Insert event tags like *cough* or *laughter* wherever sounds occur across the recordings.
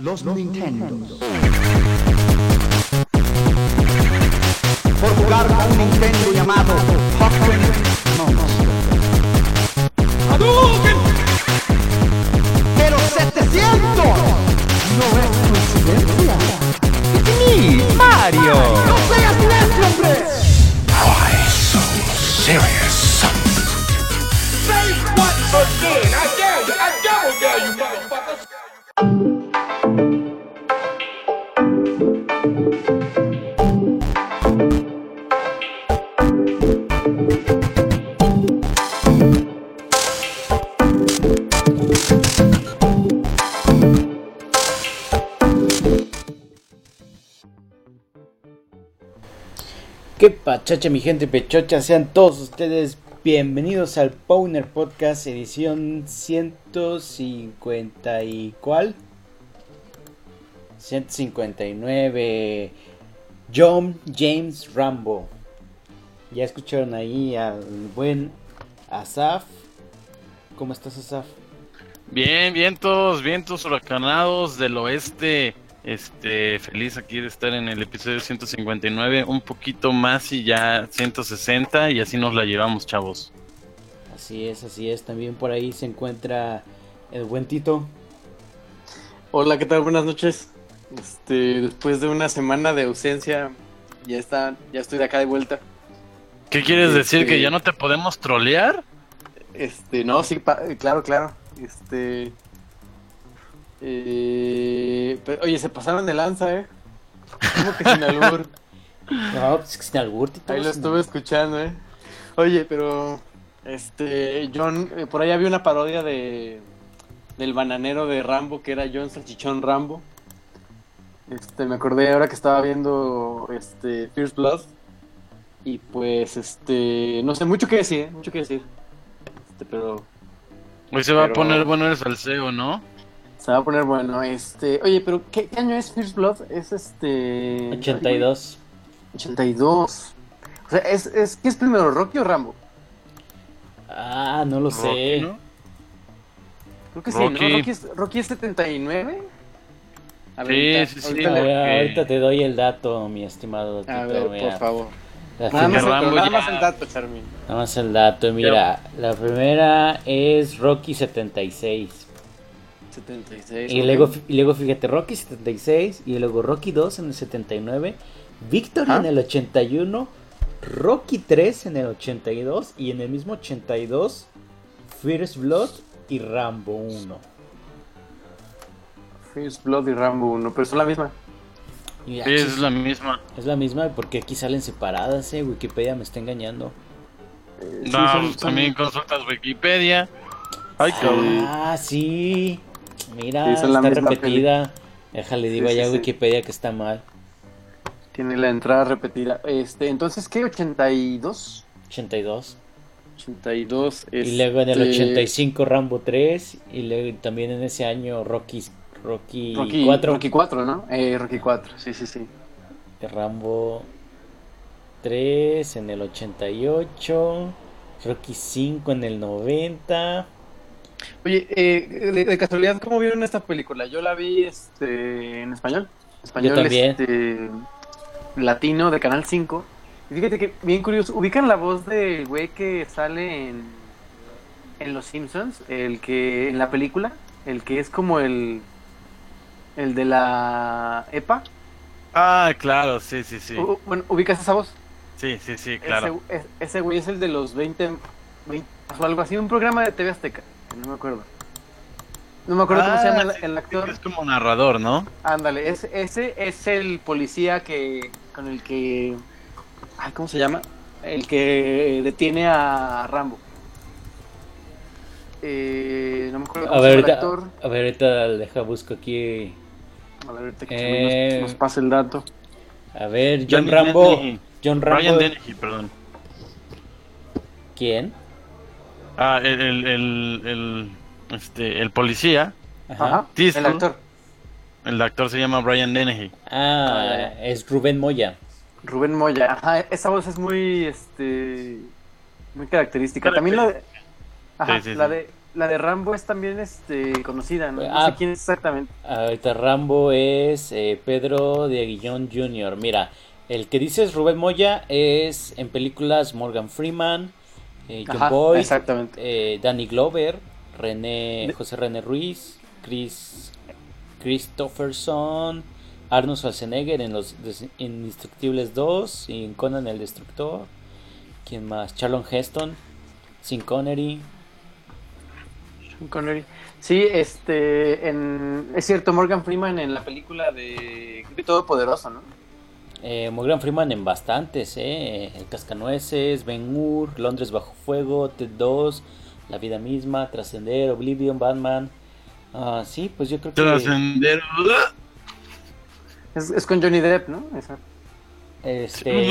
los Nintendo. Por jugar con un Nintendo llamado Pokémon Monster. ¡Hadouken! ¡Pero 700! No es coincidencia. It's me, Mario. ¡No seas necio, hombre! Why so serious? Say what again? I dare you. I double dare you, motherfuckers. ¿Qué pachacha mi gente pechocha? Sean todos ustedes bienvenidos al Powner Podcast edición 150 y cuál? 159 John James Rambo. Ya escucharon ahí al buen Asaf. ¿Cómo estás Asaf? Bien, vientos, vientos huracanados del oeste. Este, feliz aquí de estar en el episodio 159, un poquito más y ya 160 y así nos la llevamos, chavos. Así es, así es. También por ahí se encuentra el buen Tito. Hola, ¿qué tal? Buenas noches. Este, después de una semana de ausencia, ya está, ya estoy de acá de vuelta. ¿Qué quieres decir? Este- ¿Que ya no te podemos trolear? Este, no, sí, pa- claro, claro. Este. eh, pe- oye, se pasaron de lanza, ¿eh? Como que sin albur. No, pues que sin albur, Tito. Ah. Ahí lo sin- estuve escuchando, ¿eh? Oye, pero. Este. John. eh, por ahí había una parodia de. Del bananero de Rambo, que era John Salchichón Rambo. Este, me acordé ahora que estaba viendo. Este. First Blood. Y pues, este. No sé, mucho que decir, ¿eh? Mucho que decir. Este, pero. Hoy se va Pero- a poner bueno el salseo, ¿no? Se va a poner bueno, este. Oye, pero ¿qué, qué año es First Blood? Es este. 82. 82. O sea, ¿es, es, ¿qué es primero, Rocky o Rambo? Ah, no lo sé. Rocky, ¿no? Creo que sí, Rocky. ¿no? Rocky es, Rocky es 79. A Sí, ahorita- sí, sí. ahorita A le- ver, Ok. ahorita te doy el dato, mi estimado Tito. A ver, mira. por favor. La Nada más, el, Rambo nada ya- más el dato, Charmin. Nada más el dato, mira, la primera es Rocky 76. 76. Y ok. luego, fi- y luego fíjate, Rocky 76 y luego Rocky 2 en el 79, Victory Ajá. en el 81, Rocky 3 en el 82 y en el mismo 82 First Blood y Rambo 1. First Blood y Rambo 1, pero son la misma. Y Sí, aquí es la misma. es la misma porque aquí salen separadas, eh, Wikipedia me está engañando. Eh, sí, No, son- pues son- también consultas Wikipedia. Ay, cabrón. Ah, sí. Mira, Sí, son la está misma repetida. Déjale, digo Sí, sí, allá a sí. Wikipedia que está mal. Tiene la entrada repetida. Este, entonces, ¿qué? 82. 82. 82. Y luego en el este, 85 Rambo 3 y luego también en ese año Rocky Rocky, Rocky 4 Rocky 4, ¿no? Eh, Rocky 4, sí, sí, sí. Rambo 3 en el 88 Rocky 5 en el 90 Oye, eh, de, de casualidad, ¿cómo vieron esta película? Yo la vi este, en español. Español Yo también. este, latino de Canal 5. Y fíjate que, bien curioso, ubican la voz del güey que sale en, en Los Simpsons, el que en la película, el que es como el, el de la EPA. Ah, claro, sí, sí, sí. U- bueno, ubicas esa voz. Sí, sí, sí, claro. Ese, es- ese güey es el de los 20, 20 o algo así, un programa de TV Azteca, que no me acuerdo. No me acuerdo cómo se Ah, llama el- sí, el actor. Es como narrador, ¿no? Ándale, es- ese es el policía que con el que ay, ¿cómo se llama? El que detiene a Rambo. Eh, no me acuerdo a cómo se ver, llama el ahorita, actor. a ver, ahorita deja busco aquí A ver, ahorita que Charmin Eh, nos, nos pase el dato. a ver John Danny Rambo Dennehy. John Rambo Ryan Dennehy, perdón. ¿quién? Ah, el, el, el, el- este, el policía, Ajá. Ajá, el Diesel. actor el actor se llama Brian Dennehy. Ah, es Rubén Moya. Rubén Moya. Ajá, esa voz es muy este muy característica. También la de Ajá, Sí, sí, la sí. de la de Rambo es también este, conocida, ¿no? No Ah. sé quién es exactamente. Ahorita Rambo es eh, Pedro de Aguillón Jr. Mira, el que dices Rubén Moya es en películas Morgan Freeman, eh, John Ajá, Boyd, exactamente. eh, Danny Glover, René, José René Ruiz, Chris Christopherson, Arnold Schwarzenegger en los Des- Indestructibles 2 y en Conan el Destructor. ¿Quién más? Charlon Heston, Sin Connery. Sean Connery. Sí, este, en, es cierto, Morgan Freeman en la película de, de Todopoderoso, ¿no? Eh, Morgan Freeman en bastantes, ¿eh? El Cascanueces, Ben Hur, Londres Bajo Fuego, Ted 2, La Vida Misma, Trascender, Oblivion, Batman. Ah, sí, pues yo creo que. Trascender. Es, es con Johnny Depp, ¿no? Esa. Este,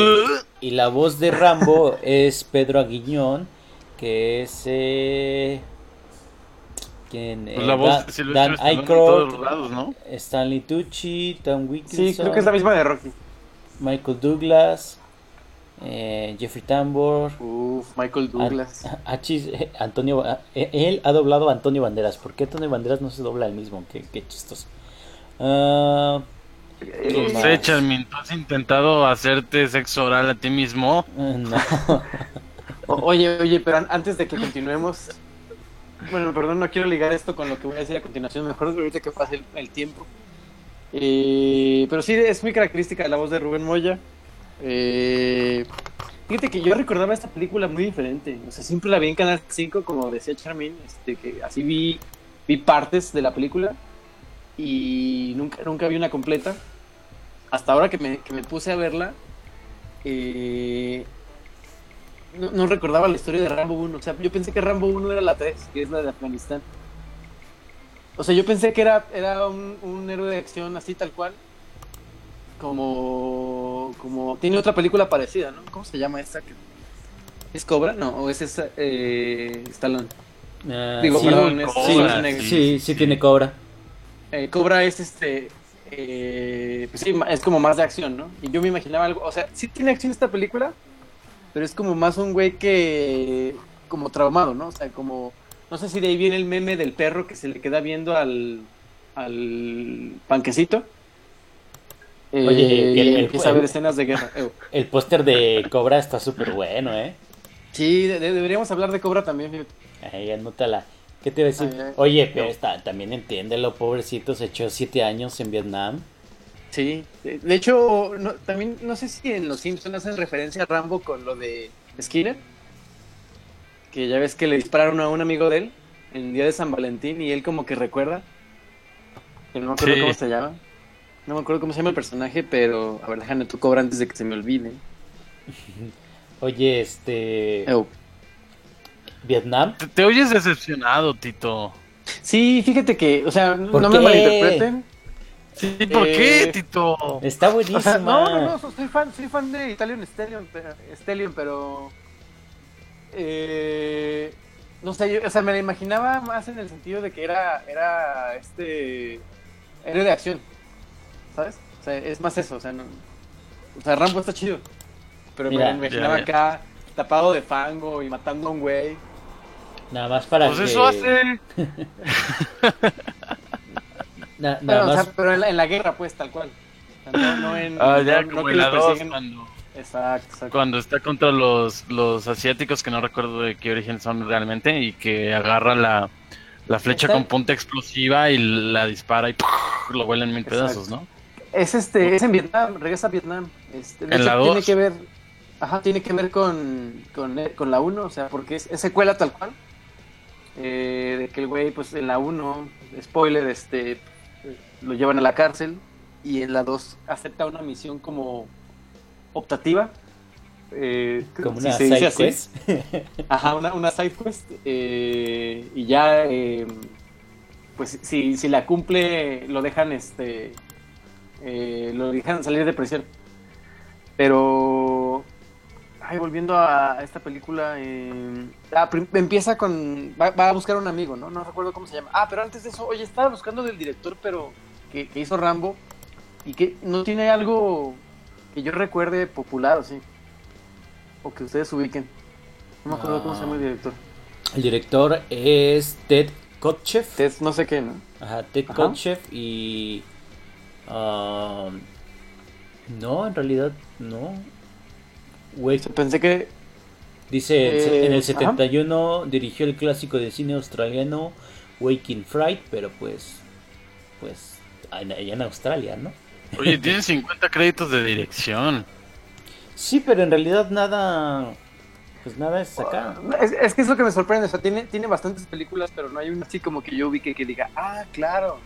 y la voz de *laughs* Rambo es Pedro Aguillón, que es. Eh, quien, eh, Pues la Da- voz de Silvestre Dan Stallone en Aykroyd, todos lados, ¿no? Stanley Tucci, Tom Wilkinson. Sí, creo que es la misma de Rocky. Michael Douglas, eh, Jeffrey Tambor. Uf, Michael Ah, Douglas. An- *laughs* Achis, eh, Antonio, Ba- eh, él ha doblado a Antonio Banderas. ¿Por qué Antonio Banderas no se dobla el mismo? Qué, qué chistoso. Ah, No ¿quién sé, más? Charmin, ¿tú has intentado hacerte sexo oral a ti mismo? Eh, no. O- oye, oye, pero an- antes de que continuemos. Bueno, perdón, no quiero ligar esto con lo que voy a decir a continuación. Mejor ahorita que pase el, el tiempo. Eh, pero sí, es muy característica la voz de Rubén Moya. Eh, fíjate que yo recordaba esta película muy diferente. O sea, siempre la vi en Canal 5, como decía Charmin. Este, que así vi, vi partes de la película. Y nunca, nunca vi una completa. Hasta ahora que me, que me puse a verla. Eh, no, no recordaba la historia de Rambo 1. O sea, yo pensé que Rambo 1 era la 3, que es la de Afganistán. O sea, yo pensé que era, era un, un héroe de acción así tal cual. Como, como. Tiene otra película parecida, ¿no? ¿Cómo se llama esta? que- ¿Es Cobra? No, o es esa. Eh, Stallone. Ah, *laughs* Digo, sí, perdón, es Cobra, Schwarzenegger. sí, sí, tiene cobra. Eh, Cobra es este. eh, pues sí, ma- es como más de acción, ¿no? Y yo me imaginaba algo. O sea, sí tiene acción esta película, pero es como más un güey que. como traumado, ¿no? O sea, como. No sé si de ahí viene el meme del perro que se le queda viendo al. al panquecito. Eh, Oye, y el- el- empieza a ver escenas de guerra. Eh, El póster de cobra está súper bueno, ¿eh? *laughs* sí, de- de- deberíamos hablar de Cobra también. fíjate. Ahí, anótala. ¿Qué te iba a decir? Ay, ay. Oye, pero está- también entiéndelo, pobrecito, se echó siete años en Vietnam. Sí. De, de hecho, no- también no sé si en Los Simpsons hacen referencia a Rambo con lo de Skinner. Que ya ves que le dispararon a un amigo de él en el día de San Valentín y él como que recuerda. Que no me acuerdo Sí. cómo se llama. No me acuerdo cómo se llama el personaje, pero a ver, déjame tu cobra antes de que se me olvide. Oye, este... Oh. Vietnam. Te, te oyes decepcionado, Tito. Sí, fíjate que, o sea, ¿Por no me qué? malinterpreten. Sí, ¿por Eh, qué, Tito? Está buenísima. O sea, *laughs* no, no, no, so- soy fan, soy fan de Italian Stallion, pero, Stallion, pero eh, no sé, yo, o sea, me la imaginaba más en el sentido de que era, era este héroe de acción, ¿sabes? O sea, es más eso, o sea, no, o sea, Rambo está chido, pero Mira, me lo imaginaba ya, acá tapado de fango y matando a un güey. Nada más para Pues que... eso hace. na- nada Pero, o más sea, pero en, la, en la guerra, pues, tal cual. O sea, No, no en, Ah, ya, no- no como que en la los 2, persiguen. cuando, Exacto, exacto. cuando está contra los, los asiáticos, que no recuerdo de qué origen son realmente, y que agarra la, la flecha Está- con punta explosiva y la dispara y ¡puf! lo vuela en mil Exacto. pedazos, ¿no? Es este, es en Vietnam, regresa a Vietnam. Este, de En hecho, la tiene dos. que ver, ajá, tiene que ver con, con, eh, con la 1, o sea, porque es, es secuela tal cual. Eh, de que el güey, pues en la 1, spoiler, este, lo llevan a la cárcel y en la 2 acepta una misión como optativa. Eh, como si una se dice side así. quest. *laughs* Ajá, una, una side quest. eh, y ya, eh, pues si, si la cumple, lo dejan este eh, lo dejan salir de prisión. Pero, ay, volviendo a esta película, eh, ah, prim- empieza con, va, va a buscar a un amigo, ¿no? No recuerdo cómo se llama. Ah, pero antes de eso, oye, estaba buscando del director, pero que, que hizo Rambo y que no tiene algo que yo recuerde popular, o sí, o que ustedes ubiquen. No me acuerdo cómo se llama el director. El director es Ted Kotcheff. Ted, no sé qué, ¿no? Ajá, Ted Ajá. Kotcheff y. um, no, en realidad no. Güey, Pensé que. dice en se- en eh, el ajá. 71 dirigió el clásico de cine australiano Waking Fright, pero pues. Pues. en- Allá en Australia, ¿no? Oye, tiene 50 créditos de dirección. Sí, pero en realidad nada. Pues nada es acá. oh, Es, es que es lo que me sorprende. O sea, tiene, tiene bastantes películas, pero no hay una así como que yo ubique que diga, ah, claro,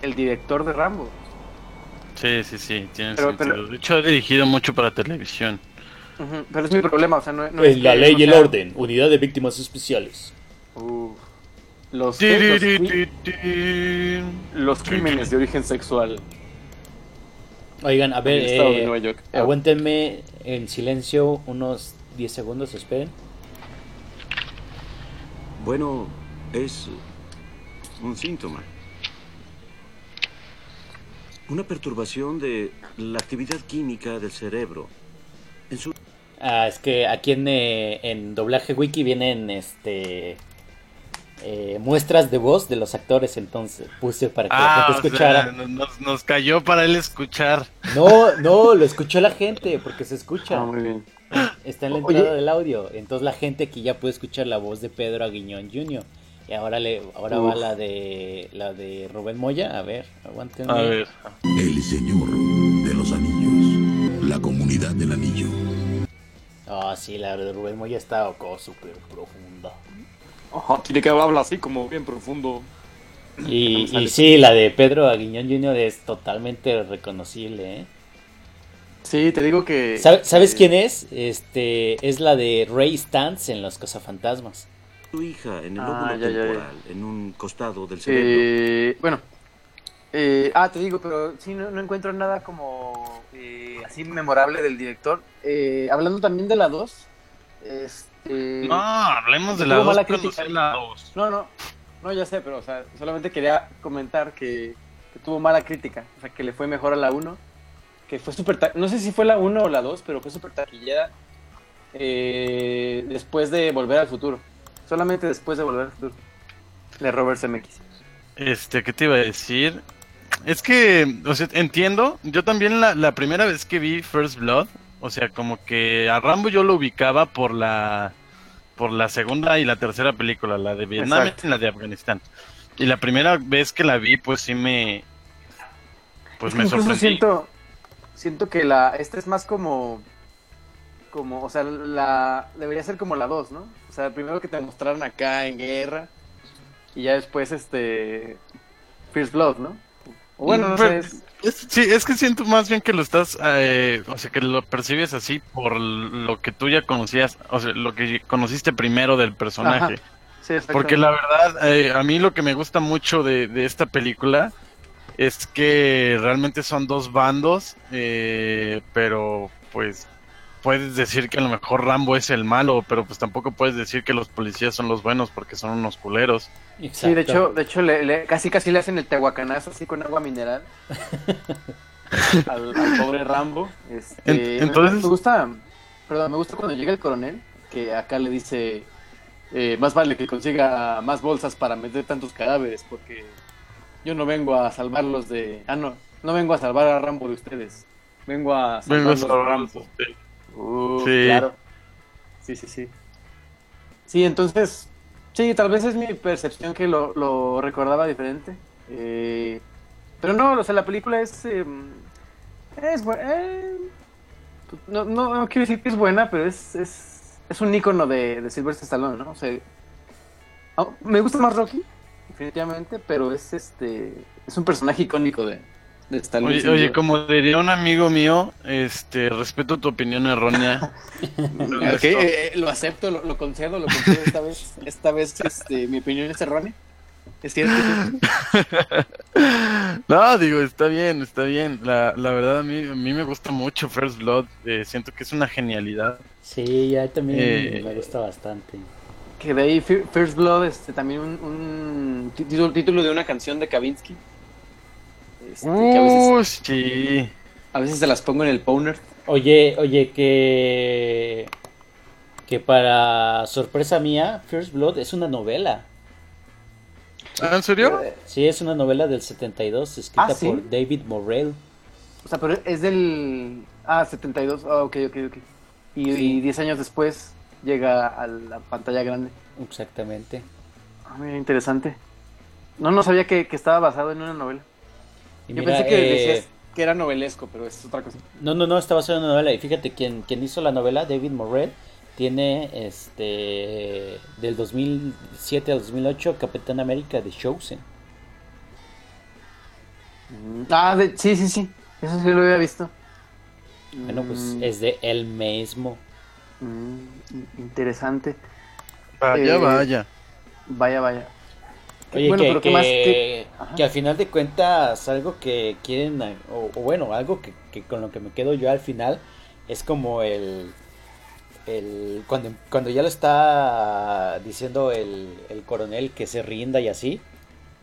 el director de Rambo. Sí, sí, sí, tiene Pero- sentido. pero- De hecho, ha dirigido mucho para televisión. Ujú, Pero es mi problema, o sea, no, no es Mm. la que ley no y el sea- orden, unidad de víctimas especiales. Uf. Los, los, cri- Tiririritirin. los crímenes de origen sexual Oigan, a en ver, el estado de eh, Nueva York. Aguántenme en silencio unos 10 segundos, esperen. Bueno, es un síntoma. Una perturbación de la actividad química del cerebro. Ah, es que aquí en, eh, en doblaje wiki vienen este eh, muestras de voz de los actores, entonces puse para que Ah, la o gente sea, escuchara. nos, nos cayó para él escuchar. No, no, lo escuchó la gente, porque se escucha. Ah, muy bien. Está en la Oye. entrada del audio. Entonces la gente aquí ya puede escuchar la voz de Pedro Aguiñón Jr. Y ahora le, ahora va Uf. la de la de Rubén Moya. A ver, aguántenme. A ver. El Señor de los Anillos. La comunidad del anillo. Ah, sí, la de Rubén Moya está acá súper profunda. Ajá, tiene que hablar así como bien profundo. Y, González. y sí, la de Pedro Aguiñón Jr. es totalmente reconocible. ¿eh? Sí, te digo que. eh, ¿Sabe- ¿Sabes quién es? Este es la de Ray Stantz en Los Cazafantasmas. Su hija en el Ah, ya, lóbulo ya, ya. temporal, en un costado del cerebro. Eh, bueno. Eh, ah, te digo, pero sí, no, no encuentro nada como eh, así memorable del director. Eh, hablando también de la 2. Este... No, hablemos de la Tuvo mala 2. cuando crítica. sea la dos. No, no, no, ya sé, pero o sea, solamente quería comentar que, que tuvo mala crítica, o sea, que le fue mejor a la 1, que fue súper, ta- no sé si fue la 1 o la 2, pero fue súper taquillera eh, después de Volver al Futuro, solamente después de Volver al Futuro, de Robert Zemeckis. Este, ¿qué te iba a decir? Es que, o sea, entiendo. Yo también la, la primera vez que vi First Blood, o sea, como que a Rambo yo lo ubicaba por la por la segunda y la tercera película, la de Vietnam Exacto. y la de Afganistán. Y la primera vez que la vi, pues sí me pues me Incluso sorprendí. siento, siento que la, esta es más como, como, o sea, la, debería ser como la 2, ¿no? O sea, primero que te mostraron acá en guerra y ya después este, First Blood, ¿no? O bueno, no Pero- sé, es- Es- sí, es que siento más bien que lo estás, eh, o sea, que lo percibes así por lo que tú ya conocías, o sea, lo que conociste primero del personaje. Ajá. sí, exactamente. Porque la verdad, eh, a mí lo que me gusta mucho de, de esta película es que realmente son dos bandos, eh, pero pues puedes decir que a lo mejor Rambo es el malo, pero pues tampoco puedes decir que los policías son los buenos porque son unos culeros. Exacto. Sí, de hecho, de hecho le, le- casi casi le hacen el tehuacanazo así con agua mineral al, al pobre Rambo. Este, En- entonces- me gusta, perdón, me gusta cuando llega el coronel, que acá le dice, eh, más vale que consiga más bolsas para meter tantos cadáveres, porque yo no vengo a salvarlos de... Ah, no, no vengo a salvar a Rambo de ustedes, vengo a Vengo a salvarlos de salvarlos Rambo. a ustedes. Uh, Sí. Claro. Sí, sí, sí. Sí, entonces, sí, tal vez es mi percepción que lo, lo recordaba diferente. Eh, pero no, o sea, la película es... eh, es bu- eh, no, no, no quiero decir que es buena, pero es, es, es un ícono de, de Sylvester Stallone, ¿no? O sea, au- me gusta más Rocky, definitivamente, pero es este es un personaje icónico de, de Stallone. Oye, sin oye, duda. como diría un amigo mío, este, respeto tu opinión errónea. Ok, eh, eh, lo acepto, lo, lo concedo, lo concedo esta vez. Esta vez este, mi opinión es errónea. Es cierto. No, digo, está bien, está bien. La, la verdad, a mí, a mí me gusta mucho First Blood. eh, siento que es una genialidad. Sí, ya también Eh, me gusta bastante. Que de ahí Fir- First Blood, este, también un, un tí- título, título de una canción de Kavinsky. Este, que a veces, Uh, sí. a veces se las pongo en el Powner. Oye, oye, que que para sorpresa mía, First Blood es una novela. ¿Ah, ¿En serio? Sí, es una novela del 72 escrita ¿Ah, sí? por David Morrell. O sea, pero es del. Ah, 72. Ah, ok, ok, ok. Y, Sí. y 10 años después llega a la pantalla grande. Exactamente. Ah, mira, interesante. No, no sabía que, que estaba basado en una novela. Y Yo mira, pensé que eh, decías que era novelesco, pero es otra cosa. No, no, no, está basado en una novela. Y fíjate, quien, quien hizo la novela, David Morrell, tiene este del 2007 al 2008 Capitán América de Chosen. Ah, de- sí, sí, sí. Eso sí lo había visto. Bueno, pues Mm, es de él mismo. mm, interesante. Vaya, Eh, vaya. Vaya, vaya. Oye, Bueno, que, pero ¿qué que- más? ¿Qué- que al final de cuentas, algo que quieren, a- o, o bueno, algo que, que con lo que me quedo yo al final, es como el. el cuando, cuando ya lo está diciendo el, el coronel que se rinda y así,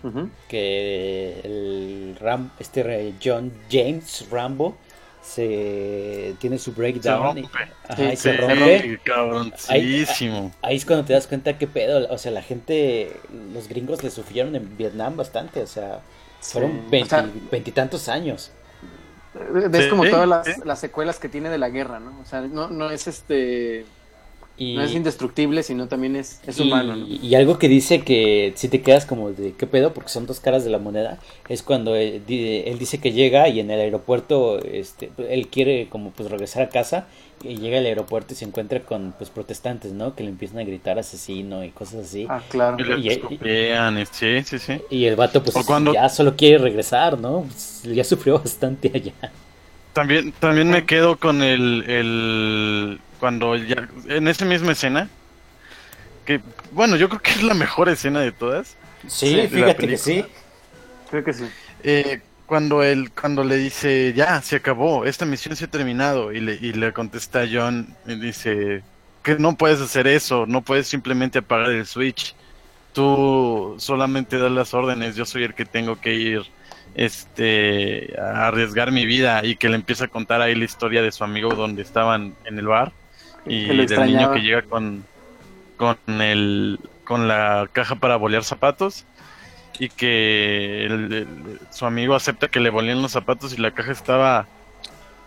Ujú. que el Ram, este re- John James Rambo se tiene su breakdown. y- rompe. ajá, y Sí, se Sí, rompe. Cabroncísimo. Ahí es cuando te das cuenta qué pedo. O sea, la gente, los gringos le sufrieron en Vietnam bastante. O sea, fueron Sí. O sea, veinti- veintitantos años. Eh, Ves Sí, como todas las, sí. las secuelas que tiene de la guerra, ¿no? O sea, no, no es este. Y, No es indestructible, sino también es, es y- humano, ¿no? y algo que dice que si te quedas como de qué pedo, porque son dos caras de la moneda, es cuando él, di- él dice que llega y en el aeropuerto, este, él quiere como pues regresar a casa y llega al aeropuerto y se encuentra con pues protestantes, ¿no? Que le empiezan a gritar asesino y cosas así. Ah, claro. Y le y- escopean, sí, sí, sí. Y el vato pues O cuando- ya solo quiere regresar, ¿no? Pues, ya sufrió bastante allá. También, también Ah. me quedo con el, el cuando ya en esa misma escena que bueno yo creo que es la mejor escena de todas Sí, la fíjate que película. sí. Creo que sí. eh, cuando él cuando le dice ya se acabó esta misión se ha terminado y le y le contesta a John y dice que no puedes hacer eso no puedes simplemente apagar el switch tú solamente das las órdenes yo soy el que tengo que ir este a arriesgar mi vida y que le empieza a contar ahí la historia de su amigo donde estaban en el bar y Que lo del niño extrañaba. que llega con con el con la caja para bolear zapatos y que el- el- su amigo acepta que le boleen los zapatos y la caja estaba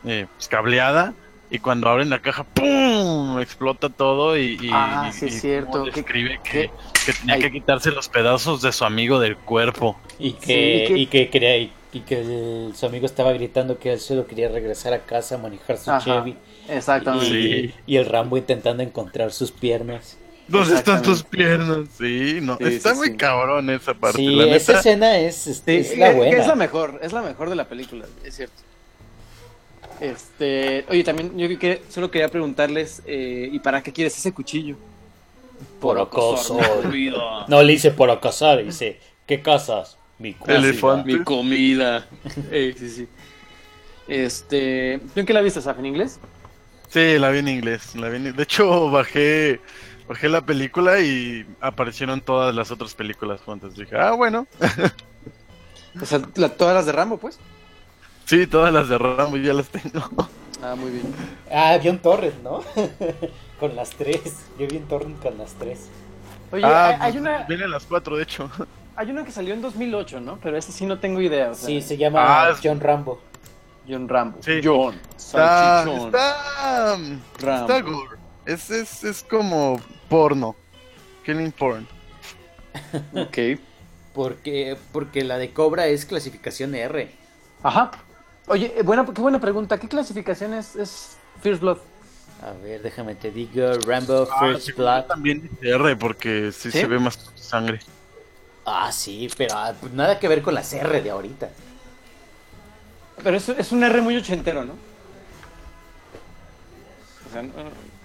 eh, pues, cableada y cuando abren la caja ¡pum! explota todo y, y- Ah, y- sí, es y cierto. cómo ¿Qué- describe que, qué? que tenía Ay. que quitarse los pedazos de su amigo del cuerpo Y que, Sí, que- y que quería, y, y que el- su amigo estaba gritando que él solo quería regresar a casa a manejar su Ajá, Chevy. Exactamente. Sí. Y, y el Rambo intentando encontrar sus piernas. ¿Dónde están tus Exactamente. piernas? Sí, no, Sí, está sí, muy sí. cabrón esa parte. sí, la neta. esa escena es, este, es Sí, la que- que buena. es la mejor, es la mejor de la película, es cierto. Este, oye, también yo que- solo quería preguntarles, eh, ¿y para qué quieres ese cuchillo? Por acoso. Ruido. *laughs* No le dice por acosar, dice, ¿qué casas? Mi casa. Elefante. Mi comida. Eh, sí, sí. Este, ¿tú en qué la viste, Saf? ¿En inglés? Sí, la vi en inglés. La vi en- De hecho, bajé, bajé la película y aparecieron todas las otras películas juntas. Dije, ah, bueno. O sea, la- todas las de Rambo, pues. Sí, todas las de Rambo ya las tengo. Ah, muy bien. Ah, John Torres, ¿no? *laughs* con las tres. Yo vi un Torres con las tres. Oye, Ah, hay, hay una, *laughs* Vienen las cuatro, de hecho. hay una que salió en 2008, ¿no? Pero esa sí no tengo idea. o sea, Sí, se llama Ah, es- John Rambo. John Rambo. Sí. John. Está, Salchichón. está, Rambo. está gore. Es, es, es como porno. Killing porn. Ok. Porque, porque la de Cobra es clasificación R. Ajá. Oye, eh, buena, qué buena pregunta. ¿Qué clasificación es, es First Blood? A ver, déjame te digo, Rambo First según yo Blood. Ah, También es R porque sí, ¿Sí? se ve más sangre. Ah, sí, pero ah, pues nada que ver con las R de ahorita. Pero es, es un R muy ochentero, ¿no? O sea, no,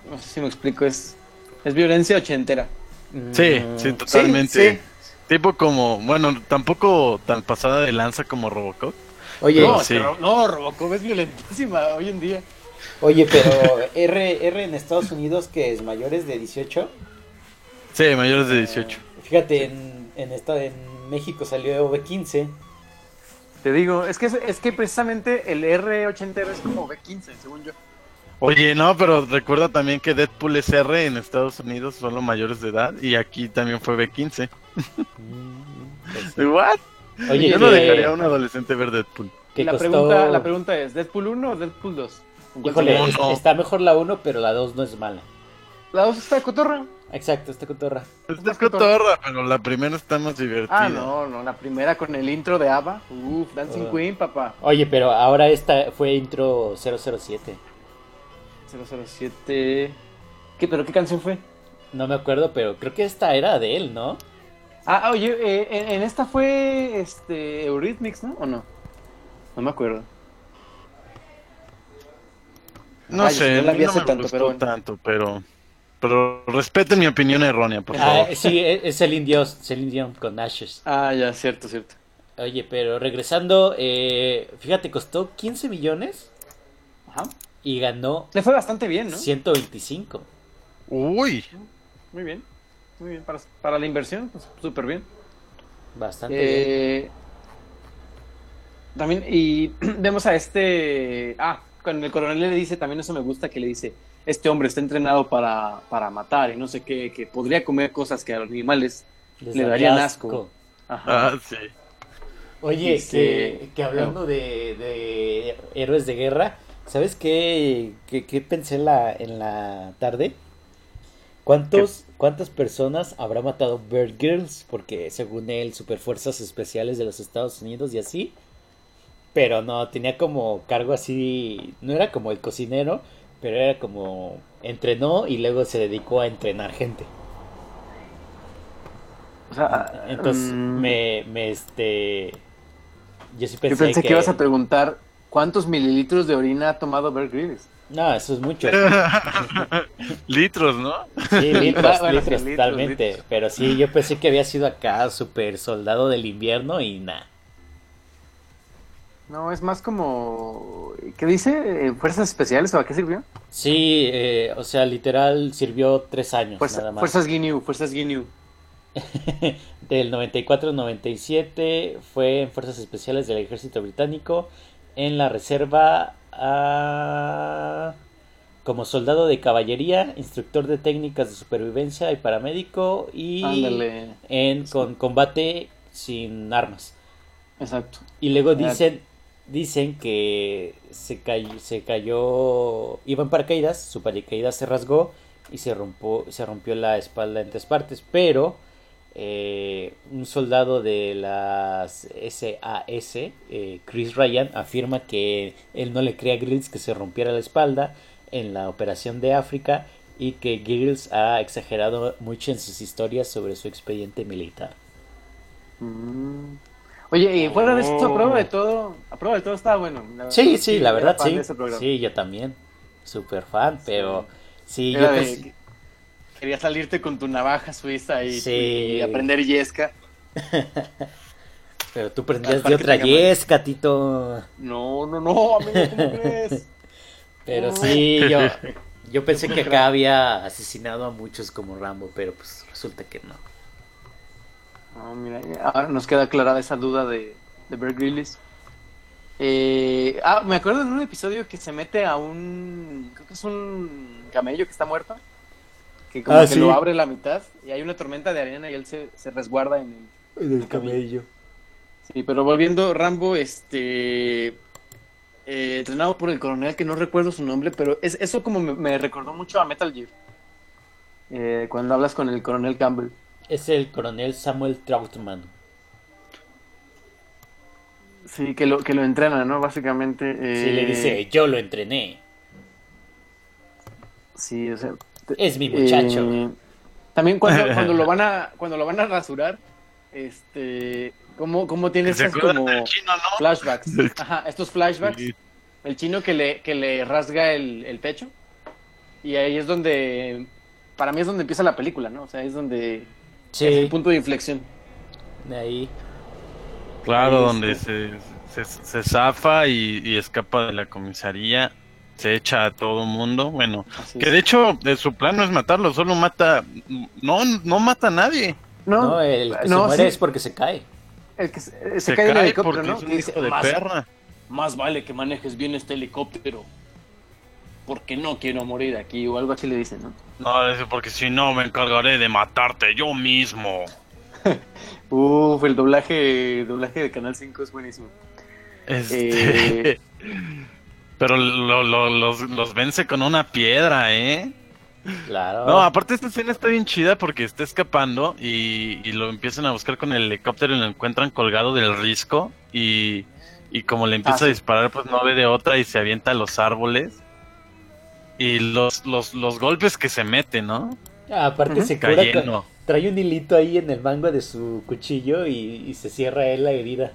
no sé si me explico. Es, es violencia ochentera. Sí, sí, totalmente. Mm. sí. Tipo como, bueno, tampoco tan pasada de lanza como Robocop. Oye, No, es sí. que Ro- no, Robocop es violentísima hoy en día. oye, pero R, R en Estados Unidos que es mayores de 18. Sí, mayores de 18. Fíjate, en, en, esta- en México salió V15. Te digo, es que, es que precisamente el R ochentero es como B15, según yo. Oye, no, pero recuerda también que Deadpool es R en Estados Unidos son los mayores de edad y aquí también fue B15. Pues, ¿What? Oye, Yo no que- dejaría a un adolescente ver Deadpool. que la, costó- pregunta, la pregunta es, ¿Deadpool 1 o Deadpool 2? ¿En cuál Híjole, se- No, es- no. está mejor la 1, pero la 2 no es mala. ¿La 2 está de cotorra? Exacto, está cotorra. Esta es cotorra, pero la primera está más divertida. Ah, no, no, la primera con el intro de ABBA. Uf, Dancing Ah. Queen, papá. Oye, pero ahora esta fue intro 007. 007... ¿Qué, ¿Pero qué canción fue? No me acuerdo, pero creo que esta era de él, ¿no? Ah, oye, eh, en, en esta fue este Eurythmics, ¿no? ¿O no? No me acuerdo. No Ay, sé, yo la a mí vi no hace me tanto, gustó pero bueno. tanto, pero, pero respeten mi opinión errónea, por Ah, favor. sí, es es Celine Dion, Celine Dion con Ashes. Ah, ya, cierto, cierto. Oye, pero regresando, eh, fíjate, costó 15 millones Ajá. y ganó Le fue bastante bien, ¿no? 125. Uy, Muy bien. Muy bien. Para, para la inversión, pues, súper bien. Bastante bien. Eh, También, y *clears throat* vemos a este. Ah, cuando el coronel le dice, también eso me gusta que le dice: Este hombre está entrenado para, para matar y no sé qué, que podría comer cosas que a los animales. Les le daría darían asco. Ajá. ah, sí. Oye, Dice- que, que hablando de, de héroes de guerra, ¿sabes qué, qué, qué pensé en la, en la tarde? ¿Cuántos, ¿Cuántas personas habrá matado Bird Girls? Porque según él, superfuerzas especiales de los Estados Unidos y así. Pero no, tenía como cargo así, no era como el cocinero, pero era como entrenó y luego se dedicó a entrenar gente. O sea, Ah, Entonces mm, me, me este... Yo sí Yo pensé, pensé que... ibas a preguntar cuántos mililitros de orina ha tomado Bear Grylls. No, eso es *laughs* mucho. Litros, ¿no? Sí, litros, Bueno, litros, sí, litros, totalmente. litros. Pero sí, yo pensé que había sido acá super soldado del invierno y nada. No, es más como... ¿Qué dice? Eh, ¿Fuerzas especiales o a qué sirvió? Sí, eh, o sea, literal sirvió tres años Fuerza- Pues nada más. fuerzas Guinea, Fuerzas Guinea. Del 94 al 97 fue en Fuerzas Especiales del Ejército Británico, en la Reserva ah, como soldado de caballería, instructor de técnicas de supervivencia y paramédico y Ándale. en con combate sin armas. Exacto. Y luego Ah. dicen, dicen que se cayó, se cayó, iba en paracaídas, su paracaídas se rasgó y se rompió, se rompió la espalda en tres partes, pero eh, un soldado de las SAS, eh, Chris Ryan, afirma que él no le crea a Grills que se rompiera la espalda en la operación de África y que Grills ha exagerado mucho en sus historias sobre su expediente militar. Mm. Oye, y fuera de esto, a prueba de todo, a prueba de todo estaba bueno. La verdad, Oh. Sí, sí, la era verdad fan sí. de ese programa. Sí, yo también. Super fan, pero sí, yo pues Era de cons- que- Quería salirte con tu navaja suiza y, Sí. y aprender yesca. pero tú prendías de Aparte otra que tenga- yesca, Tito. No, no, no, amigo, ¿cómo *laughs* crees? Pero No. sí, yo yo *laughs* pensé que acá había asesinado a muchos como Rambo, pero pues resulta que no. No, Ah, mira, ahora nos queda aclarada esa duda de, de Bear Grylls. Eh, ah, me acuerdo en un episodio que se mete a un, creo que es un camello que está muerto, que como Ah, que sí. lo abre la mitad y hay una tormenta de arena y él se, se resguarda en el... El camello. Sí, pero volviendo, Rambo, este, eh, entrenado por el coronel que no recuerdo su nombre, pero es, eso como me, me recordó mucho a Metal Gear, eh, cuando hablas con el coronel Campbell. Es el coronel Samuel Troutman. Sí, que lo, que lo entrena, ¿no? Básicamente. Sí, eh, le dice, yo lo entrené. Sí, o sea. te- Es mi muchacho. eh, también cuando, *laughs* cuando lo van a cuando lo van a rasurar, este, cómo, cómo tiene ¿Se estos acuerdan como del chino, no? flashbacks. *laughs* Ajá, estos flashbacks. Sí. El chino que le que le rasga el, el pecho y ahí es donde para mí es donde empieza la película, ¿no? O sea, es donde es sí, el punto de inflexión. ahí. Claro, Ahí donde está. se, se, se zafa y, y escapa de la comisaría, se echa a todo mundo. Bueno, Así que es. de hecho eh, su plan no es matarlo, solo mata... No, no mata a nadie. No, No, el que no, se muere sí. es porque se cae. el que se, se Se, cae, del cae helicóptero, porque ¿no? es Que un dice, hijo de "Más perra. Más vale que manejes bien este helicóptero. porque no quiero morir aquí o algo así le dicen, ¿no? No, dice, porque si no me encargaré de matarte yo mismo. Uf, el doblaje, doblaje de Canal 5 es buenísimo. Este... Eh. *laughs* Pero lo- lo- los, los vence con una piedra, ¿eh? Ah. Claro. No, aparte esta escena está bien chida porque está escapando y, y lo empiezan a buscar con el helicóptero y lo encuentran colgado del risco y, y como le empieza Ah, sí. a disparar pues no ve de otra y se avienta a los árboles y los, los, los golpes que se mete, ¿no? Ah, aparte Ujú. se cura con- Cayendo. Trae un hilito ahí en el mango de su cuchillo y, y se cierra él la herida.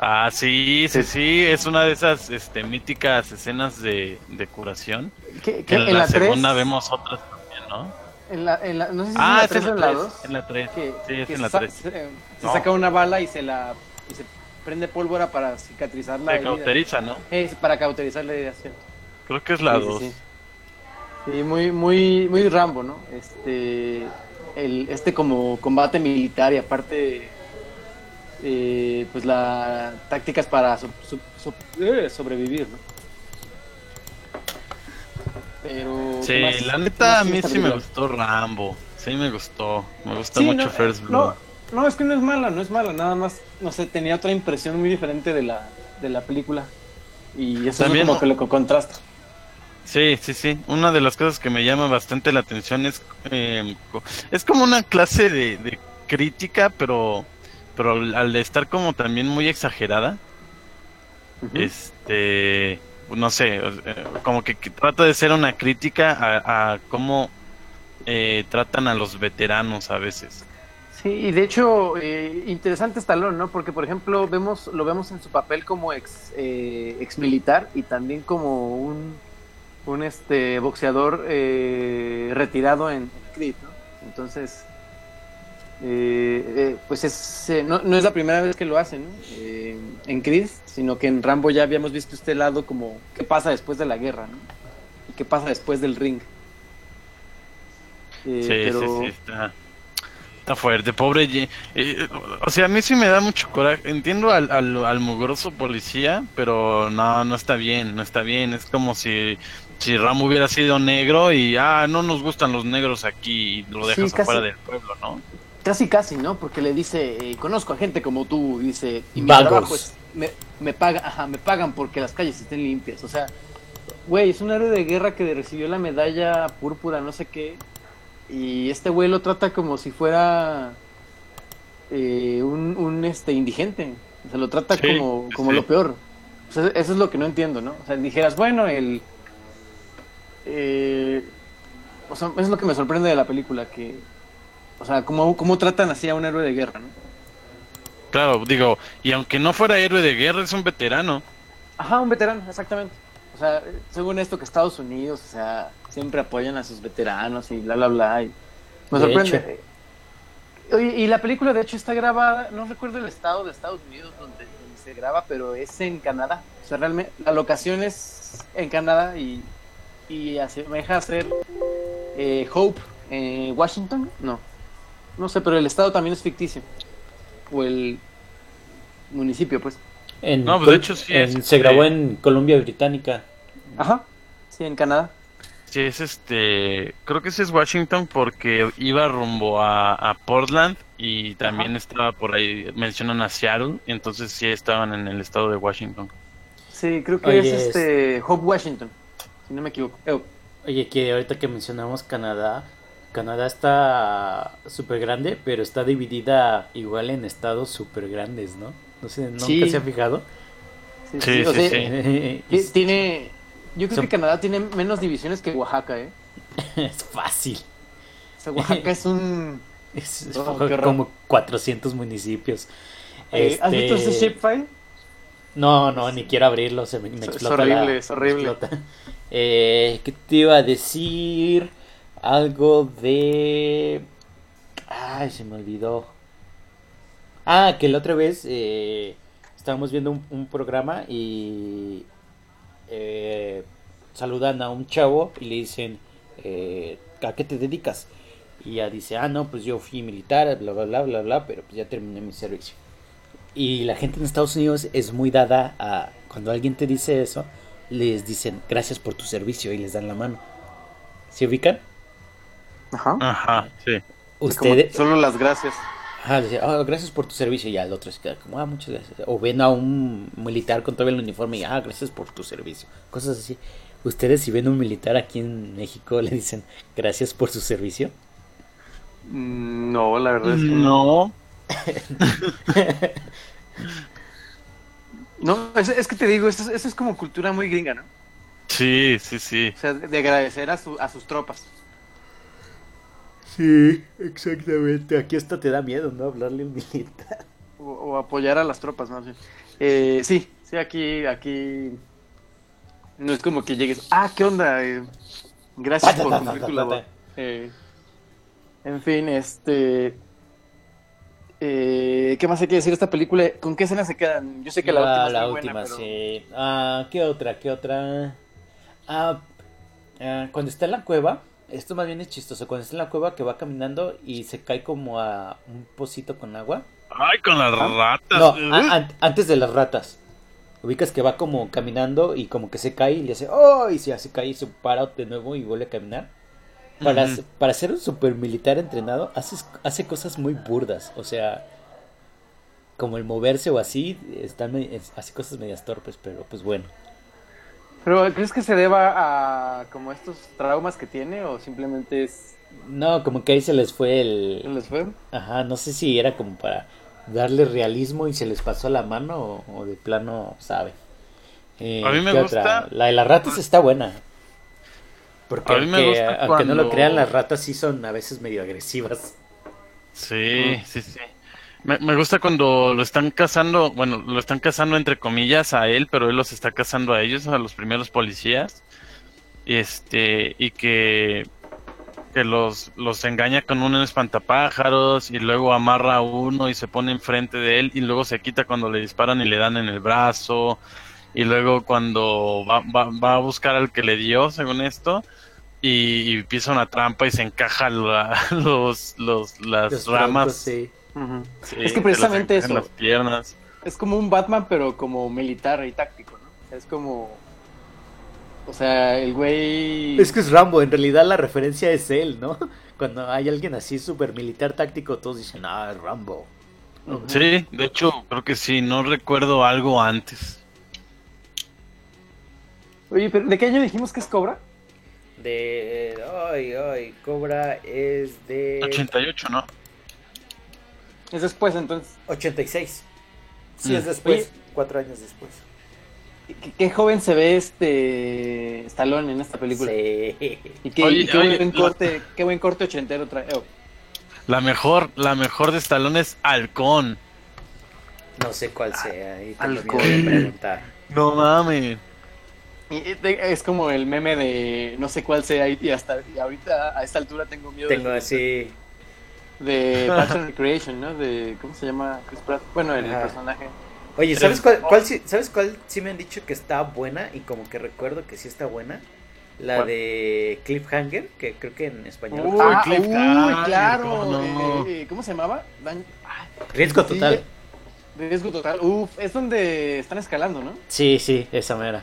Ah, sí, sí, sí, es una de esas este, míticas escenas de, de curación. ¿Qué- Que qué? en, la, tres? segunda vemos otras también, ¿no? En la, en la- no sé si Ah, es en la 3 o en la 2. en la 3. que, Sí, es que en la sa- 3. Se, eh, se No. saca una bala y se la y se prende pólvora para cicatrizar la Se herida. cauteriza, ¿no? Es para cauterizar la herida. ¿cierto? Creo que es Sí, la sí, 2. Sí, Sí, muy muy muy Rambo, ¿no? Este el este como combate militar y aparte eh, pues la tácticas para so- so- so- eh, sobrevivir, ¿no? Pero Sí, ¿qué más? la ¿Qué neta más a mí esta sí me película? gustó Rambo. Sí me gustó. Me gusta Sí, mucho no, First eh, Blood. No, no, es que no es mala, no es mala, nada más, no sé, tenía otra impresión muy diferente de la, de la película. Y eso También- es como que lo que contrasta. Sí, sí, sí. Una de las cosas que me llama bastante la atención es eh, co- es como una clase de, de crítica, pero pero al al estar como también muy exagerada, este no sé, o- eh, como que, que trata de ser una crítica a, a cómo eh, tratan a los veteranos a veces. Sí, y de hecho, eh, interesante Stallone, ¿no? Porque, por ejemplo, vemos, lo vemos en su papel como ex, eh, ex militar y también como un, un este, boxeador eh, retirado en Creed, ¿no? Entonces, eh, eh, pues es, eh, no, no es la primera vez que lo hacen, ¿no? Eh, en Creed, sino que en Rambo ya habíamos visto este lado como qué pasa después de la guerra, ¿no? Y qué pasa después del ring. Eh, Sí, pero- sí, sí, está, está fuerte, pobre. Ye- eh, o sea, a mí sí me da mucho coraje. Entiendo al, al, al mugroso policía, pero no, no está bien, no está bien. Es como si, si Rambo hubiera sido negro y, ah, no nos gustan los negros aquí y lo Sí, dejas casi. afuera del pueblo, ¿no? Casi, casi, ¿no? Porque le dice, eh, conozco a gente como tú, y dice, y mi Vagos. trabajo es- me, me, paga, ajá, me pagan porque las calles estén limpias. O sea, güey, es un héroe de guerra que recibió la medalla púrpura, no sé qué, y este güey lo trata como si fuera eh, un, un, este, indigente. O sea, lo trata Sí, como, como sí. lo peor. O sea, eso es lo que no entiendo, ¿no? O sea, dijeras, bueno, el... eh, o sea, es lo que me sorprende de la película, que... O sea, cómo, cómo tratan así a un héroe de guerra, ¿no? Claro, digo, y aunque no fuera héroe de guerra, es un veterano. Ajá, un veterano, exactamente. O sea, según esto que Estados Unidos, o sea, siempre apoyan a sus veteranos y bla, bla, bla. y me De sorprende. Oye, y la película, de hecho, está grabada, no recuerdo el estado de Estados Unidos donde, donde se graba, pero es en Canadá. O sea, realmente, la locación es en Canadá y, y asemeja a ser eh, Hope, eh, Washington, no. No sé, pero el estado también es ficticio. O el municipio, pues. En No, pues, de Col- hecho, sí en- es, Se grabó eh, en Colombia Británica. Ajá. Sí, en Canadá. Sí, es este. Creo que sí es Washington porque iba rumbo a, a Portland y también estaba por ahí. Mencionan a Seattle, entonces sí estaban en el estado de Washington. Sí, creo que Oye, es este Hope Washington, si no me equivoco. Eh, Oye, que ahorita que mencionamos Canadá, Canadá está súper grande, pero está dividida igual en estados súper grandes, ¿no? No sé, ¿nunca Sí. se ha fijado? sí, Sí, o *laughs* sí, sea, sí. ti- es, Tiene, yo creo Son- que Canadá tiene menos divisiones que Oaxaca, ¿eh? es fácil. O sea, Oaxaca es un... Es es Oh, qué como 400 municipios. eh, ¿Has visto ese Este, shapefile? No, no, ni quiero abrirlo, se me, me Es- es explota horrible, la- es horrible. me explota. Eh, ¿qué te iba a decir? Algo de... Ay, se me olvidó. Ah, que la otra vez eh, estábamos viendo un, un programa y eh, saludan a un chavo y le dicen, eh, ¿a qué te dedicas? Y ya dice, ah, no, pues yo fui militar, bla, bla, bla, bla, bla, pero pues ya terminé mi servicio. Y la gente en Estados Unidos es muy dada a, cuando alguien te dice eso, les dicen gracias por tu servicio y les dan la mano. ¿Se ubican? Ajá. Ajá, sí. Como Ustedes, Solo las gracias. Ajá, le dice, "Ah, gracias por tu servicio. Y al otro se queda como, ah, muchas gracias. O ven a un militar con todavía el uniforme y, ah, gracias por tu servicio. Cosas así. Ustedes, si ven un militar aquí en México, le dicen, gracias por su servicio. Mm, No, la verdad es que no. No, No, es, es que te digo, eso, es- eso es como cultura muy gringa, ¿no? sí, sí, sí. O sea, de agradecer a, su- a sus tropas. Sí, exactamente. Aquí hasta te da miedo, ¿no? Hablarle a un militar. O, o apoyar a las tropas, más bien. Eh, sí, sí, aquí, aquí. No es como que llegues. Ah, ¿qué onda? Eh, *laughs* gracias por cumplir tu labor. Eh, en fin, este. eh, ¿Qué más hay que decir de esta película? ¿Con qué escena se quedan? Yo sé que la última Ah, es la muy última, buena, pero- sí. Ah, ¿qué otra? ¿Qué otra? Ah, ah, cuando está en la cueva, esto más bien es chistoso. Cuando está en la cueva que va caminando y se cae como a un pocito con agua. Ay, con las ratas. ¿eh? No, ah, güey. a- an- antes de las ratas. Ubicas que va como caminando y como que se cae y le hace ¡Oh! Y se hace caer y se para de nuevo y vuelve a caminar. Para, Ujú. s- para ser un super militar entrenado, haces, hace cosas muy burdas. O sea, como el moverse o así, están, me- es- hace cosas medias torpes, pero pues bueno. Pero, ¿crees que se deba a como estos traumas que tiene o simplemente es. No, como que ahí se les fue el. ¿Les fue? Ajá, no sé si era como para darle realismo y se les pasó la mano o, o de plano, sabe. Eh, A mí me ¿qué gusta- otra? La de las ratas está buena. Porque A mí me aunque, gusta aunque no lo cuando- crean, las ratas sí son a veces medio agresivas. Sí, sí, sí. Me, me gusta cuando lo están cazando, bueno, lo están cazando entre comillas a él, pero él los está cazando a ellos, a los primeros policías. Y este, y que, que los, los engaña con un espantapájaros y luego amarra a uno y se pone enfrente de él y luego se quita cuando le disparan y le dan en el brazo. Y luego cuando va, va- va a buscar al que le dio, según esto, y, y empieza una trampa y se encaja la- *laughs* los, los, las Los troncos, ramas. sí. Ujú. Es Sí, que te las precisamente encaja en eso. las piernas. es como un Batman, pero como militar y táctico, ¿no? Es como. O sea, el güey. Es que es Rambo, en realidad la referencia es él, ¿no? *laughs* Cuando hay alguien así súper militar táctico, todos dicen, ah, es Rambo. Ujú. Sí, de hecho, creo que sí, no recuerdo algo antes. Oye, pero ¿de qué año dijimos que es Cobra? De. Ay, ay, Cobra es de. Eh. 88, ¿no? Es después, entonces. 86. Sí, Mm. es después, cuatro años después. ¿Qué, qué joven se ve este. Stallone en esta película? Sí. Y qué, Oye, y qué oye, buen lo- corte, qué buen corte ochentero trae. Oh, La mejor, la mejor de Stallone es Halcón. *laughs* No sé cuál sea. Ahí te lo alcohol. voy a preguntar. No mames. y- y te- es como el meme de no sé cuál sea y y hasta y ahorita a esta altura tengo miedo Tengo de, así. de Parks and Recreation, ¿no? De cómo se llama Chris Pratt. Bueno, el Ajá. personaje. Oye, Pero- ¿sabes cuál, cuál sí, ¿sabes cuál sí me han dicho que está buena? Y como que recuerdo que sí está buena. La ¿Cuál? Uh, de Cliffhanger, que creo que en español. Uy, Ah, cl- Cliff uy, Daniels, claro. ¿cómo no? Eh, eh, ¿Cómo se llamaba? Dan- Riesgo total. de riesgo total. Uf, es donde están escalando, ¿no? Sí, sí, esa mera.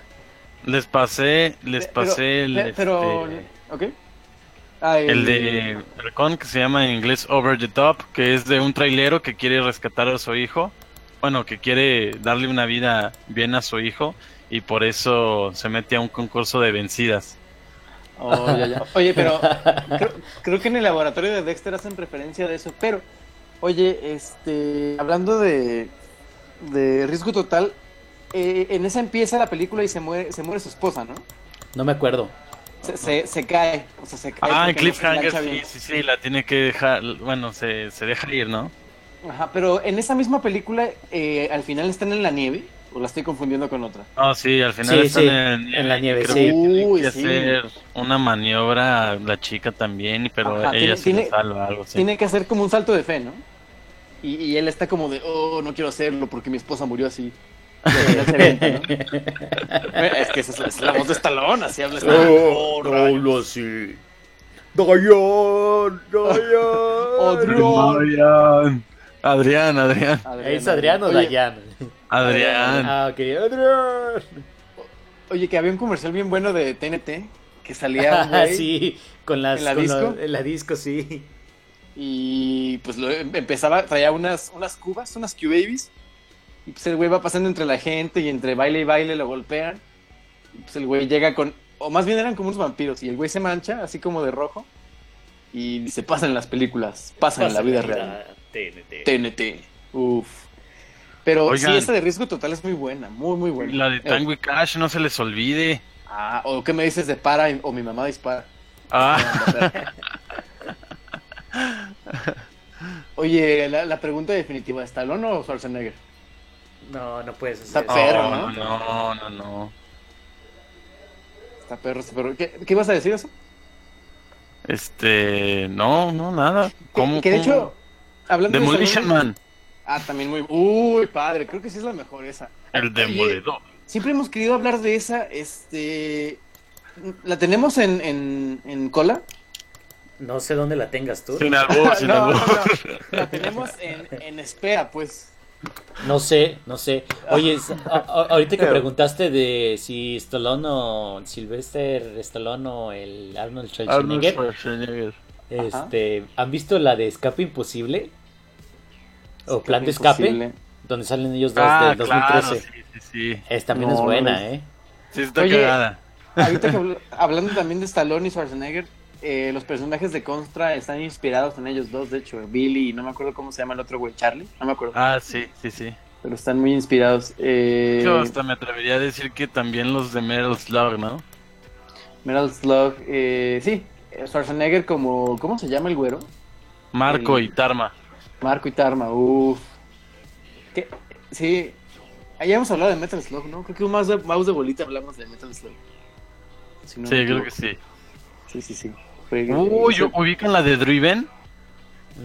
Les pasé, les Pe- pasé el, pe- Pero, este, ¿ok? Ah, el de Halcón que se llama en inglés Over the Top, que es de un trailero que quiere rescatar a su hijo. Bueno, que quiere darle una vida bien a su hijo y por eso se mete a un concurso de vencidas. Oh, ya, ya. Oye, pero creo, creo que en el laboratorio de Dexter hacen referencia de eso. Pero, oye, este, hablando de, de riesgo total, eh, en esa empieza la película y se muere, se muere su esposa, ¿no? No me acuerdo. Se, se, se cae, o sea, se cae. Ah, porque en no se Cliffhanger, engancha sí, bien. sí, sí, la tiene que dejar, bueno, se, se deja ir, ¿no? Ajá, pero en esa misma película, eh, al final están en la nieve, o la estoy confundiendo con otra. Ah, sí, al final Sí, están sí, en, en la nieve, creo sí. que tiene Uy, que sí. hacer una maniobra la chica también, pero Ajá, ella tiene- se le tiene- salva algo así. Tiene que hacer como un salto de fe, ¿no? Y, y él está como de, oh, no quiero hacerlo porque mi esposa murió así. Y al final se avienta, ¿no? Es que esa es la, es la voz de Estalón, así habla Stallone. Oh, rayos. así. Dayan, *laughs* Odrión. Adrián, Adrián, Adrián, ¿Es Adrián o Oye, Dayan? Ah, Adrián. Ah, ok. Adrián. Oye, Oye, que había un comercial bien bueno de TNT *laughs* que salía un Ah, güey, sí, con las ¿En la con disco? lo- en la disco, sí. y pues lo, em- empezaba, traía unas, unas cubas, unas Q-Babies, y pues el güey va pasando entre la gente y entre baile y baile lo golpean, y pues el güey llega con, o más bien eran como unos vampiros, y el güey se mancha así como de rojo, y dice, pasan las películas, pasan en la vida real. TNT. TNT, uff. Pero Oigan. sí, esa de riesgo total es muy buena, muy, muy buena. Eh, La de Tango y Cash, no se les olvide. Ah, o qué me dices de para o mi mamá dispara. Ah, *laughs* Oye, la, la pregunta definitiva, ¿Stallone o Schwarzenegger? No, no puedes Está hacer. perro, eso. no, ¿no? no, no, no. Está perro, está perro. ¿Qué, qué ibas a decir eso? Este, no, no, nada. ¿Cómo? que de cómo? hecho, hablando de Demolition Stallone- Man, Ah, también muy... Uy, padre, creo que sí es la mejor esa. el demoledor. Siempre hemos querido hablar de esa, este... ¿La tenemos en, en, en cola? No sé dónde la tengas tú. Sin *laughs* albur, sin No, no, albur. no. La tenemos en, en espera, pues. No sé, no sé. Oye, es- a- a- ahorita *laughs* que preguntaste de si Stallone o Sylvester Stallone o el Arnold Arnold Schwarzenegger, Schwarzenegger. este, ¿han visto la de Escape Imposible? O Plan de Escape, Imposible. donde salen ellos dos Ah, del claro, 2013. sí, sí, sí. Es, también es No, buena, no ¿eh? Sí, está Oye. cagada. Ahorita que habl- hablando también de Stallone y Schwarzenegger, eh, los personajes de Contra están inspirados en ellos dos, de hecho, Billy y no me acuerdo cómo se llama el otro güey, Charlie, no me acuerdo, Ah, sí, sí, sí. pero están muy inspirados. Eh, Yo hasta me atrevería a decir que también los de Metal Slug, ¿no? Meryl Slug, eh, sí, eh, Schwarzenegger como, ¿cómo se llama el güero? Marco El- y Tarma. Marco y Tarma, uff. ¿Qué? Sí, ahí hemos hablado de Metal Slug, ¿no? Creo que un mouse de, mouse de bolita hablamos de Metal Slug. Si no sí, me creo equivoco. que sí. Sí, sí, sí. Fue- Uy, ubican la de Driven,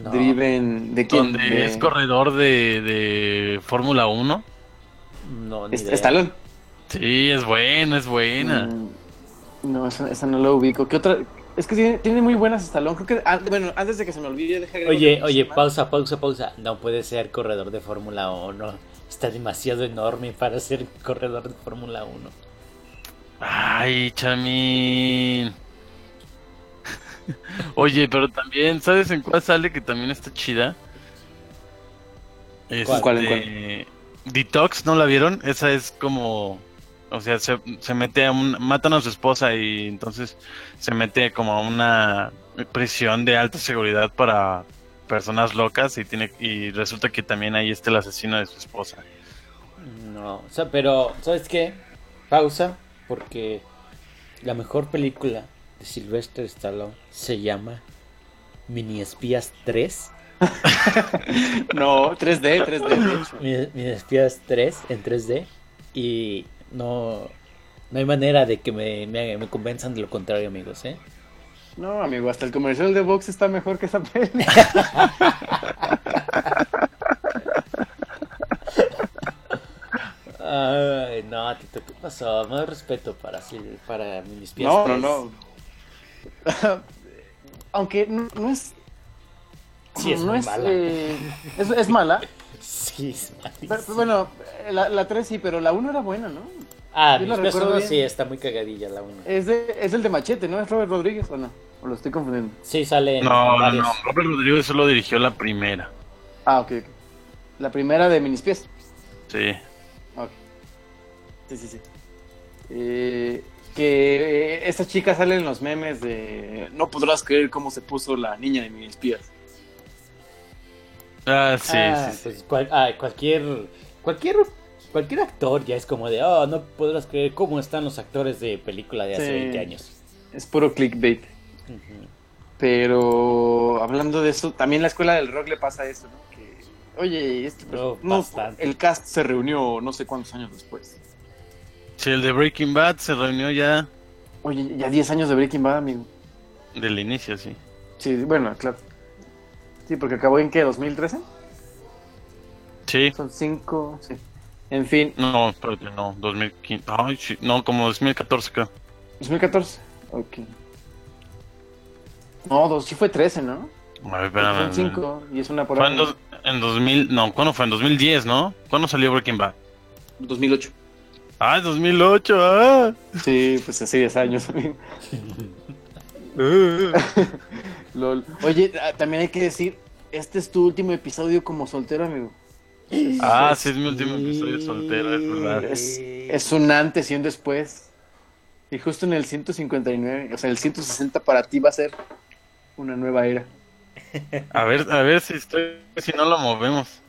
No. Driven, ¿de quién? Eh. donde De- es corredor de, de Fórmula 1. No, ni Est- idea. Stallone. Sí, es buena, es buena. Mm, No, esa, esa no la ubico. ¿Qué otra? Es que tiene, tiene muy buenas Stallone. Creo que, ah, bueno, antes de que se me olvide, deja agrego Oye, una oye, más. pausa, pausa, pausa. No puede ser corredor de Fórmula 1. Está demasiado enorme para ser corredor de Fórmula 1. Ay, Chamín. Oye, pero también, ¿sabes en cuál sale que también está chida? ¿Cuál? ¿Cuál, en Este, Detox, ¿no la vieron? Esa es como, o sea, se, se mete a un, matan a su esposa y entonces se mete como a una prisión de alta seguridad para personas locas y tiene y resulta que también ahí está el asesino de su esposa. No, o sea, pero ¿sabes qué? Pausa, porque la mejor película de Sylvester Stallone se llama Mini Espías 3. No, 3D, 3D, de hecho. Mini, Mini Espías 3 en 3D. Y no, no hay manera de que me, me, me convenzan de lo contrario, amigos, ¿eh? No, amigo, hasta el comercial de Vox está mejor que *laughs* esa peli. Ay, no, Tito, ¿qué pasó? Más respeto para, Sil- para Mini Espías No, no, 3. no. *laughs* Aunque no, no es. Sí, es no muy mala. eh, es, es mala. *laughs* Sí, es malísimo. Pero, bueno, la, la 3 sí, pero la 1 era buena, ¿no? Ah, yo Mini la Espías recuerdo 1 bien. sí está muy cagadilla la 1. Es, de, es el de Machete, ¿no? ¿Es Robert Rodríguez o no? ¿O lo estoy confundiendo? Sí, Eh, sale en No, no, varios. no, Robert Rodríguez solo dirigió la primera. Ah, ok, ok. La primera de Minispies. Sí. Ok. Sí, sí, sí. Eh, que eh, esta chica sale en los memes de. Eh, No podrás creer cómo se puso la niña de mis espías. Ah, sí, Ah, sí, sí. pues, cual- ah, cualquier, cualquier, cualquier actor ya es como de, oh, no podrás creer cómo están los actores de película de hace Sí. 20 años. Es puro clickbait. Ujú. Pero hablando de eso, también la escuela del rock le pasa eso, ¿no? Que, oye, este, No, no, bastante. el cast se reunió no sé cuántos años después. Sí, el de Breaking Bad se reunió ya Oye, ya 10 años de Breaking Bad, amigo. del inicio, sí. Sí, bueno, claro. Sí, porque acabó en qué, 2013? Sí, Son 5, sí. En fin, no, espérate, no, 2015. Ay, sí, no, como 2014 creo. 2014. Ok. No, dos, sí fue 13, ¿no? A ver, espérame. Son 5 y es una por Fue en, año. dos- en 2000, no, ¿cuándo fue? En 2010, ¿no? ¿Cuándo salió Breaking Bad? 2008. Ah, es 2008, ah. Sí, pues hace 10 años. amigo. Lol. Oye, ah, también hay que decir, este es tu último episodio como soltero, amigo. Ah, sí, es mi último episodio soltero, es verdad. Es, es un antes y un después. Y justo en el 159, o sea, el 160 para ti va a ser una nueva era. A ver, a ver si estoy, si no lo movemos.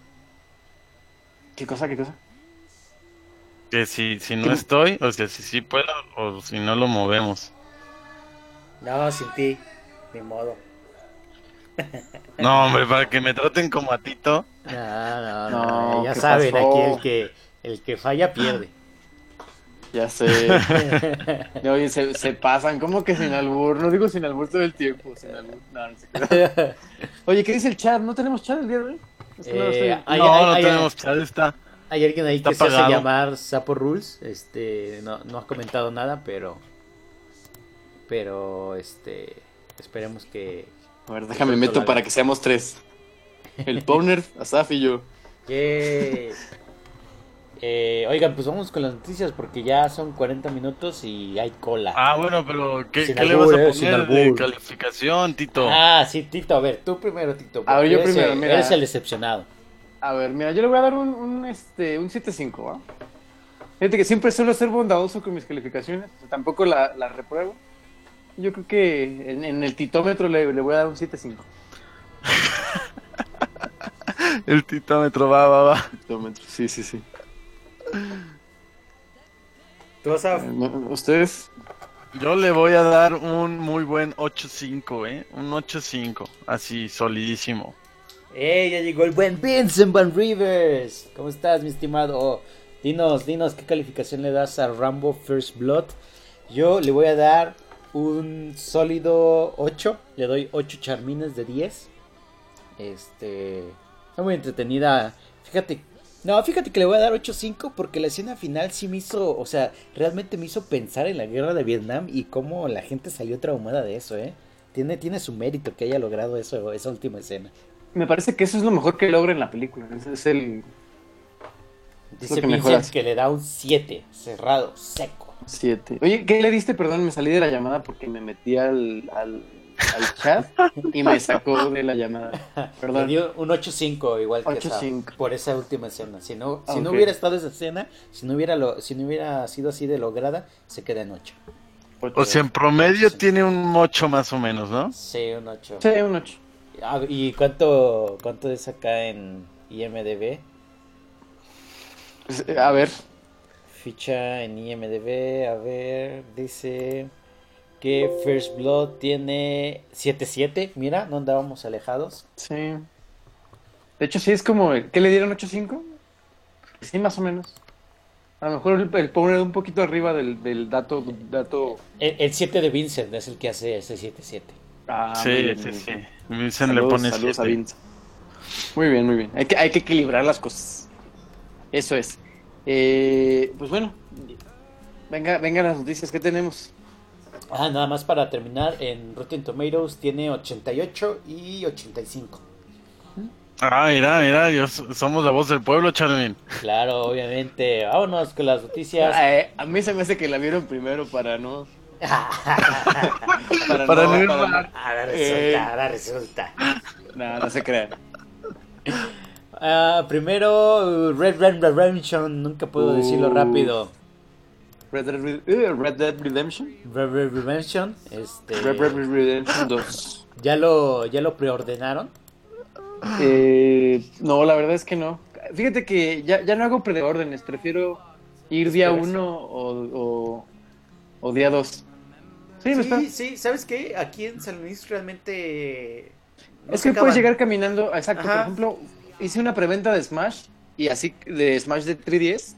¿Qué cosa, qué cosa? Que si, si no estoy, o sea, si sí puedo, o si no lo movemos. No, sin ti. Ni modo. No, hombre, para que me traten como a Tito. No, no, No, no. ya ¿qué saben, pasó? aquí el que, el que falla pierde. Ya sé. No, oye, se, se pasan, ¿cómo que sin albur? No digo sin albur todo el tiempo, sin albur. No, no sé qué. Oye, ¿qué dice el chat? ¿No tenemos chat el día de hoy? Es que no lo Eh, sé. Ay, no, ay, no ay, tenemos chat, está. Hay alguien ahí Está que se hace apagado. llamar Sapo Rules. Este, no, no ha comentado nada, pero. Pero, este. Esperemos que. A ver, déjame meto para que seamos tres. El Powner, Asaf y yo. Yay. Eh, oigan, pues vamos con las noticias porque ya son 40 minutos y hay cola. Ah, bueno, pero ¿qué, Sin ¿qué le vas a albur, eh, sin poner de albur. calificación, Tito? Ah, sí, Tito, a ver, tú primero, Tito. A ver, porque yo eres primero, el- mira. Eres el decepcionado. A ver, mira, yo le voy a dar un, un, este, un 7.5, ¿va? Fíjate que siempre suelo ser bondadoso con mis calificaciones, o sea, tampoco la, la repruebo. Yo creo que en, en el titómetro le, le voy a dar un 7.5. El titómetro, va, va, va. Titómetro, sí, sí, sí. Tú vas a. Eh, no, ¿Ustedes? Yo le voy a dar un muy buen 8.5, ¿eh? Un 8.5, así, solidísimo. ¡Eh! Ya llegó el buen Vincent Van Rivers. ¿Cómo estás, mi estimado? Oh, Dinos, dinos, ¿qué calificación le das a Rambo First Blood? Yo le voy a dar un sólido 8. Le doy 8 charmines de 10. Este. Está muy entretenida. Fíjate. No, fíjate que le voy a dar 8.5 porque la escena final sí me hizo, o sea, realmente me hizo pensar en la guerra de Vietnam y cómo la gente salió traumada de eso, ¿eh? Tiene, tiene su mérito que haya logrado eso, esa última escena. Me parece que eso es lo mejor que logra en la película. Es, es el Dice que que mejor Vincent hace. que le da un 7, cerrado, seco. 7. Oye, ¿qué le diste? Perdón, me salí de la llamada porque me metí al, al, al chat y me sacó de la llamada. Le Perdón. dio un 8.5 igual que esa, 8.5. por esa última escena. Si no, si Ah, no ok. hubiera estado esa escena, si no hubiera lo- si no hubiera sido así de lograda, se queda en 8. O sea, en promedio tiene un 8 más o menos, ¿no? Sí, un 8. Sí, un 8. Ah, ¿Y cuánto cuánto es acá en IMDb? Pues, eh, A ver, Ficha en IMDb, a ver, dice que First Blood tiene 7.7. Mira, no andábamos alejados. sí. De hecho, sí es como. ¿Qué le dieron 8.5? Sí, más o menos. A lo mejor el, el pobre un poquito arriba del, del dato. dato... El, el 7 de Vincent es el que hace ese 7.7. Ah, muy sí, bien, sí, muy sí. bien. Vincent Saludos- le pone saludos a 7. Vince. Muy bien, muy bien. Hay que, hay que equilibrar las cosas. Eso es. Eh, pues bueno. Venga, venga las noticias que tenemos. Ah, nada más para terminar, en Rotten Tomatoes tiene 88 y 85. Ah, mira, mira, yo so- somos la voz del pueblo, Charmin. Claro, obviamente. Vámonos con las noticias. Ah, eh, a mí se me hace que la vieron primero para no. *laughs* para, Para no no. ir para mal. no- Ahora Eh. resulta, ahora resulta. No, no se crean. Ah, primero, uh, Red Red Redemption. Nunca puedo Uh. decirlo rápido. Red Dead, Red- eh, Red Dead Redemption. Red Red Redemption. Este, Red Dead Redemption 2. ya lo, ya lo preordenaron. Eh, no, la verdad es que no. Fíjate que ya, ya no hago preórdenes, prefiero ir día Esperas. uno o, o- o día dos. Sí, me está- Sí, sí, ¿sabes qué? Aquí en San Luis realmente. eh, no es se que puedes acaban. llegar caminando, exacto. Por Ajá. ejemplo, hice una preventa de Smash y así de Smash de 3DS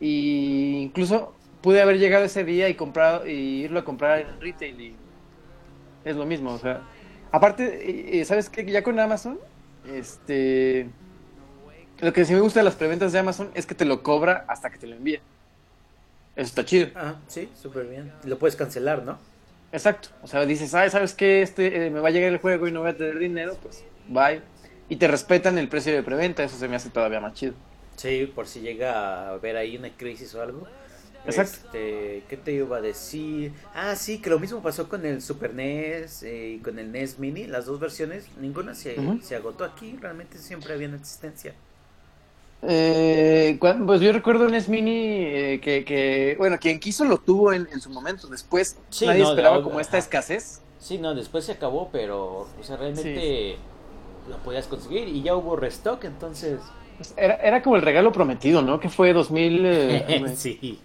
y incluso pude haber llegado ese día y comprado y irlo a comprar en retail y es lo mismo, o sea, aparte, eh, eh, ¿sabes qué? Ya con Amazon, este, lo que sí me gusta de las preventas de Amazon es que te lo cobra hasta que te lo envía. Eso está chido. Ah, Ajá, sí, súper bien. Lo puedes cancelar, ¿no? Exacto. O sea, dices, ay, ¿sabes qué? Este, eh, me va a llegar el juego y no voy a tener dinero, pues bye. Y te respetan el precio de preventa, eso se me hace todavía más chido. Sí, por si llega a haber ahí una crisis o algo. Exacto. Este, ¿Qué te iba a decir? Ah, sí, que lo mismo pasó con el Super NES eh, y con el NES Mini, las dos versiones, ninguna se, Ujú. se agotó aquí, realmente siempre había una existencia. Eh, cuan- pues yo recuerdo un Smini eh, que, que, bueno, quien quiso lo tuvo en, en su momento. Después Sí, nadie no, esperaba la- como esta escasez. Sí, no, después se acabó, pero o sea, realmente lo podías conseguir y ya hubo restock, entonces... Pues Era, era como el regalo prometido, ¿no? Que fue *laughs* 2000, eh, sí.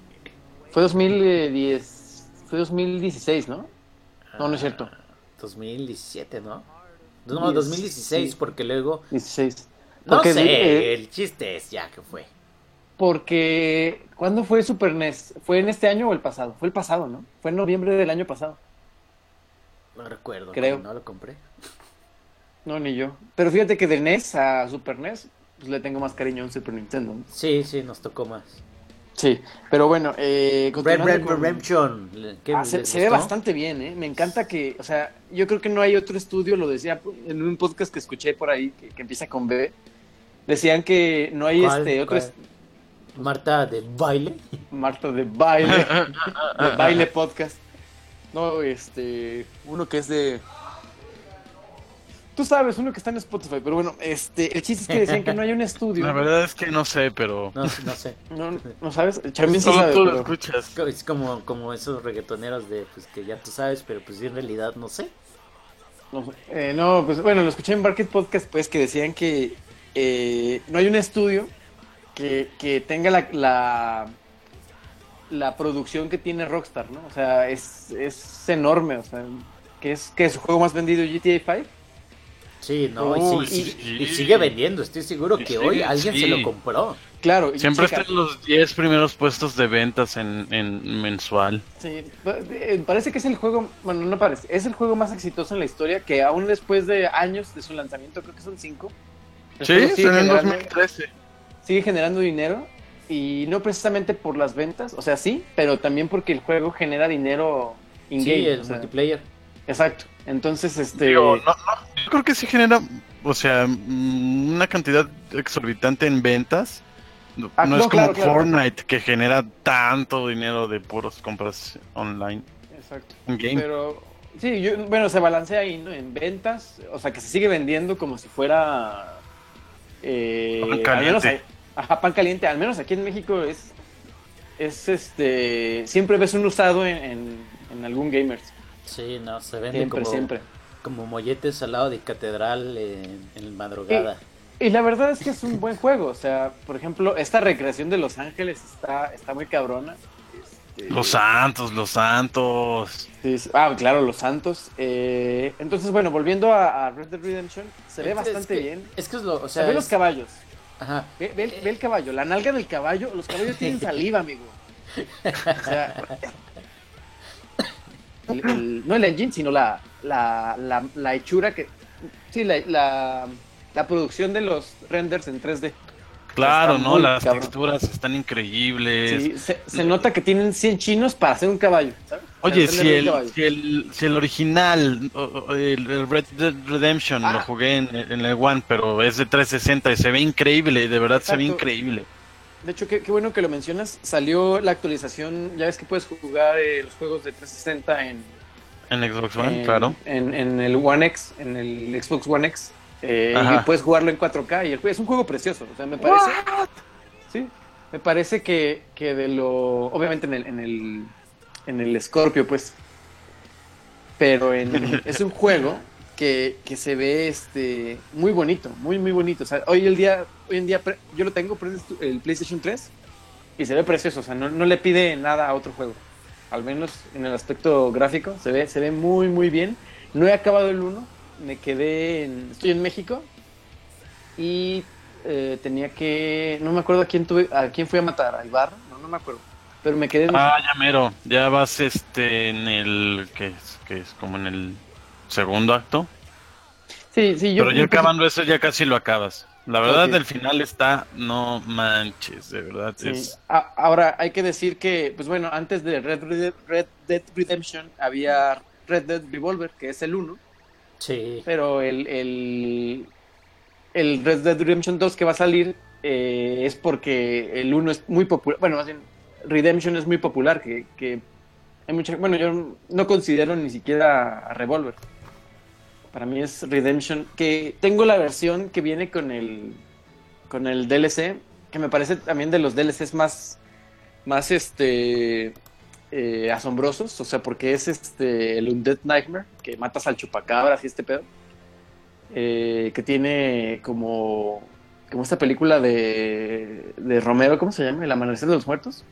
fue 2010, fue 2016, ¿no? No, no es cierto. Ah, 2017, ¿no? No, 2016, Sí. porque luego... 16. No Porque, sé, eh, el chiste es ya que fue. Porque, ¿cuándo fue Super NES? ¿Fue en este año o el pasado? Fue el pasado, ¿no? Fue en noviembre del año pasado. No recuerdo, Creo. creo. No lo compré. No, ni yo. Pero fíjate que de NES a Super NES, pues le tengo más cariño a un Super Nintendo. ¿no? Sí, sí, nos tocó más. Sí, pero bueno, eh, Red continuando Red con- Redemption. le- ¿qué Ah, se, les se ve gustó? bastante bien, ¿eh? Me encanta que, o sea, yo creo que no hay otro estudio, lo decía en un podcast que escuché por ahí, que, que empieza con B, decían que no hay ¿Cuál? este otro ¿Cuál? est- Marta de baile. Marta de baile, *laughs* de baile podcast. No, este, uno que es de... Tú sabes, uno que está en Spotify, pero bueno, este, el chiste es que decían que no hay un estudio. La verdad es que *laughs* no sé, pero. No, no sé. No, no sabes, Charmin sí Solo sabe, tú lo pero- escuchas. Es como, como esos reggaetoneros de pues que ya tú sabes, pero pues en realidad no sé. No, eh, no, pues bueno, lo escuché en Market Podcast, pues que decían que eh, no hay un estudio que, que tenga la, la, la producción que tiene Rockstar, ¿no? O sea, es, es enorme, o sea, que es, que es su juego más vendido GTA V. Sí, no, y, Uy, sí- y- sí. y sigue vendiendo. Estoy seguro Y que sigue, hoy alguien sí. se lo compró. Claro, y Siempre checa, está en los 10 primeros puestos de ventas en, en mensual. sí, pa- eh, parece que es el juego, bueno, no parece, es el juego más exitoso en la historia que aún después de años de su lanzamiento, creo que son cinco. el Sí, juego salió sigue en generando- 2013. sigue generando dinero y no precisamente por las ventas, o sea, sí, pero también porque el juego genera dinero in-game. Sí, el o sea, multiplayer. exacto. Entonces, este. Digo, no, no, yo creo que sí genera, o sea, mm, una cantidad exorbitante en ventas. No, Ah, no no, es como claro, claro. Fortnite que genera tanto dinero de puras compras online. Exacto. in-game. Pero. Sí, yo- bueno, se balancea ahí, ¿no? En ventas, o sea, que se sigue vendiendo como si fuera. eh, Pan al menos caliente. a- ajá, pan caliente. Al menos aquí en México es. Es este. Siempre ves un usado en, en- en algún gamers. Sí, no, se vende Siempre, como, siempre. como molletes al lado de catedral eh, en, en madrugada. Y la verdad es que es un buen juego. O sea, por ejemplo, esta recreación de Los Ángeles está, está muy cabrona. Este, Los Santos, los Santos. sí, sí. ah, claro, Los Santos. Eh, entonces, bueno, volviendo a, a Red Dead Redemption, se ve Es- es bastante que- bien. Es que es lo, o Se sea, ve los es- caballos. ajá. Ve, ve el, ve el caballo, la nalga del caballo. Los caballos *laughs* tienen saliva, amigo. O sea. el- el- no el engine, sino la, la, la, la hechura que. Sí, la, la, la producción de los renders en 3D. Claro, Está ¿no? muy Las cabrón. texturas están increíbles. Sí, se, se nota que tienen 100 chinos para hacer un caballo. ¿sabes? Oye, Para si hacerle un el, caballo. si, el, si el original, o- o- el, el Red Dead Redemption, Ah. lo jugué en, en el One, pero es de 360 y se ve increíble, de verdad se ve Exacto. increíble. De hecho, qué, qué bueno que lo mencionas. Salió la actualización. Ya ves que puedes jugar eh, los juegos de 360 en, En Xbox One, en- claro. en, en el One X, en el Xbox One X. eh, y Ajá. puedes jugarlo en 4K. Y el jue- es un juego precioso. O sea, me parece. Sí. Me parece que, que de lo. Obviamente en el, en el. En el Scorpio, pues. Pero *laughs* en, es un juego que, que se ve este muy bonito, muy, muy bonito. O sea, hoy el día, hoy en día pre- yo lo tengo, prendes tu- el PlayStation 3 y se ve precioso. O sea, no, no le pide nada a otro juego. Al menos en el aspecto gráfico, se ve, se ve muy, muy bien. No he acabado el 1, me quedé en. Estoy en México y eh, tenía que. No me acuerdo a quién tuve, a quién fui a matar, al bar, no, no me acuerdo. Pero me quedé en Ah, ya mero. Ya vas este en el que es, que es como en el segundo acto. Sí, sí, yo. Pero ya yo- acabando eso ya casi lo acabas. La verdad Ok. el final está no manches, de verdad Sí. es A- ahora hay que decir que, pues bueno, antes de Red, Red- Red Dead Redemption había Red Dead Revolver, que es el 1, Sí. pero el, el, el Red Dead Redemption 2 que va a salir eh, es porque el 1 es muy popular. Bueno, más bien, Redemption es muy popular. Que, que hay mucha. Bueno, yo no considero ni siquiera a Revolver. Para mí es Redemption. Que tengo la versión que viene con el, con el DLC. Que me parece también de los DLCs más. Más este. eh, asombrosos. O sea, porque es este. El Undead Nightmare. Que matas al chupacabras y este pedo eh, que tiene como, como esta película de, de Romero, ¿cómo se llama? El Amanecer de los Muertos.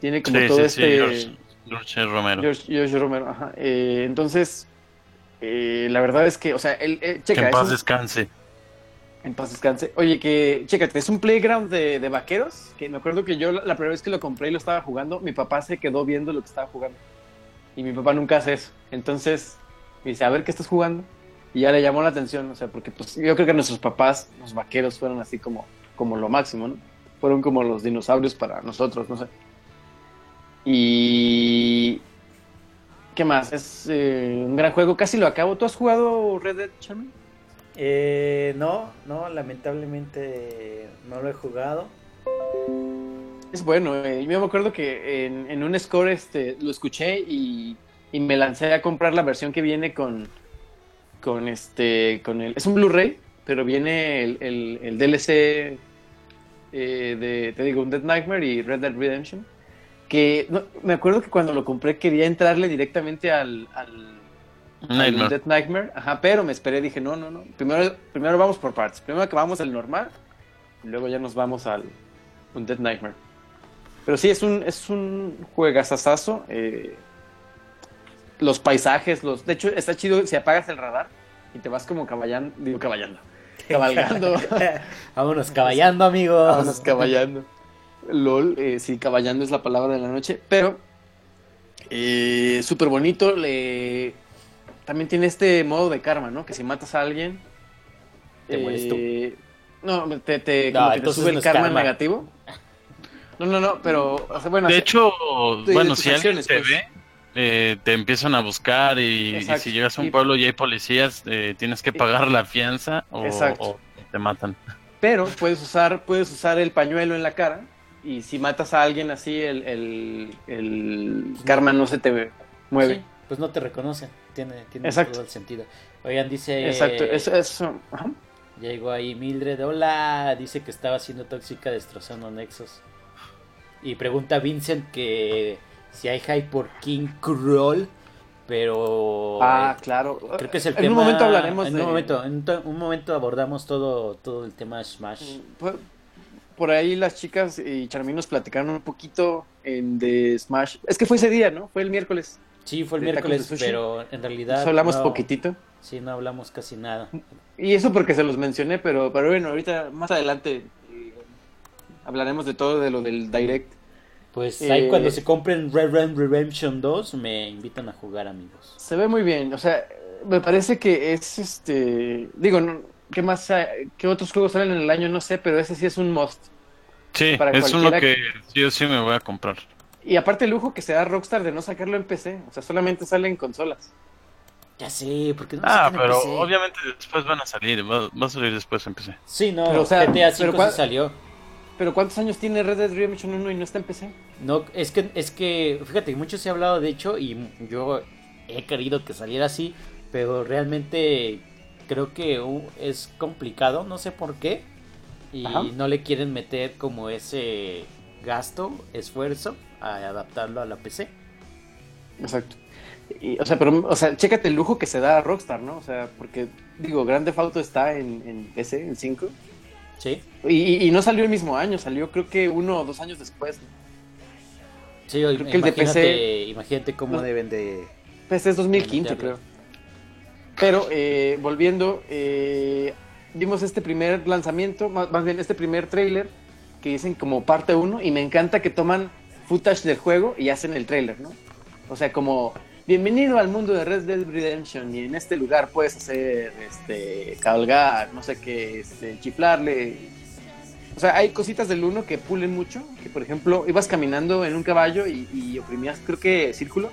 Tiene como Sí, todo sí, sí, este. George, George Romero. George, George Romero, ajá. Eh, entonces, eh, la verdad es que, o sea, él. eh, que checa, en es paz un- descanse. en paz descanse. Oye, que, chécate, es un playground de, de vaqueros. Que me acuerdo que yo la la primera vez que lo compré y lo estaba jugando, mi papá se quedó viendo lo que estaba jugando. Y mi papá nunca hace eso. Entonces, me dice, a ver qué estás jugando. Y ya le llamó la atención, o sea, porque pues, yo creo que nuestros papás, los vaqueros, fueron así como, como lo máximo, ¿no? Fueron como los dinosaurios para nosotros, no sé. Y. ¿Qué más? Es eh, un gran juego, casi lo acabo. ¿Tú has jugado Red Dead, Charmin? Eh, no, no, lamentablemente no lo he jugado. Es bueno, eh, yo me acuerdo que en, en un score este, lo escuché y, y me lancé a comprar la versión que viene con, con este, con el, es un Blu-ray, pero viene el, el- el DLC eh, de, te digo, Dead Nightmare y Red Dead Redemption, que no- me acuerdo que cuando lo compré quería entrarle directamente al, al, Nightmare. Dead Nightmare, ajá, pero me esperé, dije, no, no, no, primero, primero vamos por partes, primero que vamos al normal, y luego ya nos vamos al Dead Nightmare. Pero sí, es un, es un juegazazazo. eh, los paisajes, los. De hecho, está chido si apagas el radar y te vas como caballando. *laughs* Digo, caballando. Cabalgando. Vámonos caballando, amigos. Vámonos caballando. LOL, eh, sí, caballando es la palabra de la noche, pero eh, súper bonito. Le... También tiene este modo de karma, ¿no? Que si matas a alguien. Te mueres eh, No, te, te, No, como que te entonces sube no el es karma, karma. negativo. No, no, no, pero. o sea, bueno, De se- hecho, de bueno, tus si alguien acciones, te pues. ve, eh, te empiezan a buscar y, y Exacto. si llegas a Y- un pueblo y hay policías, eh, tienes que pagar la fianza o, Exacto. o te matan. Pero puedes usar, puedes usar el pañuelo en la cara y si matas a alguien así, el, el, el karma no se te mueve. Sí, pues no te reconocen. Tiene, tiene Exacto. todo el sentido. Oigan, dice. Exacto, eso, eso, ajá. Ya llegó ahí Mildred. Hola. Dice que estaba siendo tóxica destrozando nexos. Y pregunta a Vincent que si hay hype por King Cruel. Pero. eh, Ah, claro. Creo que es el en tema. un momento hablaremos En de- un momento, en un to- un momento abordamos todo, todo el tema de Smash. Por, por ahí las chicas y Charmin nos platicaron un poquito en de Smash. Es que fue ese día, ¿no? Fue el miércoles. Sí, fue el de tacos de miércoles, sushi. pero en realidad. Nos hablamos no- poquitito. Sí, no hablamos casi nada. Y eso porque se los mencioné, pero, pero bueno, ahorita más adelante eh, hablaremos de todo de lo del direct. Pues Eh, ahí cuando se compren Red Red Redemption 2 me invitan a jugar amigos. Se ve muy bien, o sea, me parece que es este, digo, no- ¿qué más, hay? qué otros juegos salen en el año? No sé, pero ese sí es un must. Sí, Para es uno cualquiera que sí o sí me voy a comprar. Y aparte el lujo que se da Rockstar de no sacarlo en PC, o sea, solamente sale en consolas. Ya sé, porque no lo Ah, sacan en pero PC? obviamente después van a salir, va, va a salir después en PC. Sí, no, Pero, o sea, GTA 5 pero ¿cuál- sí salió. Pero ¿cuántos años tiene Red Dead Redemption 1 y no está en PC? No, es que es que fíjate, mucho se ha hablado de hecho y yo he querido que saliera así, pero realmente creo que uh, es complicado, no sé por qué. Y Ajá. no le quieren meter como ese gasto, esfuerzo a adaptarlo a la PC. Exacto. Y, o sea, pero, o sea, chécate el lujo que se da a Rockstar, ¿no? O sea, porque, digo, Grand Theft Auto está en, en PC, en 5, Sí. y, y- y no salió el mismo año, salió creo que uno o dos años después. Sí, o- Creo que el de imagínate, PC imagínate cómo no- deben de PC Pues es 2015, Meterle. creo. Pero eh, volviendo, eh, vimos este primer lanzamiento, más, más bien este primer tráiler, que dicen como parte 1, y me encanta que toman footage del juego y hacen el tráiler, ¿no? O sea, como, bienvenido al mundo de Red Dead Redemption, y en este lugar puedes hacer, este, cabalgar, no sé qué, este, chiflarle. O sea, hay cositas del 1 que pulen mucho, que por ejemplo, ibas caminando en un caballo y, y oprimías, creo que, círculo,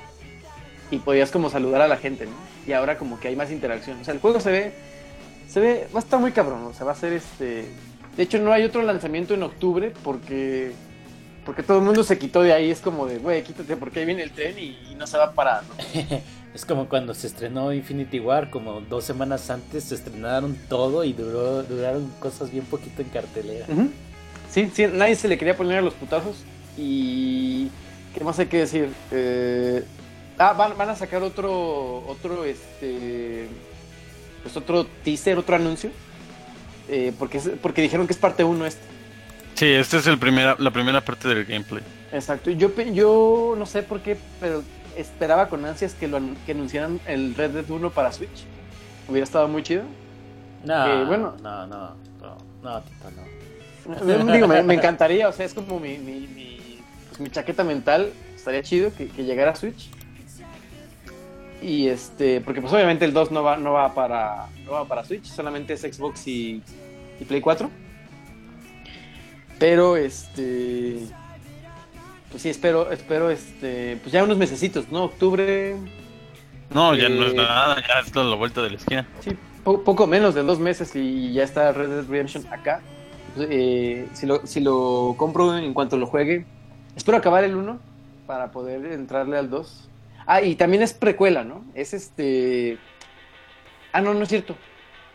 y podías como saludar a la gente, ¿no? Y ahora como que hay más interacción. O sea, el juego se ve Se ve, va a estar muy cabrón, o sea, va a ser este... De hecho, no hay otro lanzamiento en octubre porque... Porque todo el mundo se quitó de ahí, es como de, güey, quítate porque ahí viene el tren y, y no se va para... ¿no? Es como cuando se estrenó Infinity War, como dos semanas antes se estrenaron todo y duró, duraron cosas bien poquito en cartelera. Ujú. Sí, sí, nadie se le quería poner a los putazos. Y. ¿Qué más hay que decir? Eh, ah, van, van a sacar otro. Otro, este. Pues otro teaser, otro anuncio. eh, porque, es- porque dijeron que es parte 1 este. Sí, esta es el primera, la primera parte del gameplay. Exacto. Yo, pe- yo no sé por qué, pero esperaba con ansias que, lo, anu- que anunciaran el Red Dead 1 para Switch. Hubiera estado muy chido. No, Eh, bueno. no, no, no, no, Tito, no. *laughs* Digo, me, me encantaría, o sea, es como mi, mi, mi- pues, mi chaqueta mental. Estaría chido que, que llegara a Switch. Y este, porque pues obviamente el 2 no va, no va para no va para Switch, solamente es Xbox y, y Play 4. Pero este pues sí, espero espero este pues ya unos mesecitos, ¿no? Octubre, No, ya no es Eh. nada, ya está a la vuelta de la esquina. Sí, po- poco menos de dos meses y ya está Red Dead Redemption acá. Eh, si, lo, si lo compro en cuanto lo juegue, espero acabar el 1 para poder entrarle al 2. Ah, y también es precuela, ¿no? Es este... Ah, no, no es cierto.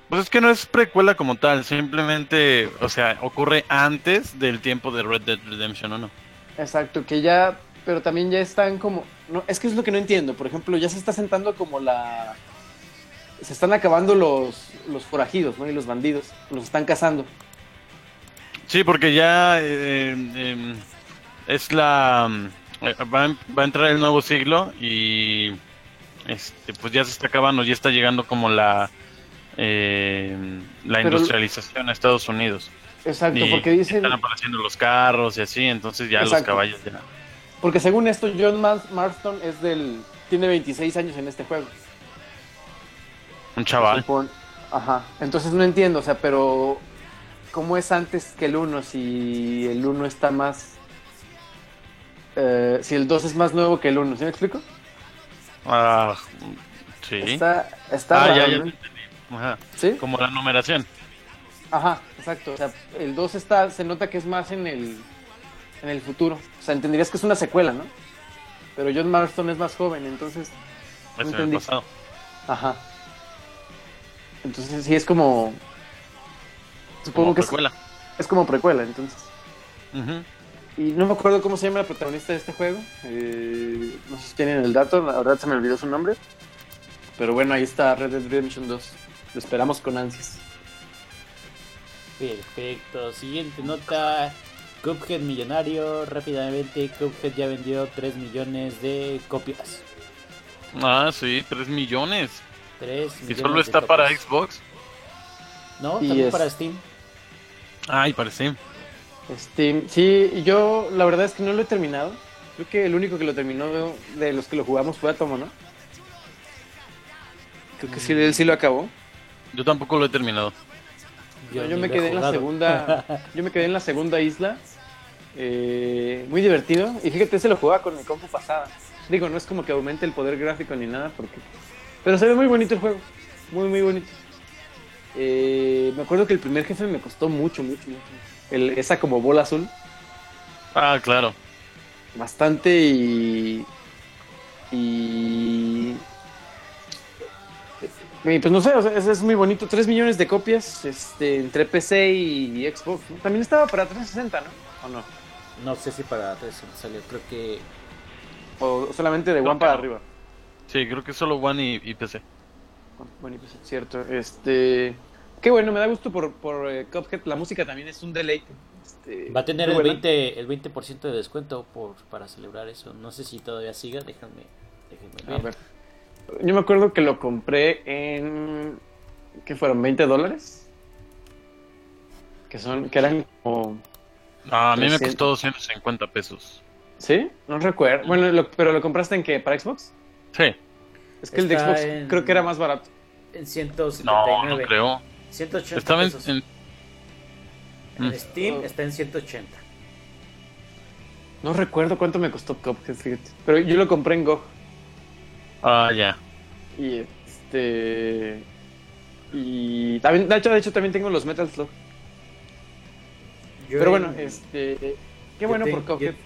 Pues es que no es precuela como tal, simplemente, o sea, ocurre antes del tiempo de Red Dead Redemption 1. Exacto, que ya... Pero también ya están como... No, es que es lo que no entiendo. Por ejemplo, ya se está sentando como la... Se están acabando los, los forajidos, ¿no? Y los bandidos. Los están cazando. Sí, porque ya eh, eh, es la... eh, va, a- va a entrar el nuevo siglo y este, pues ya se está acabando, ya está llegando como la... eh, la Pero- industrialización a Estados Unidos. Exacto, Y porque dicen... Están apareciendo los carros y así, entonces ya los Exacto. caballos ya... Porque según esto, John Mar- Marston es del. Tiene 26 años en este juego. Un chaval. Supon- Ajá. Entonces no entiendo, o sea, pero. ¿Cómo es antes que el 1? Si el 1 está más. eh, si el 2 es más nuevo que el 1, ¿sí me explico? Ah, sí. Está, está ah, ya, raro, ya ¿no? te entendí. Ajá. ¿Sí? Como la numeración. Ajá, exacto. O sea, el 2 está. Se nota que es más en el. En el futuro. O sea, entenderías que es una secuela, ¿no? Pero John Marston es más joven, entonces. Es Pues, en el Entendí. pasado. Ajá. Entonces sí es como. Supongo Como que es- precuela. Es, como precuela, entonces. Ujú. Y no me acuerdo cómo se llama la protagonista de este juego. eh, no sé si tienen el dato, la verdad se me olvidó su nombre. Pero bueno, ahí está Red Dead Redemption 2. Lo esperamos con ansias. Perfecto, siguiente nota. Cuphead millonario, rápidamente Cuphead ya vendió 3 millones de copias. Ah, sí, 3 millones. 3 Y millones solo de está para copias. Xbox. No, Y también es- para Steam. Ay, parece. Este, sí, yo la verdad es que no lo he terminado. Creo que el único que lo terminó de, de los que lo jugamos fue Atomo, ¿no? Creo que sí, él sí lo acabó. Yo tampoco lo he terminado. No, Yo, ni lo me he quedé en la jugado. *laughs* segunda. Yo me quedé en la segunda isla. eh, muy divertido. Y fíjate, se lo jugaba con mi compu pasada. Digo, no es como que aumente el poder gráfico ni nada, porque. Pero se ve muy bonito el juego. Muy, muy bonito. Eh, me acuerdo que el primer jefe me costó mucho, mucho, mucho. El- esa como bola azul. Ah, claro. Bastante y. Y. Y pues no sé, o sea, es, es muy bonito. 3 millones de copias este, entre PC y, Xbox. ¿no? También estaba para 360, ¿no? ¿O no? No sé si para 3 salió, creo que O solamente de Creo One que para no. arriba. Sí, creo que solo One y, y PC. Bueno, y pues es cierto. Este. Qué bueno, me da gusto por, por eh, Cuphead. La música también es un deleite. Este, va a tener muy el buena. 20, el 20% de descuento por, para celebrar eso. No sé si todavía siga, déjame, déjame ver. A ver. Yo me acuerdo que lo compré en. ¿Qué fueron? ¿20 dólares? Que son. Que eran como. Ah, a mí me 300. costó 250 pesos. ¿Sí? No recuerdo. Bueno, lo- pero lo compraste en qué? ¿Para Xbox? Sí. Es que el de Está Xbox en- creo que era más barato. En No, 179. no creo. 180 Estaba en, pesos. en- En Mm. Steam está en 180. No recuerdo cuánto me costó Cuphead, fíjate. Pero yo lo compré en Go. Ah, ya. Y este. Y también, de hecho, de hecho, también tengo los Metal Slug. Yo- Pero bueno, este. Qué yo bueno te- por Cuphead. Yo,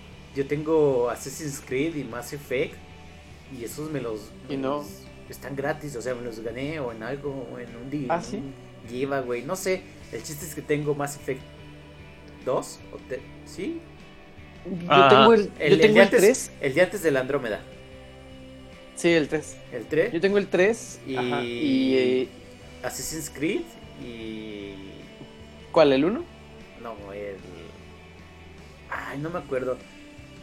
yo tengo Assassin's Creed y Mass Effect. Y esos me los. Y no. los- Están gratis, o sea, me los gané o en algo, o en un día. Ah, ¿sí? güey. No sé. El chiste es que tengo Mass Effect 2. O te- ¿Sí? Yo Ajá. tengo el, El, yo el tengo de el antes, 3. El de antes del Andrómeda. Sí, el 3. El Yo 3. tengo el 3. Y- Y. y eh, Assassin's Creed y. ¿Cuál? ¿El 1? No, el. Ay, no me acuerdo.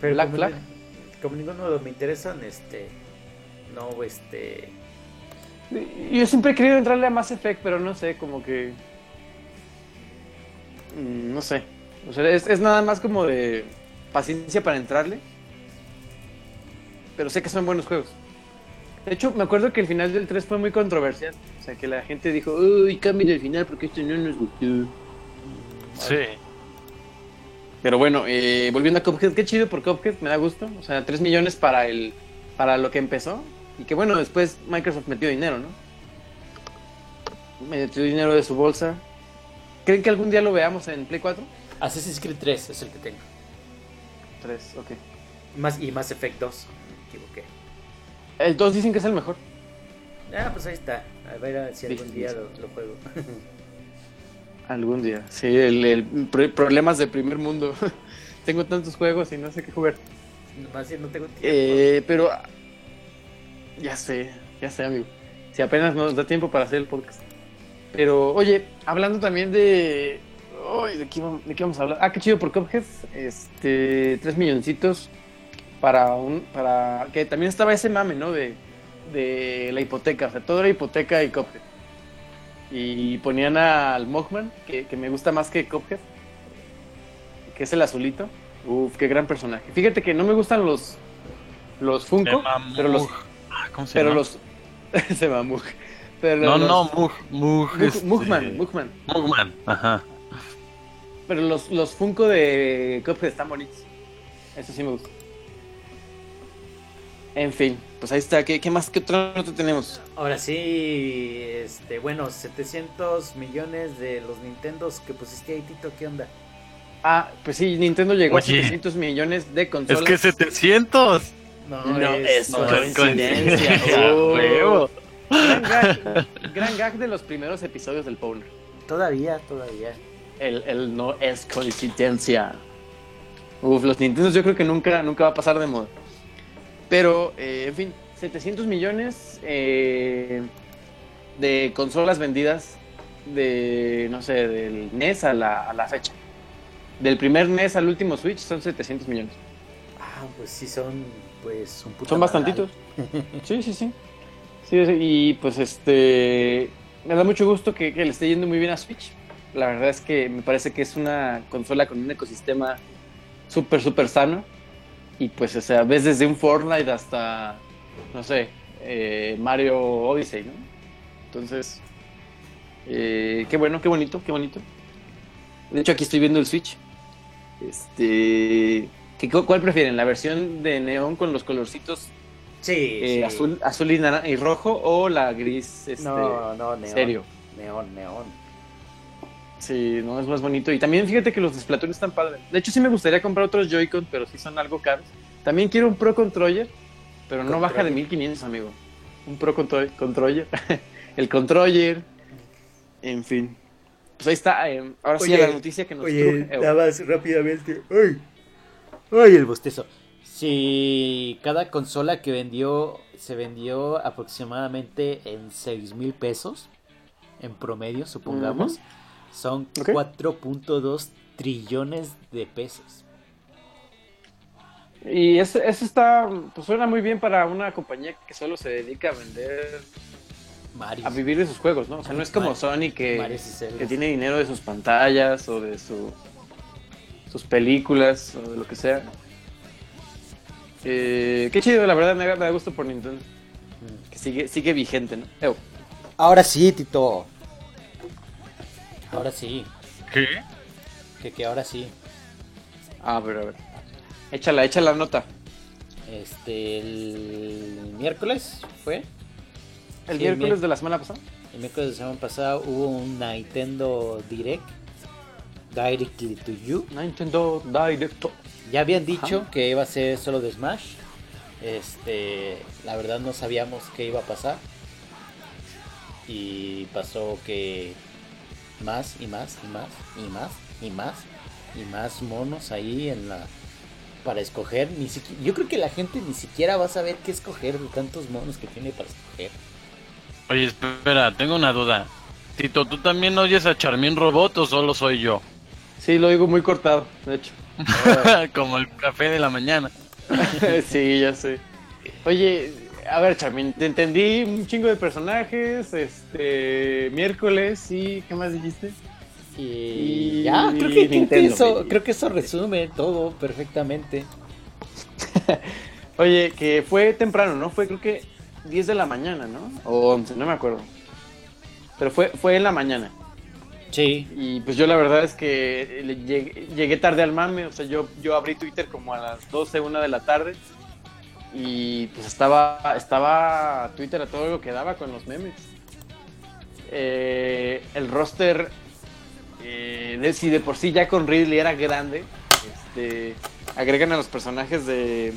Pero Black como Flag. ni- como ninguno me interesan, este. No, este. eh, Yo siempre he querido entrarle a Mass Effect, pero no sé, como que. Mm, No sé. O sea, es, es nada más como de paciencia para entrarle. Pero sé que son buenos juegos. De hecho, me acuerdo que el final del 3 fue muy controversial. O sea, que la gente dijo, uy, cambien el final porque esto no nos gustó. Sí. Pero bueno, eh, volviendo a Cuphead, qué chido por Cuphead, me da gusto. O sea, 3 millones para, el, para lo que empezó. Y que bueno, después Microsoft metió dinero, ¿no? Metió dinero de su bolsa. ¿Creen que algún día lo veamos en Play 4? Assassin's Creed 3 es el que tengo. 3, ok. Más, y Mass Effect 2. Me equivoqué. El 2 dicen que es el mejor. Ah, pues ahí está. A ver si algún Sí, día sí. lo, lo juego. *laughs* Algún día. Sí, el, el pro- problemas de primer mundo. *laughs* Tengo tantos juegos y no sé qué jugar. Más si no tengo tiempo. Eh, pero... Ya sé, ya sé, amigo. Si apenas nos da tiempo para hacer el podcast. Pero, oye, hablando también de... Ay, ¿de, qué, vam- de qué vamos a hablar? Ah, qué chido por Cuphead. Este, tres milloncitos para un... para Que también estaba ese mame, ¿no? De, de la hipoteca. O sea, todo era hipoteca y Cuphead. Y ponían al Mothman, que, que me gusta más que Cuphead. Que es el azulito. Uf, qué gran personaje. Fíjate que no me gustan los... Los Se Funko, llama pero los... Moog. Ah, ¿Cómo se Pero llama? los. *laughs* se va Mug. Pero No, los- no, Mug. Mug. Mug- este, Mugman, Mugman. Mugman, Ajá. Pero los, los Funko de Cuphead están bonitos. Eso sí me gusta. En fin, pues ahí está. ¿Qué, qué más que otro nota tenemos? Ahora sí, este, bueno, 700 millones de los Nintendos que pusiste ahí, Tito, ¿qué onda? Ah, pues sí, Nintendo llegó Oye. a 700 millones de Es consolas. que 700. No, es no es coincidencia. A huevo. Gran gag, gran gag de los primeros episodios del Powner. Todavía, todavía. El, el no es coincidencia. Uf, los Nintendo yo creo que nunca, nunca va a pasar de moda. Pero, eh, en fin, 700 millones eh, de consolas vendidas de, no sé, del NES a la, a la fecha. Del primer NES al último Switch son 700 millones. Ah, pues sí, son, pues, un puto Son *laughs* madral. bastantitos. Sí, sí, sí. Sí, sí, y pues este. Me da mucho gusto que, que le esté yendo muy bien a Switch. La verdad es que me parece que es una consola con un ecosistema súper, súper sano. Y pues, o sea, ves desde un Fortnite hasta, no sé, eh, Mario Odyssey, ¿no? Entonces, eh, qué bueno, qué bonito, qué bonito. De hecho, aquí estoy viendo el Switch. Este. ¿qué- cu- ¿Cuál prefieren? ¿La versión de neón con los colorcitos Sí, eh, sí. azul, azul y, nara- y rojo o la gris este, No, no, neón. serio. Neón, neón. Sí, no, es más bonito. Y también fíjate que los de Splatoon están padres. De hecho, sí me gustaría comprar otros Joy-Con, pero sí son algo caros. También quiero un Pro Controller, pero no baja de 1500, amigo. Un Pro Contro- Controller. *laughs* El Controller. En fin. Pues ahí está. eh, ahora sí, Oye, la noticia que nos Oye, truje. Eh, nada más rápidamente. ¡Ay! Ay, el bostezo. Si cada consola que vendió se vendió aproximadamente en 6 mil pesos, en promedio, supongamos, Ujú. son Ok. 4.2 trillones de pesos. Y eso, eso está, pues suena muy bien para una compañía que solo se dedica a vender, Mario. a vivir de sus juegos, ¿no? O sea, no es como Mario. Sony que... Mario y Zelda. que tiene dinero de sus pantallas o de su- sus películas o de lo que sea. Eh, qué chido, la verdad me da, me da gusto por Nintendo. Que sigue, sigue vigente, ¿no? Ew. Ahora sí, Tito. Ahora sí, ¿Qué? que, que ahora sí. Ah, pero a ver. Échala, échala nota. Este, el miércoles fue. ¿El Sí, miércoles mi- de la semana pasada? El miércoles de la semana pasada hubo un Nintendo Direct. Directly to you. Nintendo Direct. Ya habían dicho que iba a ser solo de Smash. Este, la verdad no sabíamos qué iba a pasar. Y pasó que más y más y más y más y más y más monos ahí en la para escoger. Ni siqui- yo creo que la gente ni siquiera va a saber qué escoger de tantos monos que tiene para escoger. Oye, espera, tengo una duda. Tito, ¿tú también oyes a Charmín Robot o solo soy yo? *laughs* Sí, lo digo muy cortado, de *laughs* hecho. Como el café de la mañana. sí, ya sé. Oye, a ver, Charmin, te entendí un chingo de personajes, este, miércoles y ¿qué más dijiste? Y Y ya, creo que, creo que Nintendo. eso, creo que eso resume todo perfectamente. Oye, que fue temprano, ¿no? Fue creo que 10 de la mañana, ¿no? O 11, no me acuerdo. Pero fue, fue en la mañana. Sí. Y pues yo la verdad es que le llegué, llegué tarde al mame, o sea, yo, yo abrí Twitter como a las 12, 1 de la tarde. Y pues estaba, estaba Twitter a todo lo que daba con los memes. Eh, el roster, eh, de- si de por sí ya con Ridley era grande, este, agregan a los personajes de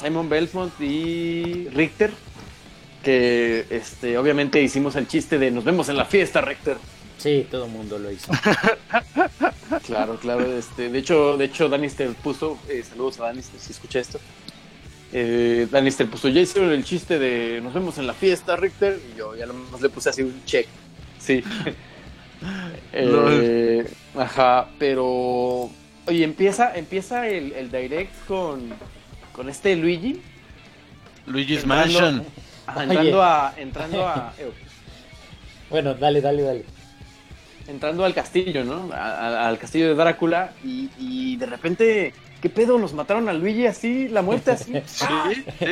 Simon Belmont y Richter, que este, obviamente hicimos el chiste de nos vemos en la fiesta, Richter. Sí, todo el mundo lo *laughs* hizo. Claro, claro. Este, de hecho, de hecho, Danister puso, eh, saludos a Danister si escucha esto. Eh, Danister puso, ya hicieron el chiste de nos vemos en la fiesta, Richter, y yo ya nomás le puse así un check. *laughs* Sí. Eh, ajá, pero oye, empieza, empieza el, el direct con, con este Luigi Luigi's Entrando- Mansion. ajá, *laughs* entrando a, entrando a, eh, Bueno, dale, dale, dale. entrando al castillo, ¿no? A- a- al castillo de Drácula y, y de repente, ¿qué pedo? ¿Nos mataron a Luigi así? ¿La muerte así? Sí, sí.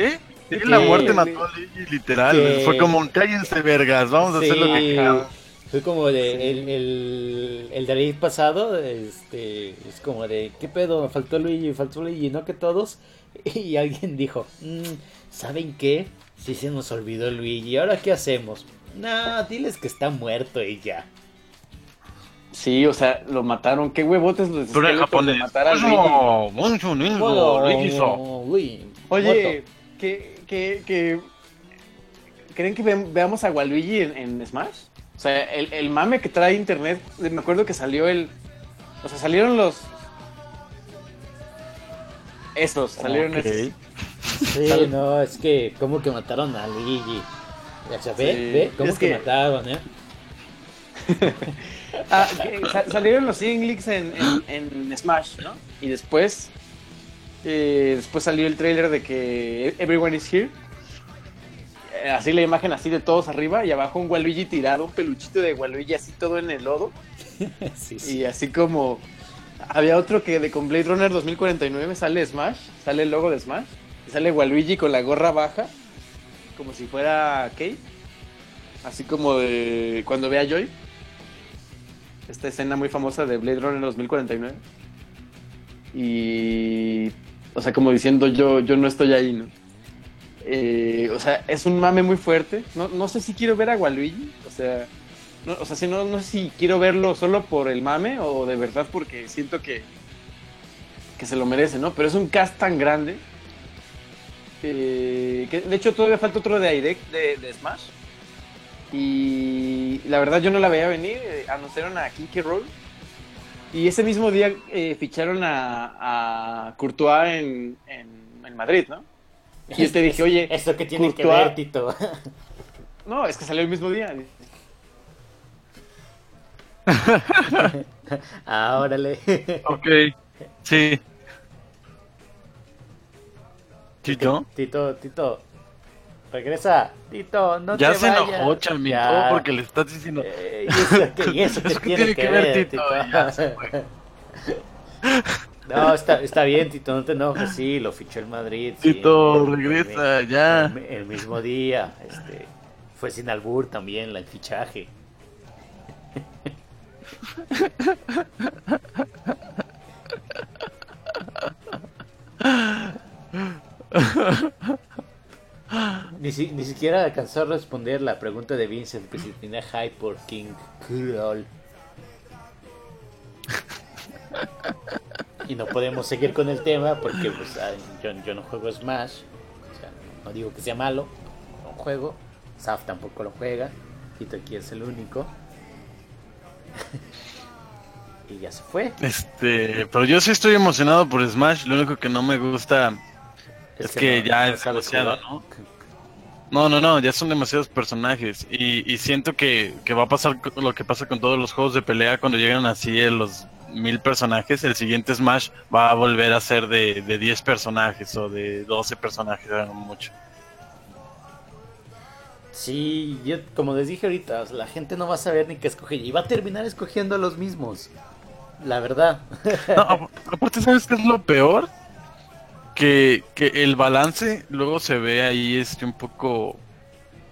sí, la Sí. muerte mató a Luigi, literal. Sí. Fue como un cállense, vergas. Vamos a hacer lo que Sí, queramos. Fue como de el, el, el David pasado, este, es como de, ¿qué pedo? Faltó Luigi, faltó Luigi, no que todos. *laughs* Y alguien dijo, "Mm, ¿saben qué? Sí se nos olvidó Luigi, ¿ahora qué hacemos? No, diles que está muerto y ya. Sí, o sea, lo mataron. ¿Qué huevotes los Pero en esqueletos de japonés. Pues matar a Luigi? Bueno, mucho, mucho, Luigi so. Luigi, Oye, ¿qué, qué, qué- ¿creen que ve- veamos a Waluigi en, en Smash? O sea, el, el mame que trae internet, me acuerdo que salió el... O sea, salieron los... Esos, salieron Ok. esos. Sí, no, es que como que mataron a Luigi. O sea, ve, Sí. ve, cómo Es que, que- mataron, ¿eh? Ah, que sa- salieron los Inglix en, en- en Smash, ¿no? Y después. eh, después salió el trailer de que Everyone is Here. Eh, Así la imagen así de todos arriba y abajo un Waluigi tirado, un peluchito de Waluigi así todo en el lodo. Sí, sí. Y así como. Había otro que de con Blade Runner 2049 sale Smash, sale el logo de Smash, y sale Waluigi con la gorra baja, como si fuera Kate, así como de cuando ve a Joy. Esta escena muy famosa de Blade Runner 2049. Y. O sea, como diciendo yo, yo no estoy ahí, ¿no? Eh, o sea, es un mame muy fuerte. No, no sé si quiero ver a Waluigi, o sea. No, o sea, si no, no sé si quiero verlo solo por el mame o de verdad porque siento que, que se lo merece, ¿no? Pero es un cast tan grande. eh, que de hecho todavía falta otro de Direct de, de Smash. Y la verdad yo no la veía venir. eh, anunciaron a Kinky Roll. Y ese mismo día eh, ficharon a, a Courtois en, en- en Madrid, ¿no? Y yo te dije, oye, Eso que tiene que Courtois- ver, Tito. *laughs* no, es que salió el mismo día. Ah, órale. Ok, sí. ¿Tito? Tito, Tito. Regresa. Tito, no ya te se vayas. enojó, Charmin, Ya. todo porque le estás diciendo. Eh, *laughs* ¿Y eso qué, y eso qué Eso tiene, que ver, Tito? Ya se fue. No, está, está bien, Tito, no te enojes. Sí, lo fichó el Madrid. sí. Tito, El- regresa, El, ya. el mismo día. Este, fue sin albur también la- el fichaje. Ni, si- ni siquiera alcanzó a responder la pregunta de Vincent que si tenía hype por King Cruel. Y no podemos seguir con el tema porque pues, ay, yo, yo no juego Smash. O sea, no digo que sea malo, no juego. Saf tampoco lo juega. Tito aquí es el único. *laughs* y ya se fue. Este, pero yo sí estoy emocionado por Smash. Lo único que no me gusta es, Es que, que no- ya no es sabes demasiado, jugar. ¿no? No, no, no, ya son demasiados personajes. Y, y siento que, que va a pasar co- lo que pasa con todos los juegos de pelea cuando llegan así eh, los mil personajes. El siguiente Smash va a volver a ser de, de 10 personajes o de 12 personajes, a lo mucho. Sí, yo, como les dije ahorita, o sea, la gente no va a saber ni qué escoger y va a terminar escogiendo a los mismos. La verdad. *laughs* No, ap- aparte, ¿sabes qué es lo peor? Que, que el balance luego se ve ahí este un poco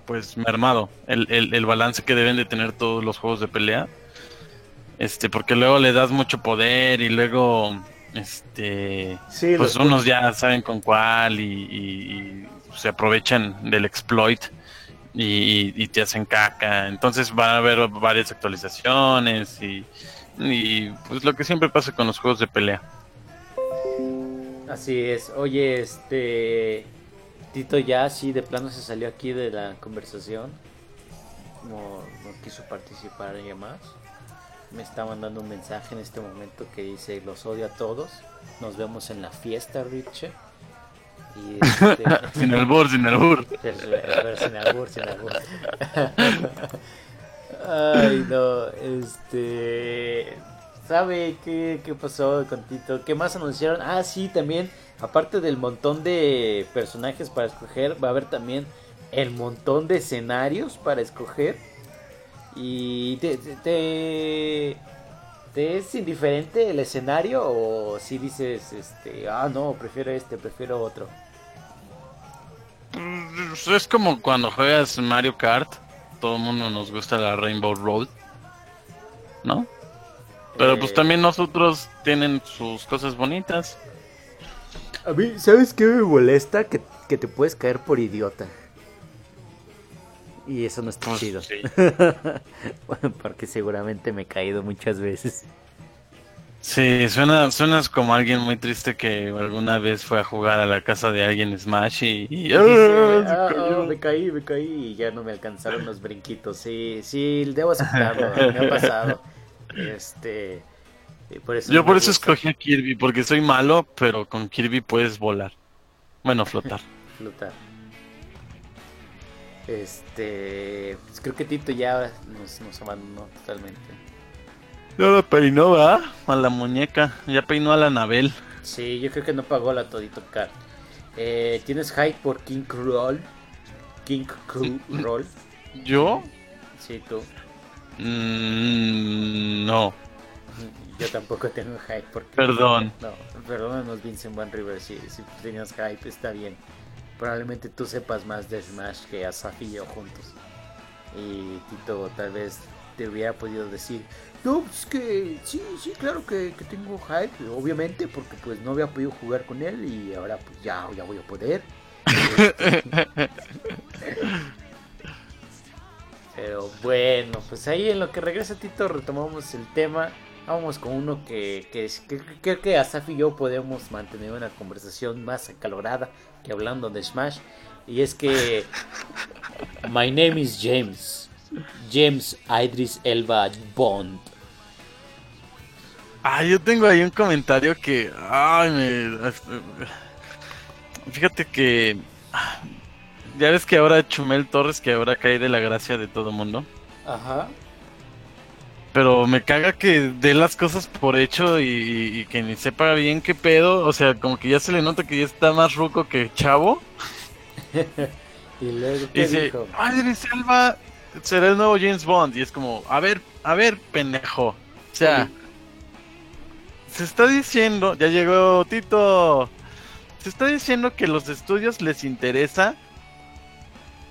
pues mermado. El, el- el balance que deben de tener todos los juegos de pelea. Este, porque luego le das mucho poder y luego este Sí, pues los- unos ya saben con cuál y, y- y se aprovechan del exploit y, y- y te hacen caca. Entonces va a haber varias actualizaciones y, y pues lo que siempre pasa con los juegos de pelea. Así es. Oye, este. Tito ya así de plano se salió aquí de la conversación. No, no quiso participar ya más. Me está mandando un mensaje en este momento que dice: Los odio a todos. Nos vemos en la fiesta, Richie. Y este- *laughs* sin albur, sin albur. Pero- pero sin albur, sin albur. Ay, no, este... ¿Sabe qué, qué pasó con Tito? ¿Qué más anunciaron? Ah, sí, también, aparte del montón de personajes para escoger, va a haber también el montón de escenarios para escoger. ¿Y te, te, te- te es indiferente el escenario o si dices, este, ah, no, prefiero este, prefiero otro? Pues, Es como cuando juegas Mario Kart, todo el mundo nos gusta la Rainbow Road, ¿no? Pero pues Eh. también nosotros tienen sus cosas bonitas. A mí, ¿sabes qué me molesta? Que, que te puedes caer por idiota. Y eso no está chido. sí. Bueno, *laughs* porque seguramente me he caído muchas veces. Sí, suena, suenas como alguien muy triste que alguna vez fue a jugar a la casa de alguien Smash y... y- Y dice, *laughs* ¡Ah! "Ah, oh, me caí, me caí y ya no me alcanzaron los brinquitos. Sí, sí, *laughs* debo aceptarlo, me ha pasado. Este, y por eso Yo no por me eso gusta escogí a Kirby, porque soy malo, pero con Kirby puedes volar. Bueno, flotar. flotar. Este, pues creo que Tito ya nos, nos abandonó totalmente. No la peinó, ¿verdad? A la muñeca. Ya peinó a la Anabel. Sí, yo creo que no pagó la Todito Card. Eh, ¿Tienes hype por King Cruel? King Cruel. ¿Yo? Sí, tú. Mm, no. Yo tampoco tengo hype por King Perdón. Cruel. No, perdónanos Vincent Van River si, si tú tenías hype, está bien. Probablemente tú sepas más de Smash que Asaf y yo juntos. Y Tito tal vez te hubiera podido decir, no, pues que sí, sí, claro que, que tengo hype, obviamente, porque pues no había podido jugar con él y ahora pues ya, ya voy a poder. Pero bueno, pues ahí en lo que regresa Tito retomamos el tema. Vamos con uno que, que, es- que- que creo que Asaf y yo podemos mantener una conversación más acalorada que hablando de Smash. Y es *laughs* que... My name is James. James Idris Elba Bond. Ah, yo tengo ahí un comentario que. Ay, me. Fíjate que. Ya ves que ahora Chumel Torres, que ahora cae de la gracia de todo mundo. Ajá. Pero me caga que dé las cosas por hecho y, y- y que ni sepa bien qué pedo. O sea, como que ya se le nota que ya está más ruco que chavo. Y luego, Y ¿qué dice: dijo? Madre Selva será el nuevo James Bond. Y es como: A ver, a ver, pendejo. O sea, se está diciendo. Ya llegó Tito. Se está diciendo que los estudios les interesa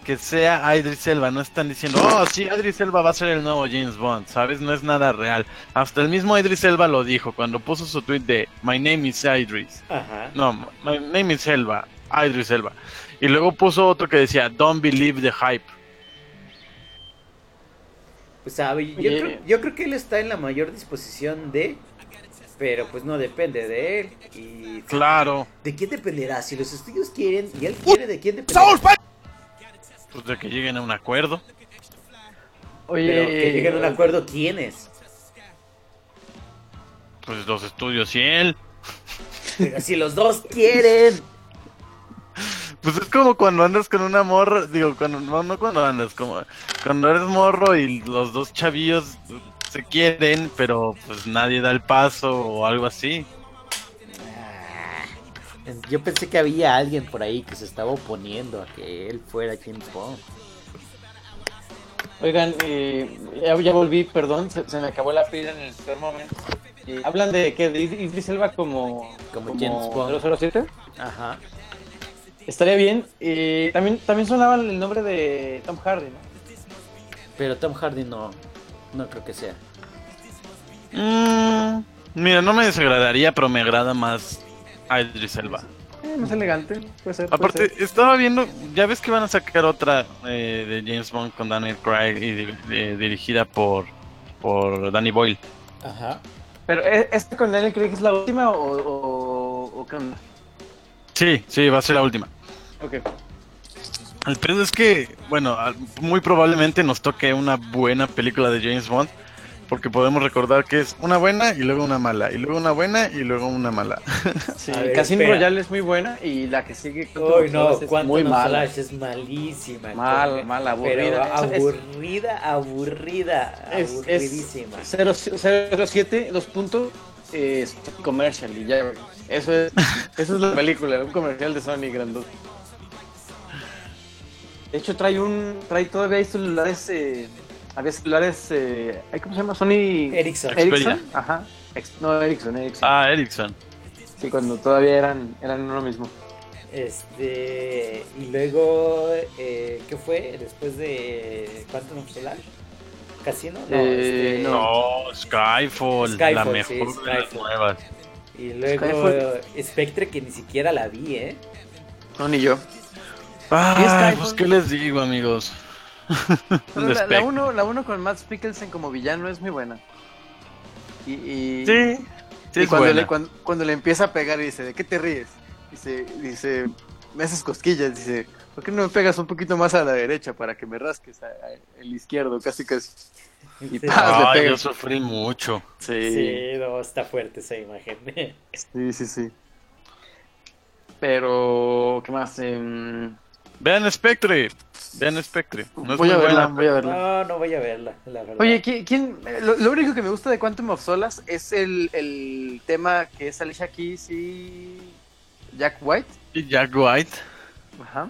que sea Idris Elba. No están diciendo, oh, sí, Idris Elba va a ser el nuevo James Bond. ¿Sabes? No es nada real. Hasta el mismo Idris Elba lo dijo cuando puso su tweet de My name is Idris. Ajá. No, my name is Elba. a Idris Elba. Y luego puso otro que decía, Don't believe the hype. Pues sabe, yo, Oye. creo, yo creo que él está en la mayor disposición de, pero pues no depende de él. Y Claro, ¿De quién dependerá? Si los estudios quieren y él quiere, ¿de quién dependerá? pues de que lleguen a un acuerdo. Oye, Pero que lleguen a un acuerdo, ¿quién es? Pues los estudios y él. Pero si los dos quieren. Pues es como cuando andas con una morra, digo, cuando, no, no cuando andas, como cuando eres morro y los dos chavillos se quieren, pero pues nadie da el paso o algo así. Yo pensé que había alguien por ahí que se estaba oponiendo a que él fuera James Bond. Oigan, eh, ya, ya volví, perdón, se, se me acabó la pila en el peor momento. Eh, ¿Hablan de qué? ¿De Id- Idris Elba como, Como James Bond. 007? Ajá. Estaría bien. eh, también, también sonaba el nombre de Tom Hardy, ¿no? Pero Tom Hardy no. No creo que sea. Mm, mira, no me desagradaría, pero me agrada más a Idris Elba. Eh, más elegante, puede ser. puede Pues, Aparte, ser. estaba viendo, ya ves que van a sacar otra eh, de James Bond con Daniel Craig y di- eh, dirigida por, por Danny Boyle. Ajá. Pero ¿eh, ¿esta con Daniel Craig es la última o, o, o qué onda? Sí, sí, va a ser la última. Ok. El pedo es que, bueno, al- muy probablemente nos toque una buena película de James Bond, porque podemos recordar que es una buena y luego una mala, y luego una buena y luego *laughs* una mala. Sí, A ver, Casino espera. Royale es muy buena y la que sigue Uy, Quantum no, of Solace es Quantum muy of mala. Solace es malísima. Mal, Corre. mal, Pero aburrida. Es- es- aburrida, aburrida, Es- es- aburridísima. 0, 07, dos puntos, eh, es comercial y ya. güey. Eso *laughs* es, eso es la película, un comercial de Sony grandote. De hecho trae un, trae todavía hay celulares, eh, había celulares, eh, ay, ¿cómo se llama? Sony Erickson. Ericsson, ajá, Ex- no Ericsson, Ericsson. Ah, Erickson. Sí, cuando todavía eran, eran uno mismo. Este, y luego, eh, ¿qué fue después de Quantum of Solace? ¿Casino? No, Eh, este, no. No, Skyfall, la Skyfall, sí, mejor de las Skyfall. nuevas. Y Pues luego Skyfall. Spectre, que ni siquiera la vi, ¿eh? No, ni yo. Ay, Skyfall? pues qué les digo, amigos. *laughs* Pero la, la Respect. uno, la uno con Matt Mikkelsen como villano es muy buena. Y, y- Sí, sí y es cuando, buena. Le, cuando, cuando le empieza a pegar y dice, ¿de qué te ríes? Dice, dice, me haces cosquillas, dice, ¿por qué no me pegas un poquito más a la derecha para que me rasques a- a- el izquierdo? Casi casi. Y Sí. paz, le Ay, pega. yo sufrí mucho. Sí, Sí, no, está fuerte *laughs* esa imagen. sí, sí, sí. Pero, ¿qué más? Em, Vean Spectre, vean Spectre. No es voy, muy a verla, buena. voy a verla. No, no voy a verla, la verdad. Oye, ¿qui- ¿quién, eh, lo, lo único que me gusta de Quantum of Solace es el, el tema que es Alicia Keys y Jack White. Y Jack White. Ajá.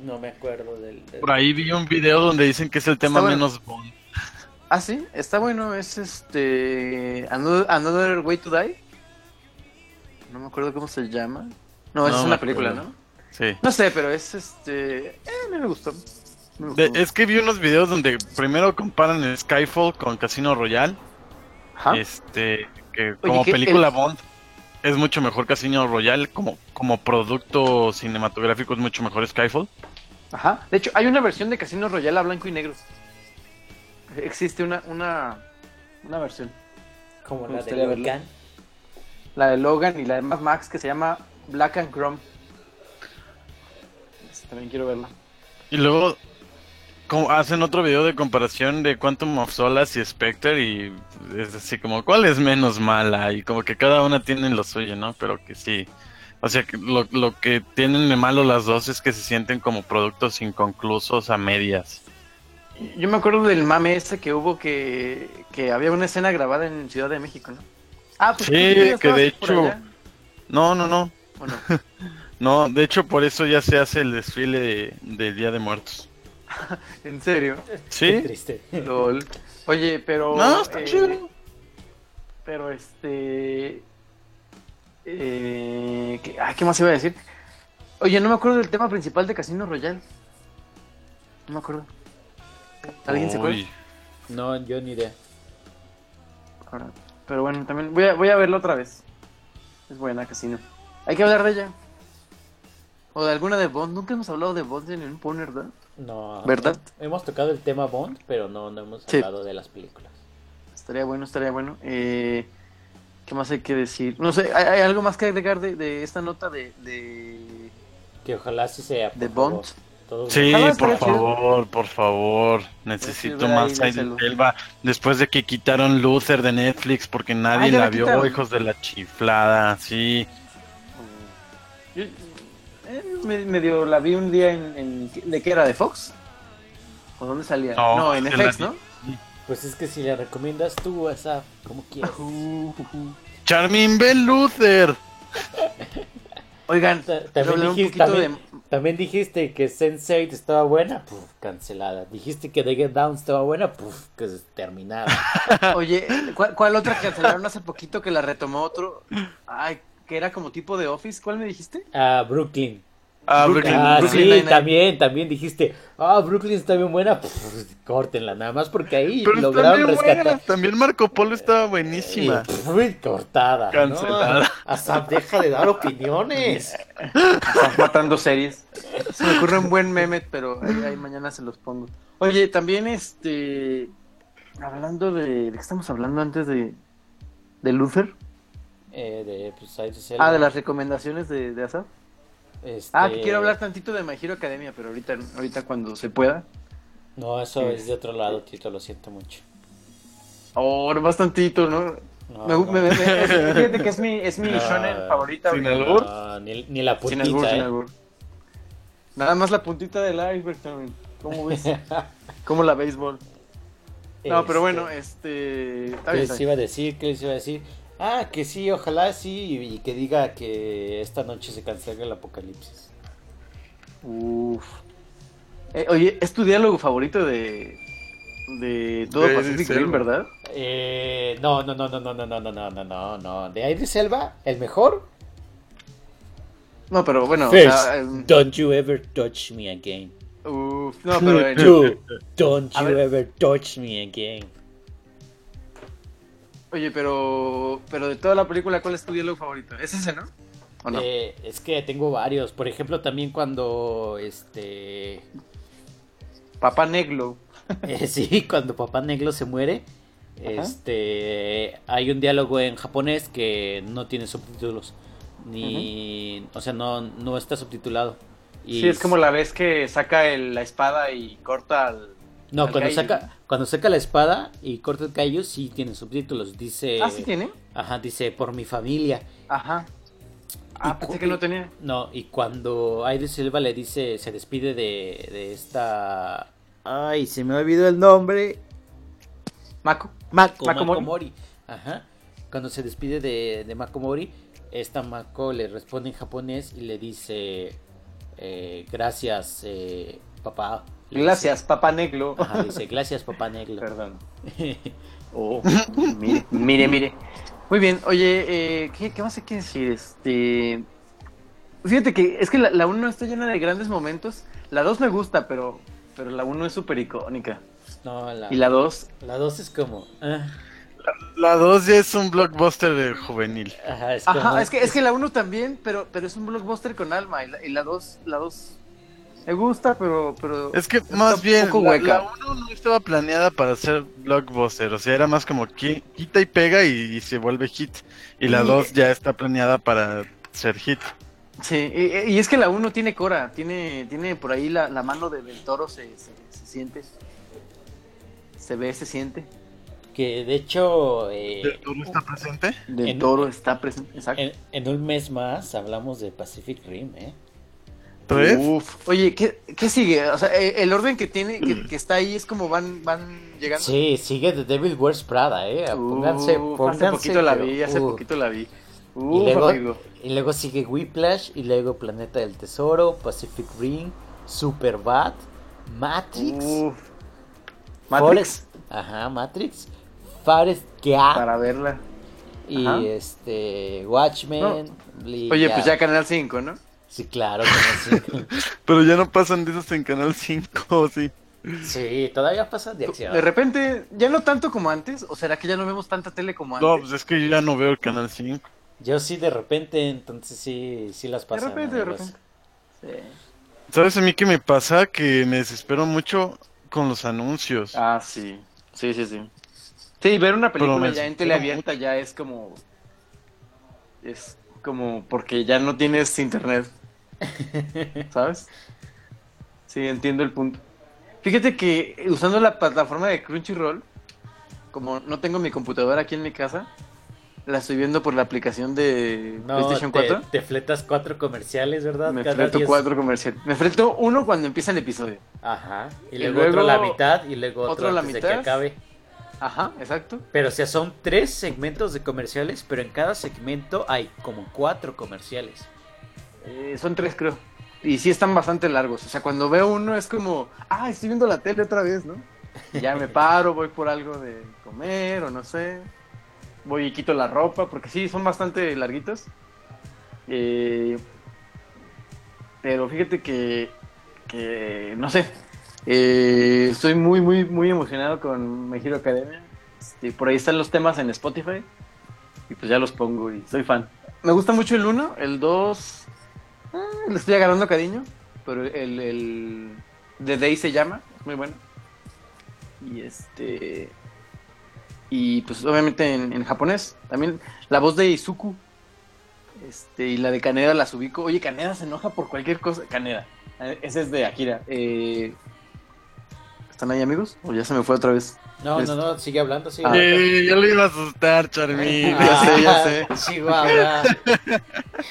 No me acuerdo del... del- Por ahí vi un video donde dicen que es el tema bueno. menos Bond. Ah, sí, está bueno, es este Another, Another Way to Die. No me acuerdo cómo se llama. No, esa No es me una película, acuerdo. ¿no? Sí. No sé, pero es este... Eh, a mí me gustó. Me gustó. De- es que vi unos videos donde primero comparan el Skyfall con Casino Royale. Ajá. Este, que como que película Ah. el- Bond es mucho mejor Casino Royale, como, como producto cinematográfico es mucho mejor Skyfall. Ajá. De hecho, hay una versión de Casino Royale a blanco y negro. Existe una, una, una versión. me como la de gustaría verla. Logan. la de Logan y la de Mad Max que se llama Black and Chrome. Esa También quiero verla. Y luego como hacen otro video de comparación de Quantum of Solace y Spectre y es así como cuál es menos mala y como que cada una tiene lo suyo, ¿no? Pero que sí. O sea, que lo, lo que tienen de malo las dos es que se sienten como productos inconclusos a medias. Yo me acuerdo del mame ese que hubo que, que había una escena grabada en Ciudad de México, ¿no? Ah, pues Sí, tú ya que de estabas por hecho- allá, No, no, no. ¿o no? No, de hecho por eso ya se hace el desfile de- del Día de Muertos. En *laughs* serio. ¿Sí? Triste. Lol. Oye, pero. No, está eh, chido. Pero este. eh, ¿qué, ay, ¿Qué más iba a decir? Oye, no me acuerdo del tema principal de Casino Royale. No me acuerdo. ¿Alguien se acuerda? Uy. *laughs* No, yo ni idea. Ahora, Pero bueno, también voy a, voy a verlo otra vez. Es buena, Casino. Hay que hablar de ella. O de alguna de Bond. Nunca hemos hablado de Bond en un Poner, ¿verdad? No. ¿Verdad? Hemos tocado el tema Bond, pero no, no hemos Sí. hablado de las películas. Estaría bueno, estaría bueno. Eh, ¿Qué más hay que decir? No sé, ¿hay, hay algo más que agregar de, de esta nota de, de, Que ojalá sí sea. por de favor. Bond? Todos Sí, Ah, estaría por chido. favor, por favor. Necesito ver ahí más la Idris salud. Elba. Después de que quitaron Luther de Netflix porque nadie Ah, ya la la vio, quitaron. hijos de la chiflada. Sí, Yo- eh, me, medio la vi un día en, en- ¿De qué era? ¿De Fox? ¿O dónde salía? No, No, en es que la FX, ¿no? Pues es que si le recomiendas tú esa, como quieras. Uh, Charmin Ben Luther. Oigan, Ta- También pero hablar un dijiste, poquito también, de... también dijiste que Sense8 estaba buena, puf, cancelada. Dijiste que The Get Down estaba buena, puf, que se *laughs* terminaba. Oye, ¿cuál, cuál otra cancelaron hace poquito que la retomó otro? Ay, que era como tipo de Office. ¿Cuál me dijiste? Ah, Brooklyn. Ah, Brooklyn. Brooklyn. Ah, Brooklyn sí, Nine-Nine. también, también dijiste, ah, Brooklyn está bien buena, puf, córtenla nada más porque ahí Pero está lograron bien buena. rescatar. También Marco Polo estaba Y, buenísima. puf, cortada. ¿no? Cancelada. Asaf, deja de dar opiniones. Están matando series. Se me ocurre un buen meme, pero ahí, ahí mañana se los pongo. Oye, también este. Hablando de. ¿De qué estamos hablando antes de. de Luther? *laughs* Eh, de, pues, Idris Elba. Ah, de las recomendaciones de, de Asaf. Este, Ah, que quiero hablar tantito de My Hero Academia, pero ahorita, ahorita cuando se pueda. No, eso es de otro lado, Tito, lo siento mucho. Oh, más tantito, ¿no? No, Me- no. me- me- me- *laughs* fíjate que es mi, es mi No. shonen favorita. Sin ahorita. albur. No, Ah, ni, ni la Sin puntita, albur, sin eh. albur. Nada más la puntita del iceberg también. *laughs* ¿Cómo ves? ¿Cómo la béisbol? No, pero bueno, Este, este. ¿Qué está bien, les está bien. iba a decir? ¿Qué les iba a decir? Ah, que sí, ojalá sí, y, y que diga que esta noche se cancela el apocalipsis. Uf. Eh, oye, es tu diálogo favorito de. de todo De Pacific Idris Rim, Elba. ¿verdad? Eh, no, no, no, no, no, no, no, no, no, no, no, no. De Idris Elba, el mejor. No, pero bueno. o sea, em, don't you ever touch me again. uf, no, pero. en- Two, don't Em, A you ver. ever touch me again. oye, pero. Pero de toda la película, ¿cuál es tu diálogo favorito? ¿Es ese, no? ¿O no? Eh, es que tengo varios. Por ejemplo, también cuando este. Papá Negro. Eh, *laughs* sí, cuando Papá Negro se muere, Ajá. este, hay un diálogo en japonés que no tiene subtítulos, ni, o sea, no, no está subtitulado. Y Sí, es como la vez que saca el- la espada y corta al. No, al cuando kaiju. saca, cuando saca la espada y corta el callo, sí tiene subtítulos. Dice, Ah, sí tiene. ajá, dice por mi familia. Ajá. Ah, pensé que no tenía. No, y cuando Aire Silva le dice, se despide de, de esta, ay, se me olvidó el nombre, Mako. Mako, Mako Mako Mori. Mori. Ajá. Cuando se despide de, de Mako Mori, esta Mako le responde en japonés y le dice, eh, gracias, eh, papá. Le Gracias, Papá Negro. *laughs* dice- ajá, dice, gracias, papá negro. *laughs* Perdón. Oh, mire, mire, mire. Muy bien, oye, eh, ¿qué, qué más hay que decir? Este. Fíjate que es que la, la 1 está llena de grandes momentos. La 2 me gusta, pero, pero la 1 es súper icónica. No, la, Y la 2, la dos es como... ah, La 2 ya es un blockbuster de juvenil. ajá, es como- Ajá, es que, es que la 1 también, pero, pero es un blockbuster con alma. Y la- Y la 2, la 2 me gusta, pero. pero Es que está más un bien, poco la, hueca. la uno no estaba planeada para ser blockbuster, o sea, era más como qui- quita y pega y, y se vuelve hit. Y la Y- 2 ya está planeada para ser hit. Sí, y, y es que la 1 tiene Cora, tiene, tiene por ahí la, la mano de- del toro, se, se, se siente. Se ve, se siente. que de hecho... eh, ¿Tú no está presente? Del En- toro está presente. Exacto. en, en un mes más hablamos de Pacific Rim, ¿eh? ¿Tres? Uf. Oye, ¿qué, qué sigue? O sea, eh, el orden que tiene, *clears throat* que, que está ahí es como van, van llegando. Sí, sigue The Devil Wears Prada, ¿eh? Pónganse, Uf, pónganse, hace poquito la pero- vi, hace uh. poquito la vi. Y Uf, luego, Uh, amigo. y luego sigue Whiplash, y luego Planeta del Tesoro, Pacific Ring, Superbad, Matrix, Uf. Matrix, Forest- ajá, Matrix, Forest Gump para verla. y ajá. este Watchmen. y Oye, pues ya Canal 5, ¿no? Sí, claro, Canal Pero ya no pasan de esos en Canal *laughs* 5, sí. cinco. sí, *laughs* todavía pasan de acción. De repente, ya no tanto como antes, o será que ya no vemos tanta tele como antes. No, pues es que yo ya no veo el Canal 5. Yo sí de repente, entonces sí, sí las de pasan. repente, de amigos. repente. ¿Sabes a mí qué me pasa? Que me desespero mucho con los anuncios. Ah, sí. Sí, sí, sí. Sí, ver una Pero película me ya en desespero teleabierta ya es como. Es como porque ya no tienes *laughs* internet. ¿Sabes? Sí, entiendo el punto. Fíjate que eh, usando la plataforma de Crunchyroll, como no tengo mi computadora aquí en mi casa, la estoy viendo por la aplicación de PlayStation 4. Te, te fletas cuatro comerciales, ¿verdad? Me Cada freto diez- cuatro comerciales. Me freto uno cuando empieza el episodio. Ajá. Y Y luego, luego otro la mitad y luego otro, otro la antes de que mitad. acabe. Ajá, exacto. Pero o sea, son tres segmentos de comerciales, pero en cada segmento hay como cuatro comerciales. Eh, son tres, creo. Y sí están bastante largos. O sea, cuando veo uno es como, ah, estoy viendo la tele otra vez, ¿no? Y ya me paro, voy por algo de comer o no sé. Voy y quito la ropa, porque sí, son bastante larguitos. Eh, pero fíjate que, que no sé. Eh, estoy muy, muy, muy emocionado con My Hero Academia. Este, por ahí están los temas en Spotify. Y pues ya los pongo y soy fan. Me gusta mucho el 1, el 2 le estoy agarrando cariño, pero el, el The Day se llama, es muy bueno. Y este y pues obviamente en, en japonés, también la voz de Izuku este y la de Kaneda las ubico. Oye, Kaneda se enoja por cualquier cosa, Kaneda. eh, Ese es de Akira. Eh, ¿Están ahí amigos? O ya se me fue otra vez. No, Es- no, no, sigue hablando, sigue Ah. hablando. Eh, ya le iba a asustar, Charmín. Ya sé, ya sé. Ah, Chihuahua.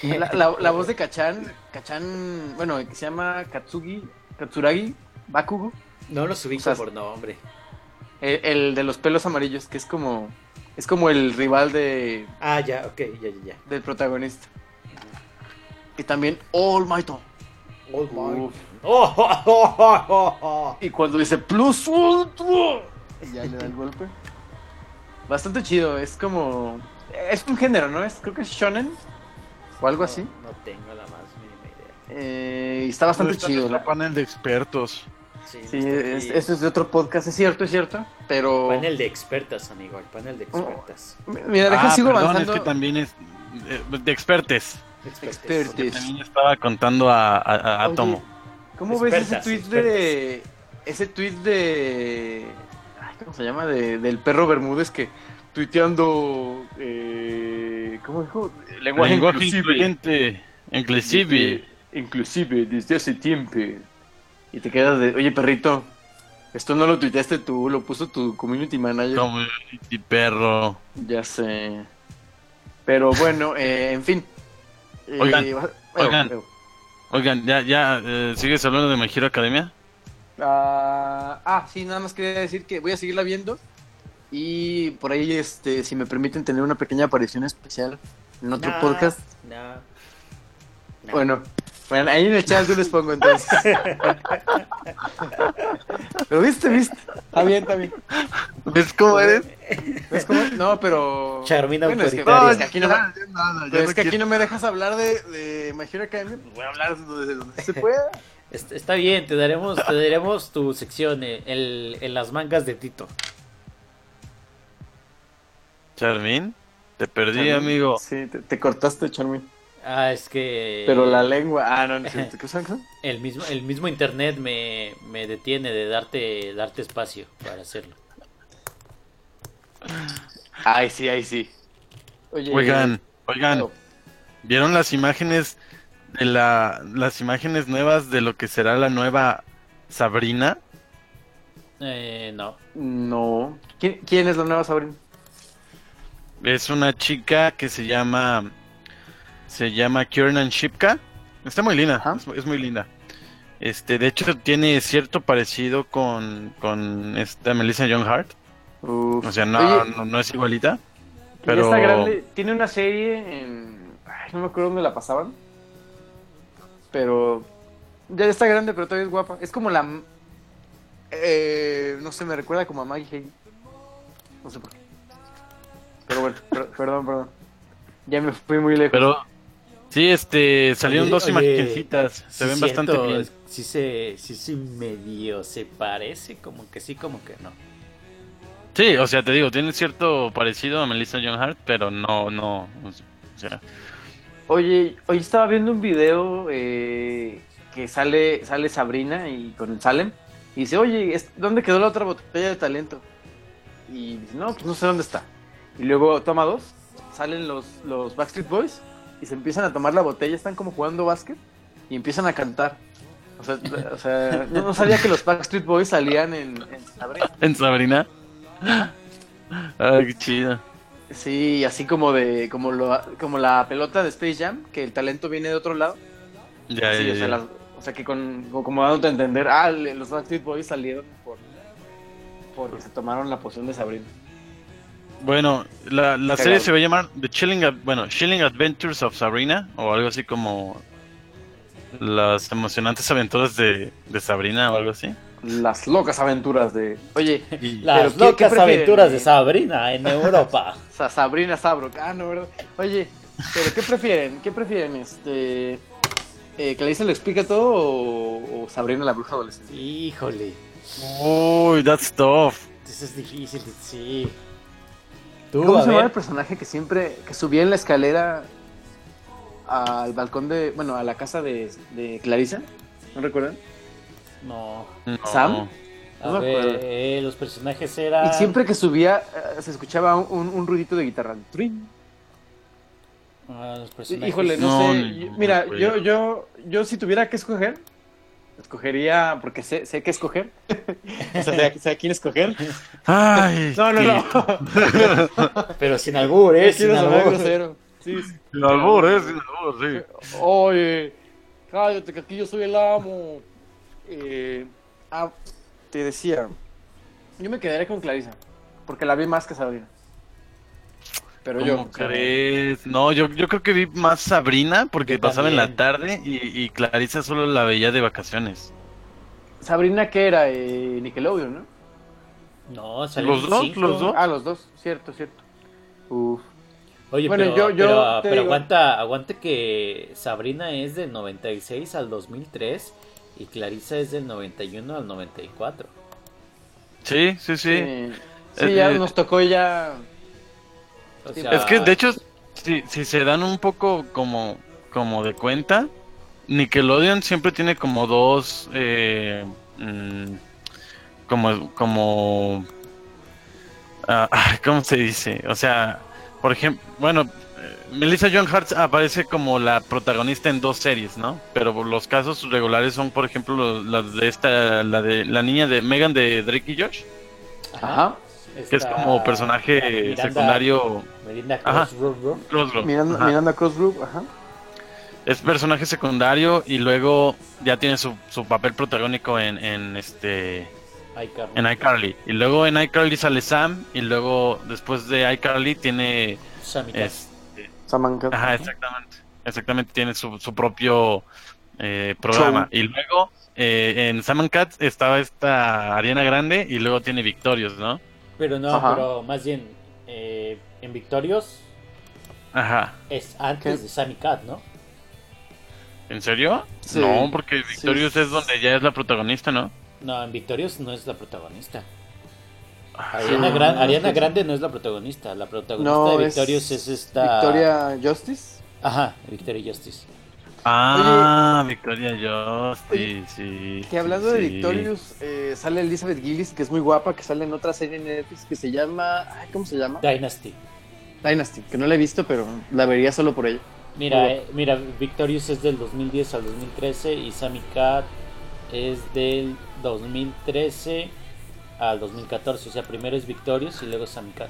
La, la- la voz de Kachan, Kachan, bueno, que se llama Katsugi, Katsuragi, Bakugo. No los ubico O sea, por nombre. El, el de los pelos amarillos, que es como. Es como el rival de, Ah, ya, ok, ya, ya, ya. del protagonista. Y también All Might. Uf. Oh, oh, oh, oh, oh, oh. Y cuando dice Plus Ultra. Y ya le da el golpe. Bastante chido, es como. Es un género, ¿no? Es, creo que es Shonen. O algo así. No, no tengo la más mínima idea. Eh, y está *laughs* bastante Está chido. nuestro la- panel de expertos. Sí, Sí, no está es- aquí. eso es de otro podcast, es cierto, es cierto. Pero. Panel de expertas, amigo, el panel de expertas. Mira, deja, Ah, sigo perdón, avanzando. es que también es eh, de expertes. Oh, Expertas. Porque Expertes. también estaba contando a, a- a- a Oye, Ah, Tomo. ¿Cómo ves ese Expertas, tweet de. Ese tweet de. ay, ¿Cómo se llama? De- del perro Bermúdez que tuiteando. eh, ¿Cómo dijo? Lenguaje incluyente. Inclusive, Inclusive. inclusive desde hace tiempo. Y te quedas de. Oye, perrito. Esto no lo tuiteaste tú, lo puso tu community manager. Community este perro. Ya sé. Pero bueno, eh, en fin. Eh, Oigan, va- oigan. bueno, Oigan, ya, ya, eh, ¿sigues hablando de My Hero Academia? Ah, ah, sí, nada más quería decir que voy a seguirla viendo. Y por ahí, este, si me permiten tener una pequeña aparición especial en otro Nah, podcast. nah. nah. Bueno, bueno, ahí en el chat yo les pongo entonces. *laughs* ¿Lo viste, viste? Está bien, está bien. ¿Ves cómo eres? ¿Ves cómo? No, pero. Charmina Bueno, es que, autoritaria. no, es que aquí no me, Ah, ya nada, pero es que aquí no me dejas hablar de, de My Hero Academia. Pues voy a hablar desde donde se pueda. Est- Está bien, te daremos, te daremos tu sección eh, el- en las mangas de Tito. Charmín, te perdí, Charmín. amigo. Sí, te, te cortaste, Charmin. Ah, es que Pero la lengua. Ah, no, no es *laughs* cierto. ¿Qué son? el mismo, el mismo internet me, me detiene de darte, darte espacio para hacerlo. Ay, sí, ay, sí. Oye, Oigan, oigan, claro. ¿vieron las imágenes de la, las imágenes nuevas de lo que será la nueva Sabrina? Eh, no. No. ¿Quién, quién es la nueva Sabrina? Es una chica que se llama. Se llama Kiernan Shipka. Está muy linda, Ajá. es, es muy linda. Este, de hecho, tiene cierto parecido con, con esta Melissa John Hart. Uf. O sea, no, Oye, no, no es igualita. y Pero esta grande tiene una serie en. Ay, no me acuerdo dónde la pasaban. Pero. Ya está grande, pero todavía es guapa. Es como la. Eh, no sé, me recuerda como a Maggie Hayley. No sé por qué. Pero bueno, per- perdón, perdón. Ya me fui muy lejos. Pero sí, este, salieron Oye, dos oye, imagencitas, se Sí, ven cierto, bastante bien. Sí se, sí se medio se parece, como que sí, como que no. Sí, o sea, te digo, tiene cierto parecido a Melissa John Hart, pero no, no, o sea, *laughs* Oye, hoy estaba viendo un video eh, que sale, sale Sabrina y con el Salem y dice, oye, es- ¿dónde quedó la otra botella de talento? Y dice, no, pues no sé dónde está. Y luego toma dos, salen los, los Backstreet Boys y se empiezan a tomar la botella, están como jugando básquet y empiezan a cantar. O sea, *laughs* o sea, no, no sabía que los Backstreet Boys salían en, en Sabrina. En Sabrina. *gasps* Ay, qué chido. Sí, así como de como lo, como la pelota de Space Jam, que el talento viene de otro lado. Ya, Sí, ya, o, sea, ya. las- o sea, que con, como- como dándote a entender, ah, le- los Backstreet Boys salieron por porque se tomaron la poción de Sabrina. Bueno, la, la Cagado. serie se va a llamar The Chilling, Ad- bueno, Chilling Adventures of Sabrina o algo así como las emocionantes aventuras de, de Sabrina o algo así. Las locas aventuras de... Oye, *laughs* pero Las ¿qué- qué locas prefieren, aventuras eh? de Sabrina en Europa. *laughs* Sa- Sabrina Sabro. Ah, no, ¿verdad? Oye, ¿pero qué prefieren? ¿Qué prefieren? Este, eh, ¿Que Alicia lo explica todo o, o Sabrina la bruja adolescente? Híjole, Uy, that's tough. eso es difícil, sí. Tú, ¿Cómo a se llama el ver, personaje que siempre que subía en la escalera al balcón de... Bueno, a la casa de, de Clarisa? ¿No recuerdan? no. No. ¿Sam? A No me ver, acuerdo. eh, los personajes eran... Y siempre que subía eh, se escuchaba un, un ruidito de guitarra. Trin. Ah, los personajes... Híjole, no, No, sé. ni- Yo- no Mira, me yo, acuerdo. yo, yo si tuviera que escoger, escogería, porque sé, sé qué escoger. *laughs* o sea, sé, a- sé a quién escoger. *laughs* Ay, No, no, qué- no. Pero sin albur, Yo ¿eh? Sin quiero sonar albur. grosero. Sí, sí. Sin albur, eh, sin albur, sí. Oye, cállate que aquí yo soy el amo. Eh, ah, te decía, yo me quedaré con Clarisa, porque la vi más que Sabrina. Pero yo. ¿Cómo o sea, crees? No, yo, yo creo que vi más Sabrina porque Yo pasaba en la también. tarde y, y Clarisa solo la veía de vacaciones. Sabrina que era eh, Nickelodeon, ¿no? No, salió ¿Los en dos? cinco. ¿Los dos? Ah, los dos, cierto, cierto. Uf. Oye, Bueno, pero, yo- yo pero, te pero digo- aguanta, aguanta que Sabrina es del 96 al 2003 y Clarisa es del 91 al 94. Sí, sí, sí. Eh, Sí, Eh, ya eh, nos tocó ya. O Sí, sea, Es que de hecho, si, si se dan un poco como, como de cuenta, Nickelodeon siempre tiene como dos eh, mm, como, como ah, *laughs* ah, ¿cómo se dice? O sea, por ejemplo, bueno, eh, Melissa Joan Hart aparece como la protagonista en dos series, ¿no? Pero los casos regulares son, por ejemplo, los- las de esta, la de la niña de Megan de Drake y Josh, Ajá. que es está como personaje Miranda- secundario. Miranda Ajá. Cosgrove, bro. Rosgrove. Miranda, Ajá. Miranda Cross Group, ajá. es personaje secundario y luego ya tiene su, su papel protagónico en, en este Ay, Carlos. en iCarly y luego en iCarly sale Sam y luego después de iCarly tiene Sammy Cats. es- Samantha. ajá exactamente exactamente tiene su, su propio eh, programa y luego eh, en Sam and Cat estaba esta Ariana Grande y luego tiene Victorious no Pero no, Ajá. pero más bien eh, en Victorios ajá es antes ¿Qué? de Sammy Cat, ¿no? en serio Sí. no porque Victorious Sí. es donde ya es la protagonista no No, en Victorios no es la protagonista. Ah, Ariana, Gran- Ariana Grande no es la protagonista. La protagonista No, de es Victorios es, esta. Victoria Justice. Ajá, Victoria Justice. Ah, Victoria Justice, sí. Que hablando de sí. Victorious, eh, sale Elizabeth Gillis, que es muy guapa, que sale en otra serie en Netflix que se llama. Ay, ¿Cómo se llama? Dynasty. Dynasty, que no la he visto, pero la vería solo por ella. Mira, Muy eh, mira, Victorious es del 2010 al 2013 y Sammy Cat es del 2013 al 2014. O sea, primero es Victorious y luego Sammy Cat.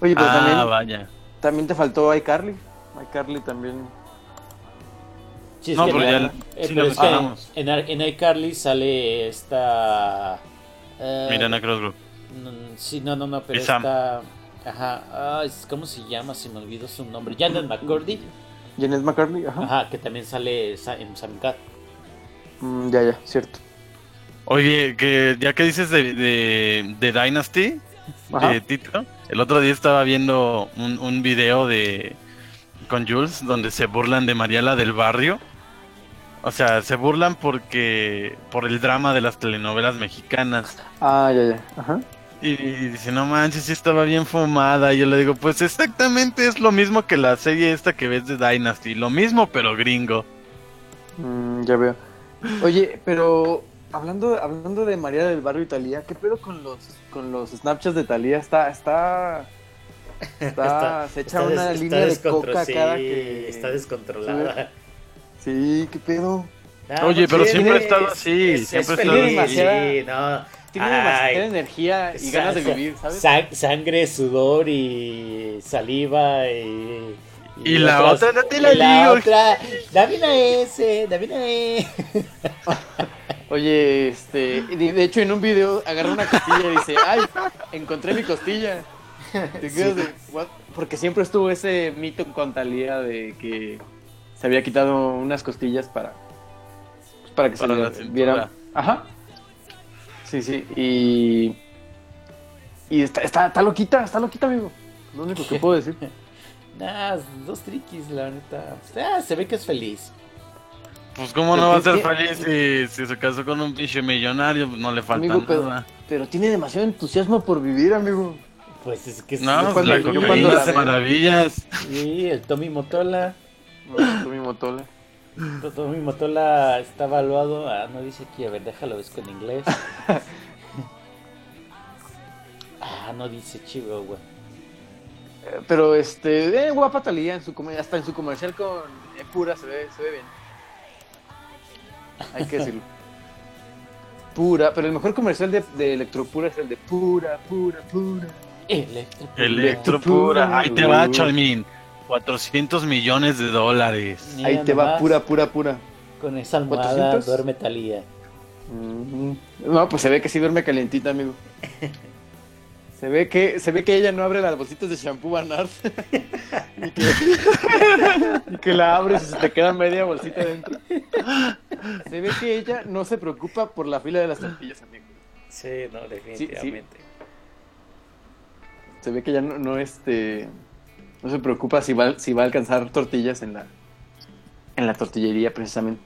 Oye, pero Ah, pues, también, vaya. también te faltó iCarly. iCarly también. Sí, es No, que pero en- ya- eh, pero sí lo es que mencionamos. en, Ar- en iCarly sale esta. eh, Miranda Crossgrove. no, sí, no, no, no, pero Y Sam. esta. Ajá, ay, ¿cómo se llama? Se me olvidó su nombre. Janet McCurdy. Janet McCartney, ajá. Ajá, que también sale sa- en Sammy Cat. Mm, ya, ya, cierto. Oye, que ya que dices de, de, de Dynasty, Ajá. de Tito, el otro día estaba viendo un, un video de con Jules donde se burlan de Mariela del Barrio. O sea, se burlan porque por el drama de las telenovelas mexicanas. Ah, ya, ya, ajá. Y dice, no manches, sí estaba bien fumada. Y yo le digo, pues exactamente es lo mismo que la serie esta que ves de Dynasty. Lo mismo, pero gringo. Mm, ya veo. Oye, pero hablando, hablando de María del Barrio y Talía, ¿qué pedo con los, con los Snapchats de Talía? Está, está, está, *laughs* Está- se echa está des- una está línea de descontro- coca sí, cada que... está descontrolada. Sí, qué pedo. No, Oye, pues pero sí, siempre ha es- estado así, es- siempre ha es estado feliz, así. sí, no. Tiene Ay. demasiada energía y ganas de Sa- vivir, ¿sabes? Sang- sangre, sudor y saliva y... Y la otra no te la y la digo. otra, dame una S, dame una E. *laughs* Oye, este, de de hecho en un video agarra una costilla y dice, ay, encontré mi costilla. Te quedas de, "What?" Porque siempre estuvo ese mito con Talía de que se había quitado unas costillas para, pues, para que Para la se le cintura. viera. Ajá. Sí, sí, y... Y está, está, está loquita, está loquita, amigo. Lo único que puedo decir. Nah, dos triquis, la neta. Ah, se ve que es feliz. Pues cómo no va a ser Pero feliz si, si se casó con un pinche millonario, pues no le falta Amigo, pero- nada. Pero tiene demasiado entusiasmo por vivir, amigo. Pues es que es- No, cuando- la yo cuando cocaína la hace veo. maravillas. Sí, el Tommy Motola. No, tú mismo, Tole. el Tommy Motola está evaluado. Ah, no dice aquí, a ver, déjalo ver con *laughs* inglés. Ah, no dice Chihuahua. Pero este, eh, guapa Talía, en su, comer- hasta en su comercial con eh, Pura se ve, se ve bien. Hay que decirlo. Pura, pero el mejor comercial de, de Electropura es el de Pura, Pura, Pura. Electro. Electro pura. Ahí te va, Chalmin. 400 millones de dólares. Mira Ahí te va, nomás, Pura, Pura, Pura. Con esa almohada 400. duerme Talía. Ujú. No, pues se ve que sí duerme calientita, amigo. Se ve que, se ve que ella no abre las bolsitas de shampoo Banart. y, que, *laughs* y que la abres y se te queda media bolsita dentro. Se ve que ella no se preocupa por la fila de las tortillas, amigo. Sí, no, definitivamente. Se ve que ella no, no, este no se preocupa si va, si va a alcanzar tortillas en la en la tortillería precisamente.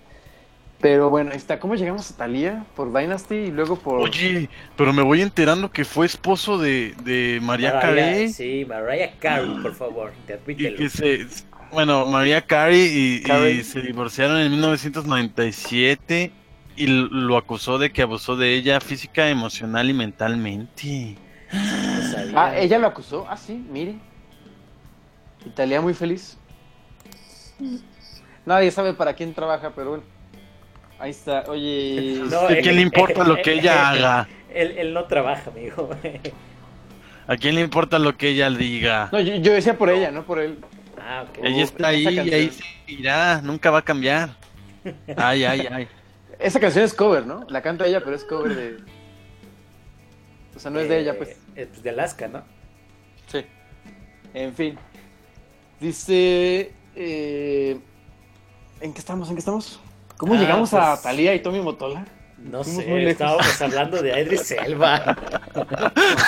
Pero bueno, ahí está cómo llegamos a Talía por Dynasty y luego por Oye, pero me voy enterando que fue esposo de, de María Carey. Sí, Mariah Carey, por favor, te Y admítelo. que se, bueno, María Carey y, y Carey. se divorciaron en 1997 y l- lo acusó de que abusó de ella física, emocional y mentalmente. No sabía. Ah, ella lo acusó. Ah, sí, mire. Italia muy feliz. Nadie sabe para quién trabaja, pero bueno. Ahí está. Oye. No, ¿A eh, quién le importa eh, lo que eh, ella haga? Él, él no trabaja, amigo. *laughs* ¿A quién le importa lo que ella diga? No, yo, yo decía por ella, no por él. ah, ok. ella está ahí esa y canción. ahí se irá, nunca va a cambiar. Ay, ay, ay. Esa canción es cover, ¿no? La canta ella, pero es cover de. O sea, no es de ella, pues. Eh, pues de Alaska, ¿no? Sí. En fin. Dice. eh, ¿En qué estamos? ¿En qué estamos? ¿Cómo Ah, llegamos a pues- Talía y Tommy Motola? No Fuimos muy sé, lejos. estábamos hablando de Idris Elba.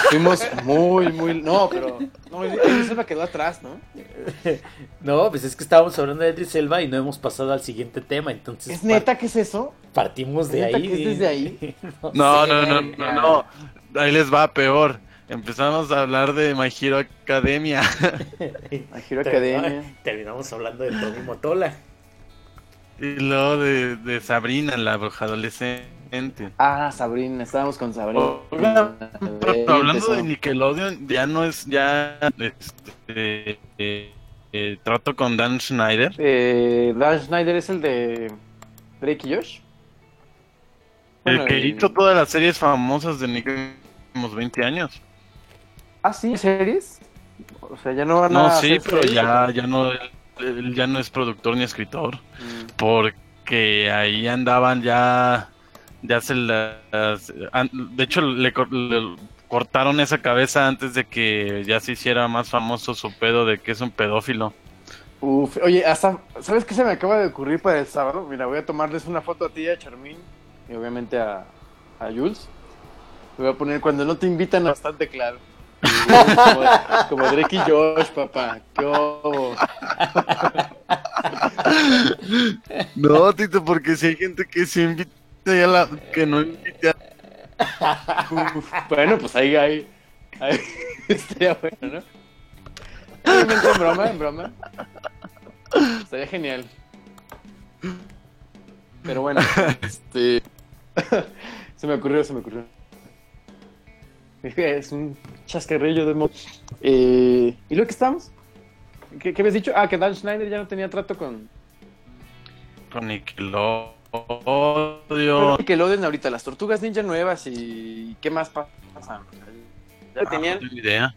Fuimos muy, muy. No, pero. *laughs* No, esa me quedó atrás, ¿no? *laughs* No, pues es que estábamos hablando de Idris Elba y no hemos pasado al siguiente tema, entonces ¿Es neta que es eso? par- partimos ¿Es de neta ahí. que este es desde ahí? *laughs* No, Sí, *laughs* no, no, no, ya. no. Ahí les va peor. Empezamos a hablar de My Hero Academia. *laughs* A Hero Terminamos, Academia. terminamos hablando de Tommy Motola. Y luego de, de Sabrina, la bruja adolescente. Ah, Sabrina, estábamos con Sabrina. Oigan, Eh, Pero hablando de empezó. Nickelodeon, ya no es, ya este, eh, eh, trato con Dan Schneider. Eh, Dan Schneider es el de Drake y Josh. Bueno, el que y- hizo todas las series famosas de Nickelodeon en los 20 años. Ah, sí, series. O sea, ya Ah, no van a. No, sí, hacer pero series. ya, ya no, él- él ya no es productor ni escritor. Mm. porque ahí andaban ya ya se las an- de hecho le, cor- le cortaron esa cabeza antes de que ya se hiciera más famoso su pedo de que es un pedófilo Uf, oye, hasta, ¿sabes qué se me acaba de ocurrir para el sábado? Mira, voy a tomarles una foto a ti, y a Charmín y obviamente a, a Jules. Le voy a poner cuando no te invitan bastante claro. *laughs* Como, como Drake y Josh, papá. ¿Qué hubo? no Tito porque si hay gente que se invita ya la que no invita Uf, bueno, pues ahí, ahí, ahí *laughs* estaría bueno, ¿no? Obviamente en broma, en broma. Estaría genial. Pero bueno, este. se me ocurrió, se me ocurrió. Es un chascarrillo de mo. Eh, ¿Y lo que estamos? ¿Qué, qué habías dicho? Ah, que Dan Schneider ya no tenía trato con. Con Bueno, Nickelodeon. que lo den ahorita, las tortugas ninja nuevas y. ¿Qué más pa- pasa? Ya tenían- Ah, no tengo idea.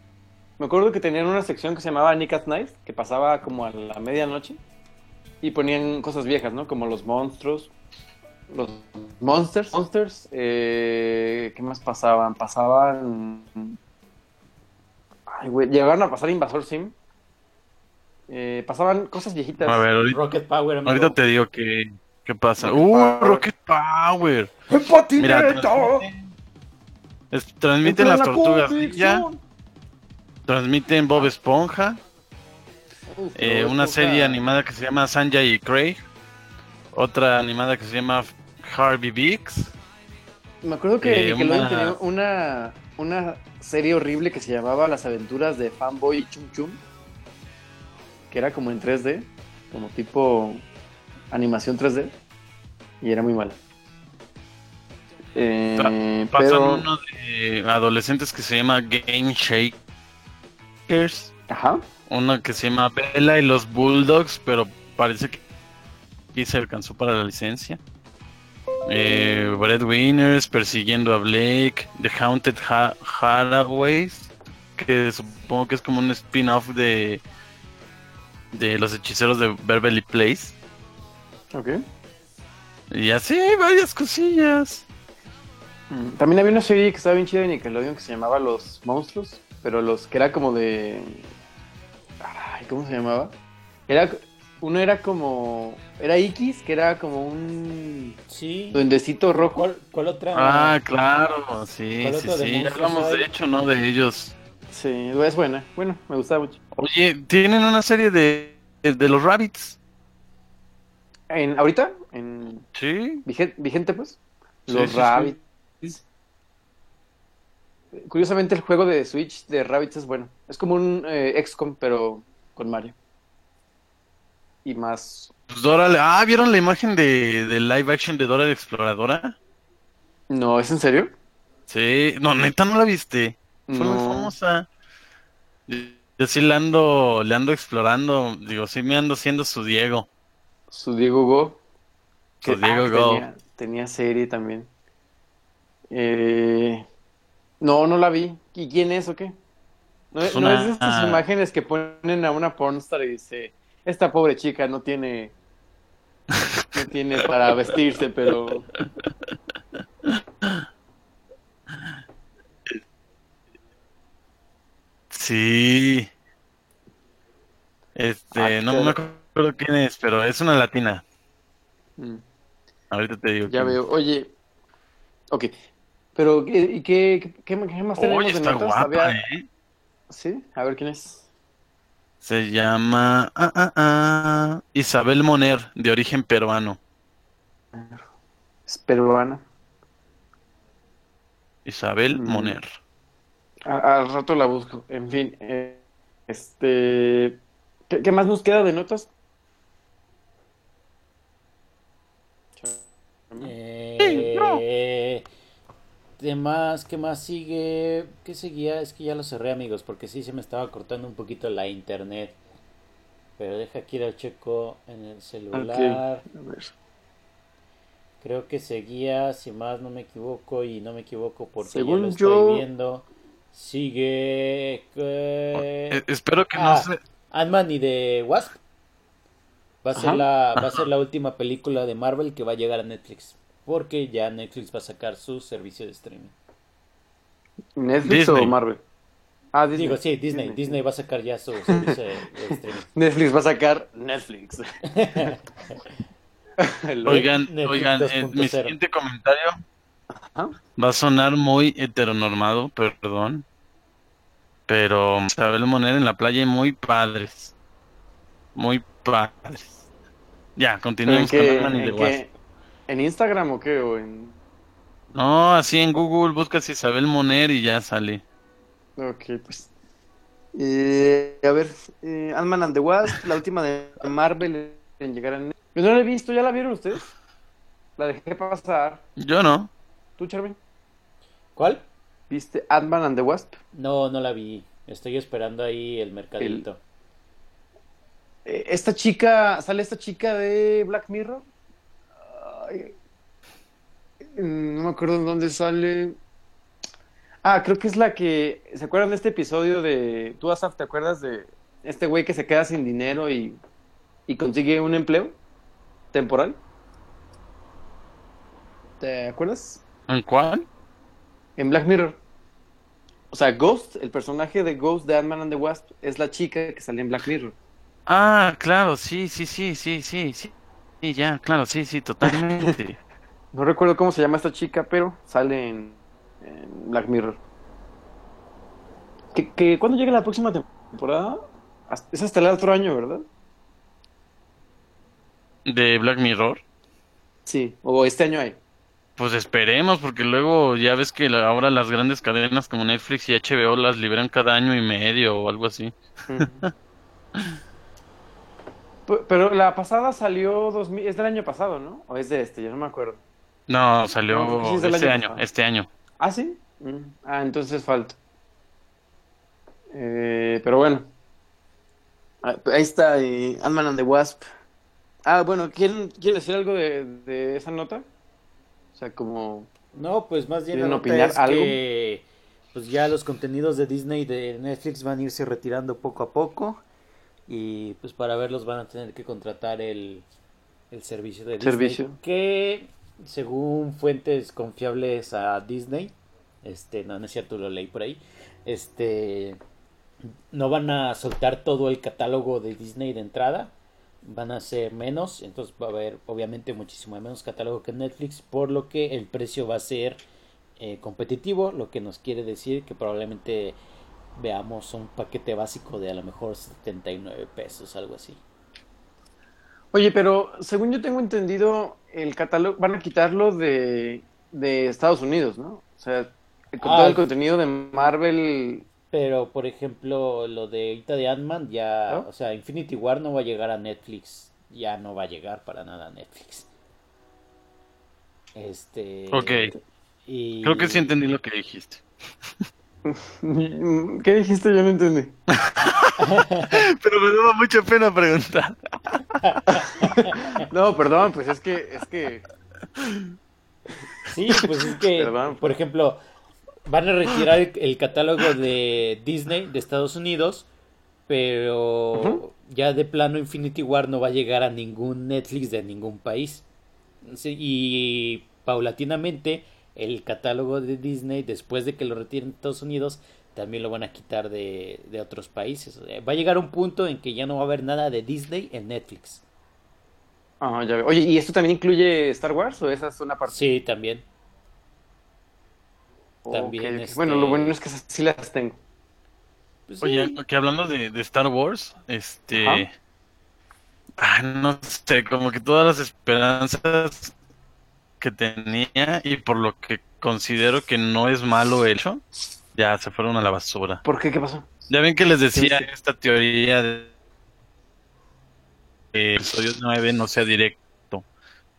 Me acuerdo que tenían una sección que se llamaba Nick at Night, que pasaba como a la medianoche y ponían cosas viejas, ¿no? Como los monstruos, los monsters, monsters. eh, ¿Qué más pasaban? Pasaban. Ay, güey, llegaron a pasar Invasor Sim. Eh, pasaban cosas viejitas. A ver, ahorita, Rocket Power, amigo. ahorita te digo que, qué pasa. Rocket ¡Uh, Power. Rocket Power! Mira, transmiten, es- transmiten Entra las la tortugas convicción. ninja, transmiten Bob Esponja, Uf, eh, Bob una Esponja. serie animada que se llama Sanjay y Craig, otra animada que se llama Harvey Biggs. Me acuerdo que Eh, Nickelodeon una- tenía una, una serie horrible que se llamaba Las aventuras de Fanboy y Chum Chum, que era como en 3D, como tipo animación 3D, y era muy mala. Eh, Pasan pero... uno de adolescentes que se llama Game Shakers, Ajá. uno que se llama Bella y los Bulldogs, pero parece que aquí se alcanzó para la licencia. Eh, Breadwinners, Persiguiendo a Blake, The Haunted Ha- Haraways, que supongo que es como un spin-off de, de Los Hechiceros de Beverly Place. Ok. Y así, varias cosillas. Mm, También había una serie que estaba bien chida de Nickelodeon que se llamaba Los Monstruos, pero los que era como de. Ay, ¿cómo se llamaba? Era. Uno era como. Era X, que era como un. Sí. Duendecito rojo. ¿Cuál, cuál otra? Ah, claro, sí, ¿Cuál sí, otro de sí. Ya Monstruos hablamos hay? de hecho, ¿no? De ellos. Sí, es buena. Bueno, me gustaba mucho. Oye, tienen una serie de, de, de los Rabbits. En, ahorita, en Sí. vigen- vigente, pues. Sí, Los sí, sí. Rabbits. Curiosamente, el juego de Switch de Rabbits es bueno. Es como un eh, XCOM, pero con Mario. Y más. Pues Dora, la- ah, ¿vieron la imagen de, de live action de Dora la Exploradora? No, ¿es en serio? Sí, no, neta, no la viste. Fue muy No. famosa. Y- Yo sí le ando, le ando explorando, digo, sí me ando haciendo su Diego. Su Diego Go. ah, Su Diego Go. Tenía, tenía serie también. Eh, no, no la vi. ¿Y quién es o qué? No, Es no una- es de estas imágenes que ponen a una pornstar y dice, esta pobre chica no tiene... No tiene para vestirse, pero... Sí. Este, Ah, no me acuerdo quién es, pero es una latina. mm, Ahorita te digo. Ya quién. veo. Oye. Ok. Pero, ¿qué- ¿y qué, qué, qué más tenemos Oye, de está notas? guapa, Había- ¿eh? Sí, a ver quién es. Se llama ah, ah, ah, Isabel Moner, de origen peruano. Es peruana. Isabel Mm. Moner. A- Al rato la busco. En fin, eh, este, ¿qué, qué más nos queda de notas? Eh, ¿Qué más? ¿Qué más sigue? ¿Qué seguía? Es que ya lo cerré, amigos, porque sí se me estaba cortando un poquito la internet. Pero deja aquí lo checo en el celular. A ver. Creo que seguía, si más no me equivoco, y no me equivoco porque ya Según lo yo- estoy viendo. Sigue. eh, Eh, espero que ah. no se. Ant-Man y de Wasp. Va a, ser Ajá. la, va a ser la última película de Marvel que va a llegar a Netflix. Porque ya Netflix va a sacar su servicio de streaming. ¿Netflix Disney. o Marvel? Ah, Disney. Digo, sí, Disney. Disney, va a sacar ya su servicio de, de streaming. Netflix va a sacar Netflix. Lo- Oigan, Netflix oigan, eh, 2.0. mi siguiente comentario Ajá. va a sonar muy heteronormado, perdón. Pero Isabel Moner en la playa, muy padres. Muy padres. Ya, ¿Pero ¿En, continuemos con qué- Ant-Man y en The qué- Wasp. ¿En Instagram o qué? ¿O en... No, así en Google buscas Isabel Moner y ya sale. Ok, pues. Eh, a ver, eh, Ant-Man Pues and the Wasp, la última de Marvel en llegar a Netflix. Yo no la he visto, ¿ya la vieron ustedes? La dejé pasar. Yo no. ¿Tú, Charmin? ¿Cuál? ¿Viste Ant-Man and the Wasp? No, no la vi. Estoy esperando ahí el mercadito. Eh, Esta chica, sale esta chica de Black Mirror. Ay, no me acuerdo en dónde sale. Ah, creo que es la que. ¿Se acuerdan de este episodio de. Tú, Asaf, ¿te acuerdas de este güey que se queda sin dinero y, y consigue un empleo temporal? ¿Te acuerdas? ¿En cuál? En Black Mirror. O sea, Ghost, el personaje de Ghost de Ant-Man and the Wasp, es la chica que sale en Black Mirror. Ah, claro, sí, sí, sí, sí, sí, sí. Sí, ya, claro, sí, sí, totalmente. No recuerdo cómo se llama esta chica, pero sale en, en Black Mirror. ¿Que, que cuándo llega la próxima temporada? Hasta- Es hasta el otro año, ¿verdad? *laughs* ¿De Black Mirror? Sí, o este año hay. Pues esperemos, porque luego ya ves que la- ahora las grandes cadenas como Netflix y HBO las liberan cada año y medio o algo así. *laughs* P- Pero la pasada salió 2000, es del año pasado, ¿no? O es de este, yo no me acuerdo. No, salió No, sí, es del este año año, pasado. este año. ¿Ah, sí? Mm, Ah, entonces falta. Eh, pero bueno. Ah, Ahí está eh, Ant-Man and the Wasp. Ah, bueno, ¿quieren, quieren decir algo de, de esa nota? O sea, como... No, pues más bien ¿Quieren la nota opinar es algo? que pues ya los contenidos de Disney y de Netflix van a irse retirando poco a poco y pues para verlos van a tener que contratar el, el servicio de Disney Servicio. que según fuentes confiables a Disney, este no, no es cierto, lo leí por ahí, este no van a soltar todo el catálogo de Disney de entrada, van a ser menos, entonces va a haber obviamente muchísimo menos catálogo que Netflix, por lo que el precio va a ser eh, competitivo, lo que nos quiere decir que probablemente veamos un paquete básico de a lo mejor 79 pesos, algo así. Oye, pero según yo tengo entendido, el catálogo van a quitarlo de, de Estados Unidos, ¿no? O sea, con todo Ah. el contenido de Marvel... *laughs* Pero por ejemplo, lo de ahorita de Ant-Man ya, ¿No? o sea, Infinity War no va a llegar a Netflix, ya no va a llegar para nada a Netflix. Este Ok. y Creo que sí entendí lo que dijiste. ¿Qué dijiste? Yo no *laughs* entendí. Pero me daba mucha pena preguntar. No, perdón, pues es que... Es que... Sí, pues es que, Perdón. por ejemplo, van a retirar el, el catálogo de Disney de Estados Unidos, pero ya de plano Infinity War no va a llegar a ningún Netflix de ningún país. Sí, y paulatinamente el catálogo de Disney, después de que lo retiren de Estados Unidos, también lo van a quitar de, de otros países. Eh, Va a llegar un punto en que ya no va a haber nada de Disney en Netflix. Ah, ya veo. Oye, ¿y esto también incluye Star Wars o esa es una parte? Sí, también. Ok, también, ok. este- Bueno, lo bueno es que esas sí las tengo. Pues Oye, sí. que hablando de, de Star Wars, este... Ajá. ah, no sé, como que todas las esperanzas que tenía y por lo que considero que no es malo hecho, ya se fueron a la basura. ¿Por qué? ¿Qué pasó? Ya ven que les decía Sí, sí. esta teoría de que episodio 9 no sea directo.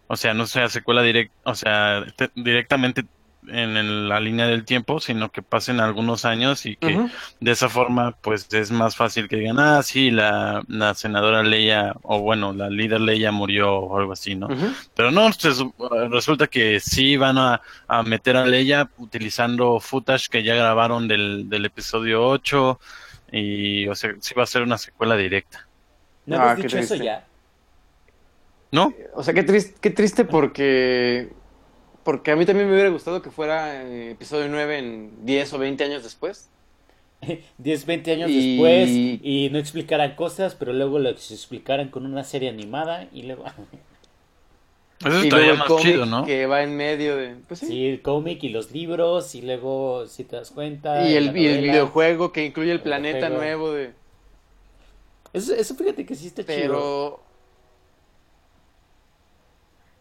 O sea, no sea secuela directa, o sea, te- directamente en el- la línea del tiempo, sino que pasen algunos años y que Ujú. de esa forma pues es más fácil que digan, ah, sí, la, la senadora Leia, o bueno, la líder Leia murió o algo así, ¿no? Ujú. Pero no, se su- resulta que sí van a, a meter a Leia utilizando footage que ya grabaron del, del episodio 8 y o sea, sí va a ser una secuela directa. ¿No Ah, hemos qué dicho eso triste. ya? ¿No? O sea, qué triste, qué triste porque porque a mí también me hubiera gustado que fuera eh, episodio 9 en 10 o 20 años después. 10, 20 años Y- después y no explicaran cosas, pero luego lo explicaran con una serie animada y luego... *laughs* Eso y estaría luego el más cómic chido, ¿no? que va en medio de... Pues sí. Sí, el cómic y los libros y luego, si te das cuenta... y, la el, y el novela. videojuego que incluye el El planeta videojuego. nuevo de... Eso, eso fíjate que sí está chido. Pero...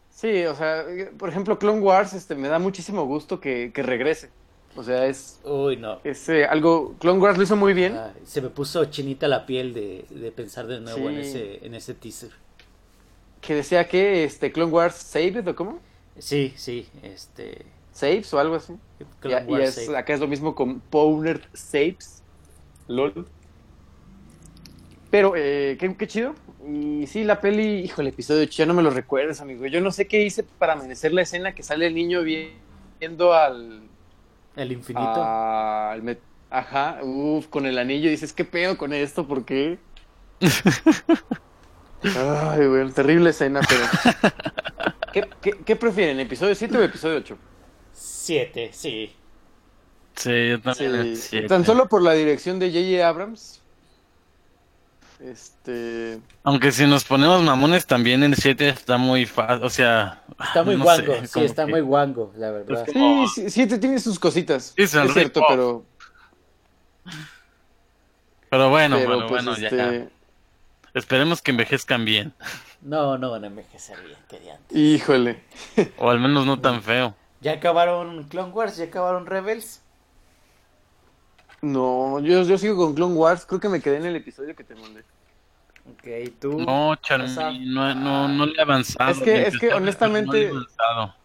Sí, o sea, por ejemplo, Clone Wars este, me da muchísimo gusto que, que regrese. O sea, es, Uy, no. es eh, algo... Clone Wars lo hizo muy bien. Ah, se me puso chinita la piel de, de pensar de nuevo en, Sí. ese, en ese teaser. Que decía que este, Clone Wars Saved, ¿o cómo? Sí, sí, este. Saves o algo así. Y, Clone y Wars es- Save. acá es lo mismo con Powner Saves. LOL. Pero, eh, qué, qué chido. Y sí, la peli, hijo, el episodio ocho, ya no me lo recuerdas, amigo. Yo no sé qué hice para amanecer la escena que sale el niño vi- viendo al. El infinito. Ah. al met- ajá, uff, con el anillo. Y dices, ¿qué pedo con esto? *laughs* ¿Por qué? Ay, güey, terrible escena, *laughs* pero. ¿Qué, qué, qué prefieren, episodio 7 o episodio 8? Siete, sí. Sí, yo también. Sí, es siete. Tan solo por la dirección de J.J. Abrams. Este. Aunque si nos ponemos mamones, también el 7 está muy fácil. O sea, Ah, Está muy *laughs* no sé, guango, sí, como está que- muy guango, la verdad. Sí, Es como- sí, sí, te tiene sus cositas. Oh. Sí, son es cierto, rip-off, pero. Pero bueno, pero, mano, pues, bueno, ya. este, Esperemos que envejezcan bien. No, no van a envejecer bien, que diantre. Híjole. O al menos no tan feo. ¿Ya acabaron Clone Wars? ¿Ya acabaron Rebels? No, yo, yo sigo con Clone Wars. Creo que me quedé en el episodio que te mandé. Ok, tú. No, Esa- Charmin, no, no, no le he avanzado. Es que- ni es que, empezado, honestamente- no le he avanzado.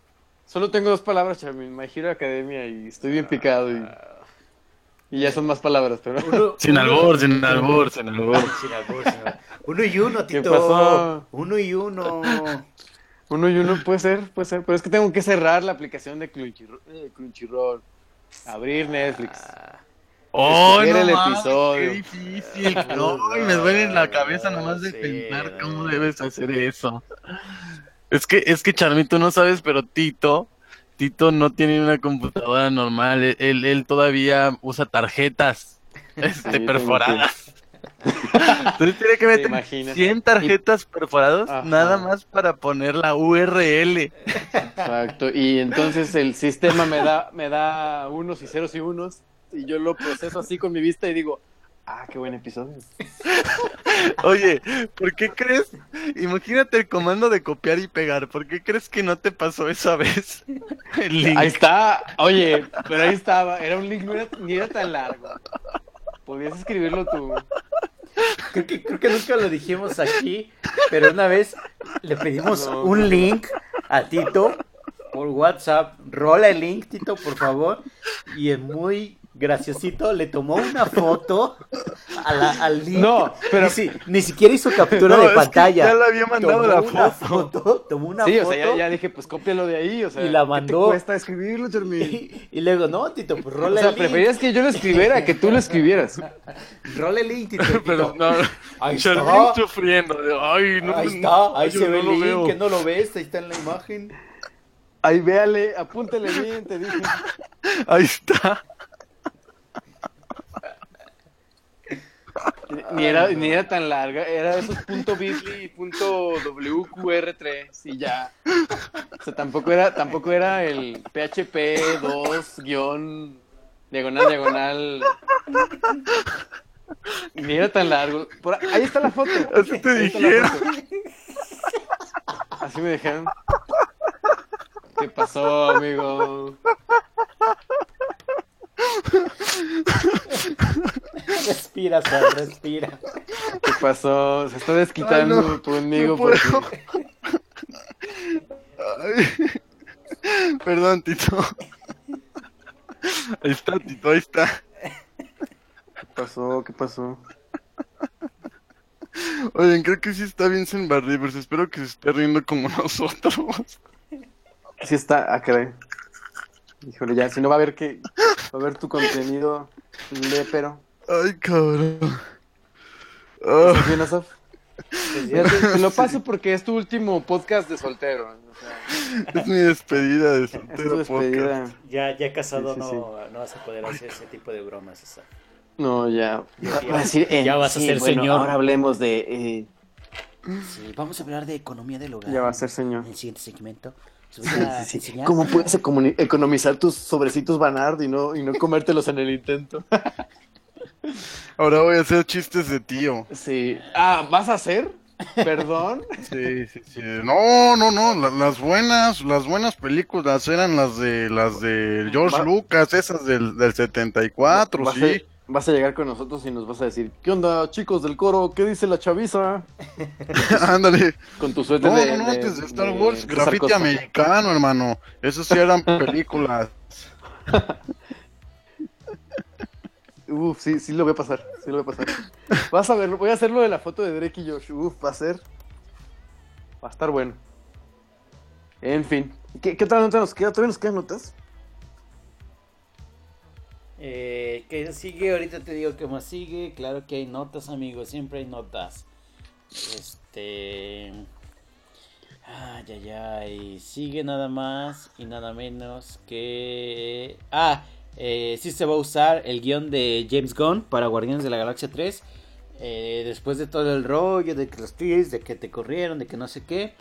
Solo tengo dos palabras, Charmin. My Hero Academia y estoy bien picado. Y, y ya son más palabras, pero. *laughs* Sin albur, sin albur, sin albur. Sin albur, sin albur. Uno y uno, ¿Qué Tito. pasó? Uno y uno. Uno y uno puede ser, puede ser. Pero es que tengo que cerrar la aplicación de Crunchyro- eh, Crunchyroll. Abrir Netflix. ¡Oh, Escoger no el mames, episodio. ¡Qué difícil! No, y me duele en la cabeza nomás de pensar cómo debes hacer eso. Es que, es que Charmin, tú no sabes, pero Tito, Tito no tiene una computadora normal. Él- Él, él todavía usa *laughs* tarjetas este, tengo perforadas. *laughs* Entonces tiene que meter imaginas? 100 tarjetas perforadas Ajá. nada más para poner la URL. Exacto. Y entonces el sistema me da, me da unos y ceros y unos. Y yo lo proceso así con mi vista y digo, ah, qué buen episodio. Oye, ¿por qué crees? Imagínate el comando de copiar y pegar. ¿Por qué crees que no te pasó *laughs* esa vez? El link. Ahí está. Oye, pero ahí estaba. Era un link, no era, ni era tan largo. Podías escribirlo tú. Creo que, creo que nunca lo dijimos aquí, pero una vez le pedimos No. un link a Tito por WhatsApp. Rola el link, Tito, por favor. Y el muy graciosito le tomó una foto a la- al link. No, pero- Ni, si- ni siquiera hizo captura No, es de que pantalla. ya le había mandado tomó la una foto. Tomó una Sí, o foto. sea, ya, ya dije, pues cópialo de ahí. O sea, Y la mandó. ¿Qué te cuesta escribirlo, *laughs* Charmin? Y, y luego, no, Tito, pues rola O sea, el link. preferías que yo lo escribiera, que tú lo escribieras. Rola el link, Tito. *laughs* Pero Tito. no, Ahí Charlín está. sufriendo. de, Ay, no, Ahí está, ahí yo se ve el no lo veo". link, que no lo ves, ahí está en la *laughs* imagen. Ahí véale, apúntale bien, te dije. Ahí está. Ni era, ni era tan larga, era de esos punto .bitly y punto .wqr3 y ya. O sea, tampoco era, tampoco era el PHP 2 guión diagonal diagonal. Ni era tan largo. Por ahí, ahí está la foto. Así te Ahí está la dijeron. foto. Así me dijeron. ¿Qué pasó, amigo? Respira, Sal, respira. ¿Qué pasó? Se está desquitando Ay, no. conmigo No puedo. porque- Ay. *laughs* Perdón, Tito. Ahí está, Tito, ahí está. ¿Qué pasó? ¿Qué pasó? Oigan, creo que sí está bien Bar Rivers. Espero que se esté riendo como *laughs* nosotros. Sí está, ah, caray. Híjole, ya, si no va a ver que va a ver tu contenido lépero. Ay, cabrón. pero Ah. bien, Asaf? Ya te, te lo paso porque es tu último podcast de soltero. o sea, Es mi despedida de es tu soltero podcast. despedida. Ya, ya casado Sí, sí, no, no vas a poder hacer ese tipo de bromas. o sea. No, ya. Va a decir, eh, Ya vas a sí, ser bueno, señor. ahora hablemos de. eh, Sí, vamos a hablar de economía del hogar. ya va a ser señor. En el siguiente segmento. se voy a enseñar- ¿Cómo puedes economi- economizar tus sobrecitos Banard y no, y no comértelos en el intento? Ahora voy a hacer chistes de tío. Sí. Ah, ¿vas a hacer? Perdón. Sí, sí, sí. Eh, No, no, no. la- las buenas, las buenas películas eran las de las de George Va- Lucas, esas del, del 74, Vas a- sí. Vas a llegar con nosotros y nos vas a decir, ¿qué onda, chicos del coro? ¿Qué dice la chaviza? *laughs* Ándale. Con tu suéter No, de, no, no, de- antes de Star de Wars, César grafiti Costa. americano, hermano. Eso sí eran *laughs* películas. Uf, sí, sí lo voy a pasar, sí lo voy a *laughs* pasar. Vas a ver, voy a hacer lo de la foto de Drake y Josh. Uf, va a ser. Va a estar bueno. En fin. ¿Qué, qué otra nota nos queda? ¿Todavía nos quedan notas? Eh, ¿Qué sigue? Ahorita te digo que más sigue. Claro que hay notas, amigos. Siempre hay notas. Este. Ay, ay, ay. Sigue nada más y nada menos que. Ah, eh, sí se va a usar el guión de James Gunn para Guardianes de la Galaxia 3. Eh, después de todo el rollo de que los tweets, de que te corrieron, de que no sé qué.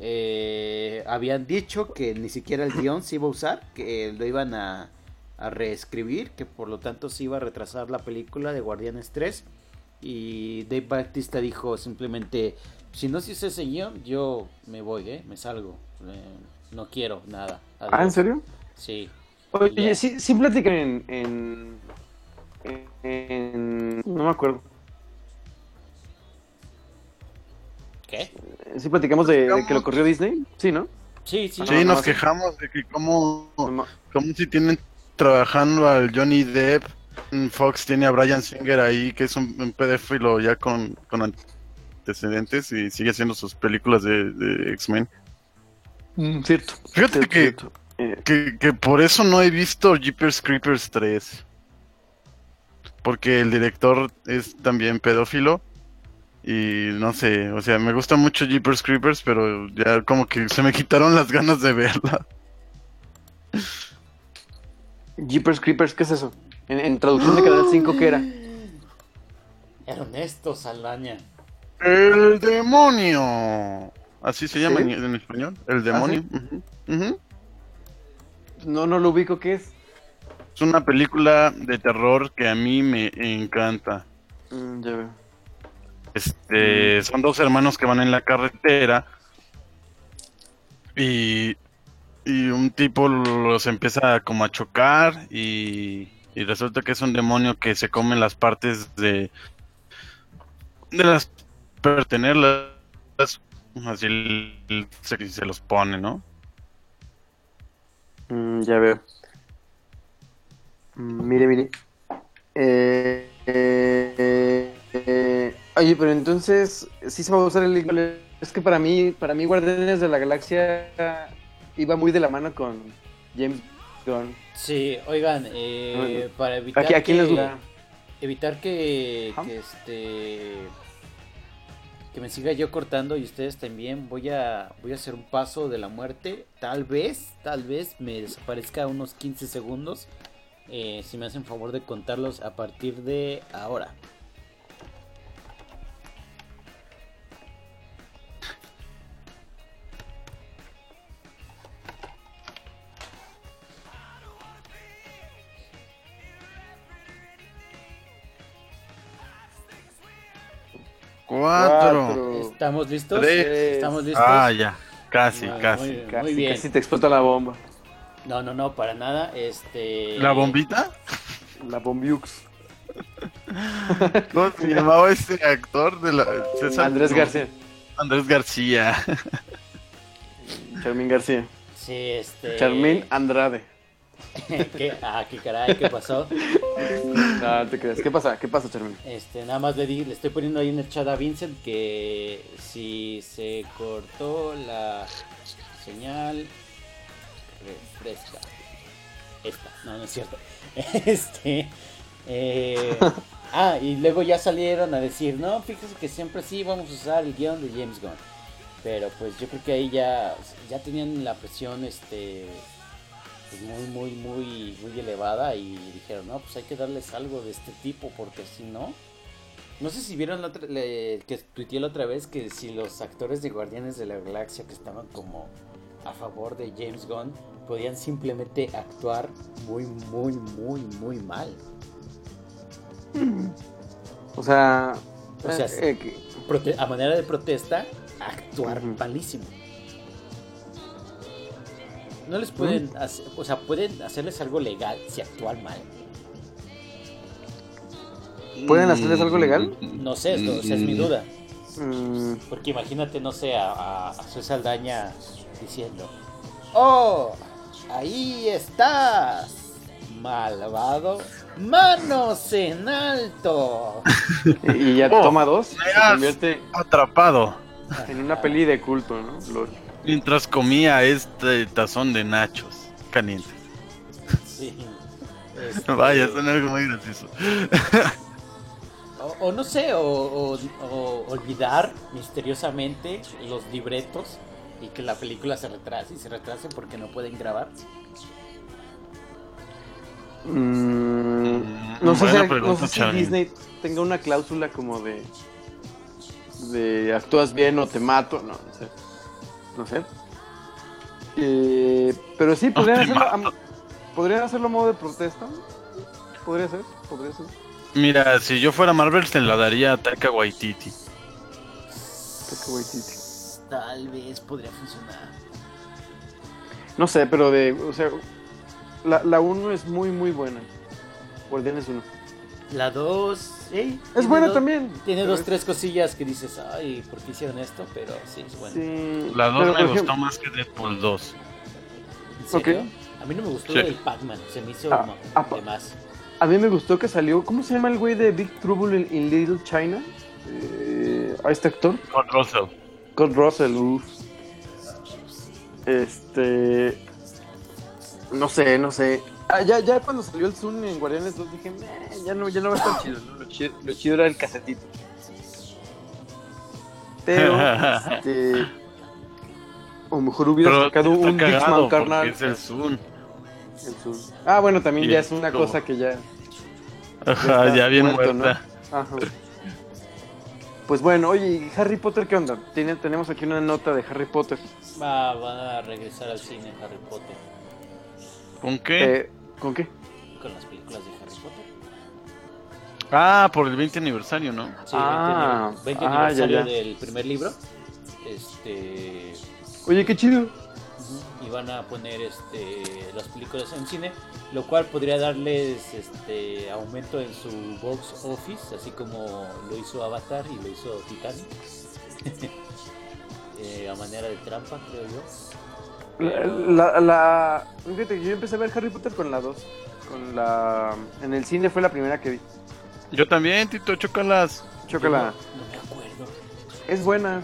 eh, habían dicho que ni siquiera el guión se iba a usar, que lo iban a a reescribir, que por lo tanto se iba a retrasar la película de Guardianes 3. Y Dave Bautista dijo simplemente, si no se usa ese guión, yo me voy, ¿eh? me salgo. Eh, no quiero nada. Ah, ¿en serio? Sí. Oye, Ya. sí, sí platican en, en, en- en- No me acuerdo. ¿Qué? Sí platicamos de, de que lo corrió Disney. Sí, ¿no? Sí, Sí, nos quejamos de que cómo, cómo si tienen trabajando al Johnny Depp, mm, Fox tiene a Brian Singer ahí, que es un, un pedófilo ya con, con antecedentes y sigue haciendo sus películas de, de X-Men. Mm, cierto. Fíjate que, que, que por eso no he visto Jeepers Creepers 3. Porque el director es también pedófilo. Y no sé, o sea, me gusta mucho Jeepers Creepers, pero ya como que se me quitaron las ganas de verla. Jeepers Creepers, ¿qué es eso? En, en traducción de Canal 5, ¿qué era? Ernesto Saldaña. ¡El demonio! Así se llama ¿Sí? en, en español, el demonio. Ujú, ujú. No, no lo ubico, ¿qué es? Es una película de terror que a mí me encanta. Mm, ya veo. Este, Mm. son dos hermanos que van en la carretera y, y un tipo los empieza como a chocar y, y resulta que es un demonio que se come las partes de de las pertenerlas así el- el- se, se los pone, ¿no? Mm, ya veo. Mm, Mire, mire. Eh, eh, eh, oye, pero entonces, sí se va a usar el igual. Es que para mí, para mí, Guardianes de la Galaxia iba muy de la mano con James Gunn. Sí, oigan, eh, Bueno, para evitar aquí- aquí que, les va. evitar que, que este que me siga yo cortando y ustedes también voy a voy a hacer un paso de la muerte, tal vez, tal vez me desaparezca unos 15 segundos. eh, si me hacen favor de contarlos a partir de ahora. Cuatro. ¿Estamos listos? Tres. ¿Estamos listos? Ah, ya. Casi, Ah, Bueno, casi. muy- muy bien. Casi te explota la bomba. No, no, no, para nada. Este ¿La bombita? La bombiux. ¿Cómo se llamaba este actor de la César? Andrés García. Andrés García. Charmín García. Sí, este Charmín Andrade. *laughs* ¿Qué? Ah, qué caray, ¿qué pasó? No, no Ah, te creas. ¿Qué pasa? ¿Qué pasa, Charmín? Este, nada más le, di- le estoy poniendo ahí en el chat a Vincent que si se cortó la señal, refresca. Esta, no, no es cierto. *laughs* Este, eh, ah, y luego ya salieron a decir, no, fíjese que siempre sí vamos a usar el guión de James Gunn. Pero pues yo creo que ahí ya, ya tenían la presión, este, pues, muy, muy, muy, muy elevada y dijeron, no, pues hay que darles algo de este tipo porque si no... No sé si vieron la otra- le- que tuiteé la otra vez que si los actores de Guardianes de la Galaxia que estaban como a favor de James Gunn podían simplemente actuar muy, muy, muy, muy mal. O sea, O sea, eh, eh, que- prote- a manera de protesta, actuar malísimo. No les pueden hacer, o sea, pueden hacerles algo legal si actúan mal. ¿Pueden hacerles algo legal? No sé, esto, esa es mi duda. Mm, Porque imagínate, no sé, a, a, a Zoe Saldaña diciendo: ¡Oh! ¡Ahí estás! Malvado, manos *laughs* en alto. y ya Oh, toma dos. Se convierte atrapado. en una peli de culto, ¿no? Lol. Mientras comía este tazón de nachos calientes. Sí. *laughs* Este, Vaya, suena algo muy gracioso. O, o no sé, o, o- o olvidar misteriosamente los libretos y que la película se retrase y se retrase porque no pueden grabar. Mm, no sé, Buena si, no pregunta, sé si Charlie. Disney tenga una cláusula como de de actúas bien o te mato, no, no sé. No sé. Eh, pero sí, podrían hacerlo, a- podrían hacerlo a modo de protesta. Podría ser, podría ser. Mira, si yo fuera Marvel, se la daría a Taika Waititi. Taika Waititi. Tal vez podría funcionar. No sé, pero de, o sea, la, la 1 es muy, muy buena. Guardianes 1. La 2, Es buena también. Tiene Pero dos, es- tres cosillas que dices, ay, ¿por qué hicieron esto? Pero sí, es buena. Sí. La 2 Pero, me por gustó ejemplo- más que Deadpool 2. ¿En serio? A mí no me gustó Sí. el Pac-Man, se me hizo Ah, ma- apa- de más. A mí me gustó que salió, ¿cómo se llama el güey de Big Trouble in, in Little China? Eh, a este actor. Con Russell. Kurt Russell, uf. Este. No sé, no sé. Ah, ya, ya cuando salió el Zoom en Guardianes 2 dije, "Meh, ya no, ya no va a estar chido, ¿no? Lo chido, lo chido era el casetito. *laughs* Pero, este. O mejor hubiera Pero sacado está un Big cagado Man porque carnal. Es el Zoom. El Zoom. Ah, bueno, también Y ya el es una Zoom. cosa que ya. Ajá, está Ah, ya bien muerto, ¿no? muerta. Ajá. Pues bueno, oye, ¿y Harry Potter qué onda? Tiene- tenemos aquí una nota de Harry Potter. Va, van a regresar al cine Harry Potter ¿Con qué? Eh, ¿Con qué? con las películas de Harry Potter. Ah, por el 20 aniversario, ¿no? Sí, Ah, 20, 20 aniversario del primer libro. Este. Oye, qué chido. ujú, Y van a poner este, las películas en cine, lo cual podría darles este aumento en su box office, así como lo hizo Avatar y lo hizo Titanic. *laughs* Eh, a manera de trampa, creo yo. La, la, la- fíjate que yo empecé a ver Harry Potter con la 2. Con la. En el cine fue la primera que vi. Yo también, Tito, chócalas. Chócala. No me acuerdo. Es buena.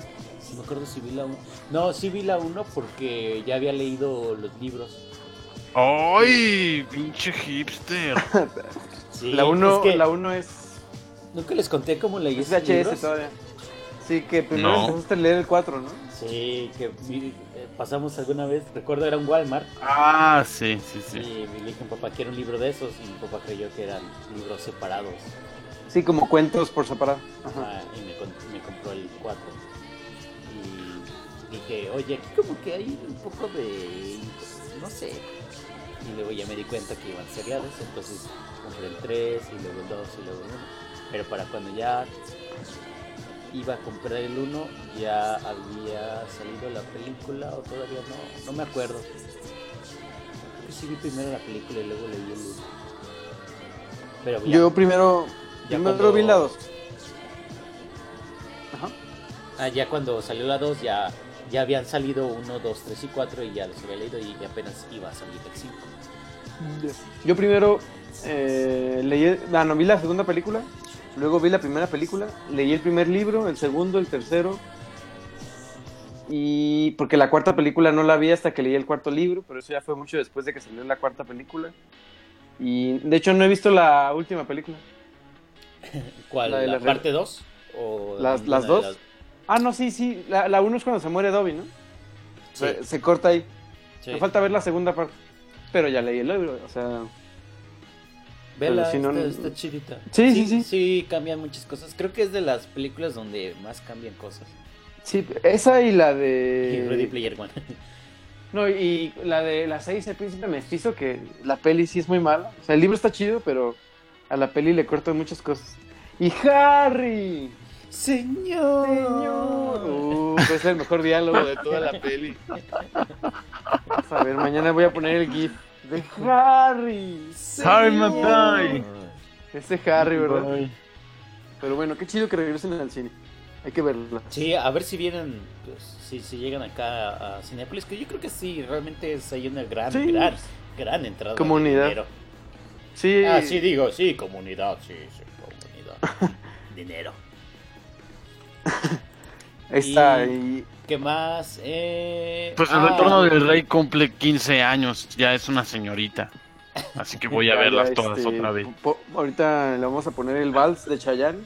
No me acuerdo si vi la 1. No, sí vi la 1 porque ya había leído los libros. ¡Ay! Pinche hipster. Sí, la 1 es que- la uno es. Nunca les conté cómo leí Es esos VHS libros. todavía. Sí, que primero No. empezaste a leer el 4, ¿no? Sí, que vi- eh, pasamos alguna vez, recuerdo era un Walmart Ah, sí, sí, sí. y me dije a mi papá quiero un libro de esos y mi papá creyó que eran libros separados Sí, como cuentos por separado. Ah, y me, con- me compró el 4 y dije, oye, aquí como que hay un poco de... no sé. Y luego ya me di cuenta que iban seriados, entonces compré el 3 y luego el 2 y luego el 1. Pero para cuando ya iba a comprar el 1, ya había salido la película o todavía no, no me acuerdo. Creo que sí vi primero la película y luego leí el 1. Pero ya- Yo primero. Ya primero cuando- vi la 2. Ah, ya cuando salió la 2 ya, ya habían salido 1, 2, 3 y 4 y ya los había leído y apenas iba a salir el 5. Yo primero eh, leí, ah, no, vi la segunda película, luego vi la primera película, leí el primer libro, el segundo, el tercero, y porque la cuarta película no la vi hasta que leí el cuarto libro, pero eso ya fue mucho después de que salió la cuarta película. Y de hecho no he visto la última película. ¿Cuál? La ¿La, de la parte 2? ¿O ¿Las, ninguna las de dos? Ah, no, sí, sí, la, la uno es cuando se muere Dobby, ¿no? Se, se corta ahí. Sí. Me falta ver la segunda parte, pero ya leí el libro, o sea... Vela, pero si no, está, no- está chidita. Sí, sí, sí. Sí, cambian muchas cosas. Creo que es de las películas donde más cambian cosas. Sí, esa y la Y de... Ready Player *laughs* One. No, y la de las seis el príncipe mestizo, que la peli sí es muy mala. O sea, el libro está chido, pero a la peli le cortan muchas cosas. ¡Y Harry! Señor. Uh, es el mejor diálogo de toda la peli. Vamos a ver, mañana voy a poner el GIF de Harry. Harry Matai. Ese Harry, ¿verdad? Pero bueno, qué chido que regresen al cine. Hay que verla. Sí, a ver si vienen, pues, si, si llegan acá a, a Cinepolis, que yo creo que sí, realmente es ahí una gran, Sí. gran, gran entrada. de Comunidad. dinero. Sí. Ah, sí, digo, sí, comunidad, sí, sí, comunidad. *laughs* dinero. Está Y- ahí. ¿Qué más? Eh, Pues el ah, retorno del rey cumple 15 años, ya es una señorita. Así que voy *laughs* a Ya, verlas ya, todas este, otra vez. po- ahorita le vamos a poner el vals de Chayanne.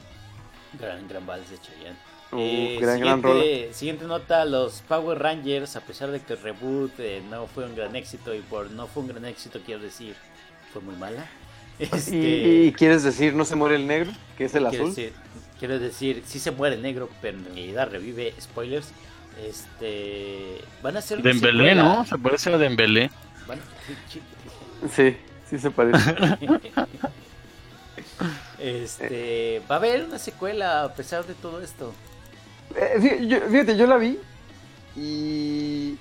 Gran, gran vals de Chayanne. Uh, Eh, gran, gran siguiente, siguiente nota, los Power Rangers, a pesar de que el reboot eh, no fue un gran éxito, y por no fue un gran éxito quiero decir, fue muy *laughs* mala. Este, Y, y quieres decir no se muere el negro, que es el quiero azul. Decir, quiero decir, sí se muere el negro, pero en realidad revive, spoilers, este, van a ser... una Dembélé, secuela. ¿no? Se parece a Dembélé. Van- sí, sí. Sí, sí *laughs* se parece. Este, va a haber una secuela a pesar de todo esto. Eh, fí- yo- fíjate, yo la vi y.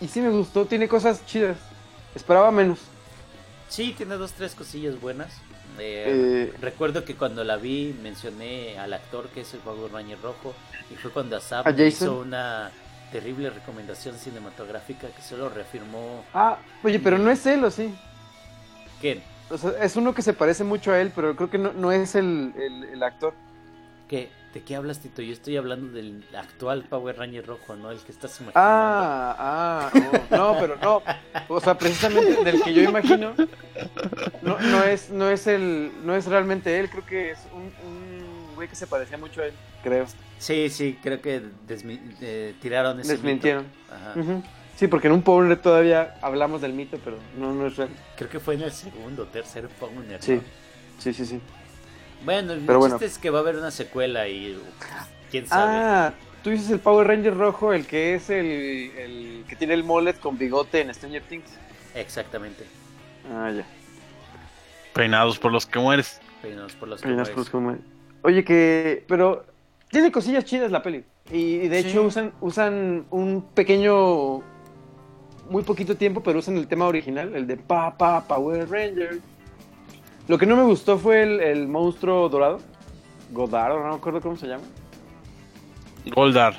Y sí me gustó, tiene cosas chidas. Esperaba menos. Sí, tiene dos, tres cosillas buenas. Eh, Eh. Recuerdo que cuando la vi mencioné al actor que es el Power Ranger rojo y fue cuando Asap ¿A me Jason? hizo una terrible recomendación cinematográfica que solo reafirmó Ah, oye, pero no es él, ¿o sí? ¿Quién? O sea, es uno que se parece mucho a él, pero creo que no, no es el, el- el actor. ¿Qué? ¿De qué hablas, Tito? Yo estoy hablando del actual Power Ranger rojo, ¿no? El que estás imaginando. Ah, ah, no, no, pero no. O sea, precisamente del que yo imagino, no, no es, no es el, no es realmente él, creo que es un, un güey que se parecía mucho a él, creo. Sí, sí, creo que desmi- eh, tiraron ese Desmintieron. mito. Ah. Ajá. Ujú. Sí, porque en un pobre todavía hablamos del mito, pero no, no es real. Creo que fue en el segundo, tercer Power Sí, sí, sí, sí. Bueno, el Pero chiste bueno. es que va a haber una secuela y quién sabe. Ah, tú dices el Power Ranger rojo, el que es el, el que tiene el mullet con bigote en Stranger Things. Exactamente. Ah, ya. Peinados por los que mueres. Peinados por los Reinas Cowboys. Cruz como- Oye, que. Pero. Tiene cosillas chidas la peli. Y, y de Sí. hecho usan, usan un pequeño. Muy poquito tiempo, pero usan el tema original, el de Pa Pa Power Ranger. Lo que no me gustó fue el, el monstruo dorado. Godard, no me acuerdo cómo se llama. Goldar.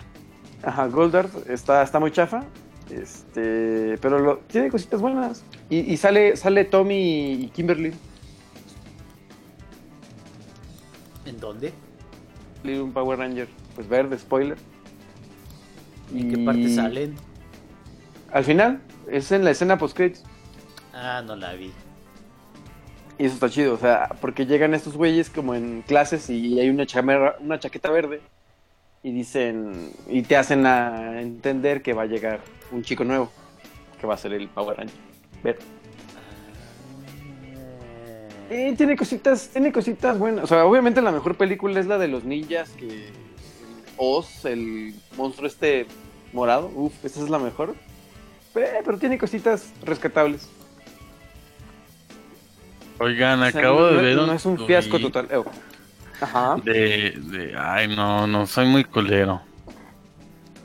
Ajá, Goldard está, está muy chafa. Este, pero lo- tiene cositas buenas. Y, y sale, sale Tommy y Kimberly. ¿En dónde? Sale Un Power Ranger, pues verde, spoiler. ¿En qué Y- parte salen? Al final, es en la escena post Ah, no la vi. Y eso está chido, o sea, porque llegan estos güeyes como en clases y hay una, chamera- una chaqueta verde y dicen, y te hacen a entender que va a llegar un chico nuevo, que va a ser el Power Ranger. verde. Eh, tiene cositas, tiene cositas buenas. O sea, obviamente la mejor película es la de los ninjas, que el Oz, el monstruo este morado, uff, esa es la mejor. Eh, pero tiene cositas rescatables. Oigan, O sea, acabo no- de no- ver No es un fiasco tuit total. Eh, Ajá. De, de- ay, no, no, soy muy culero.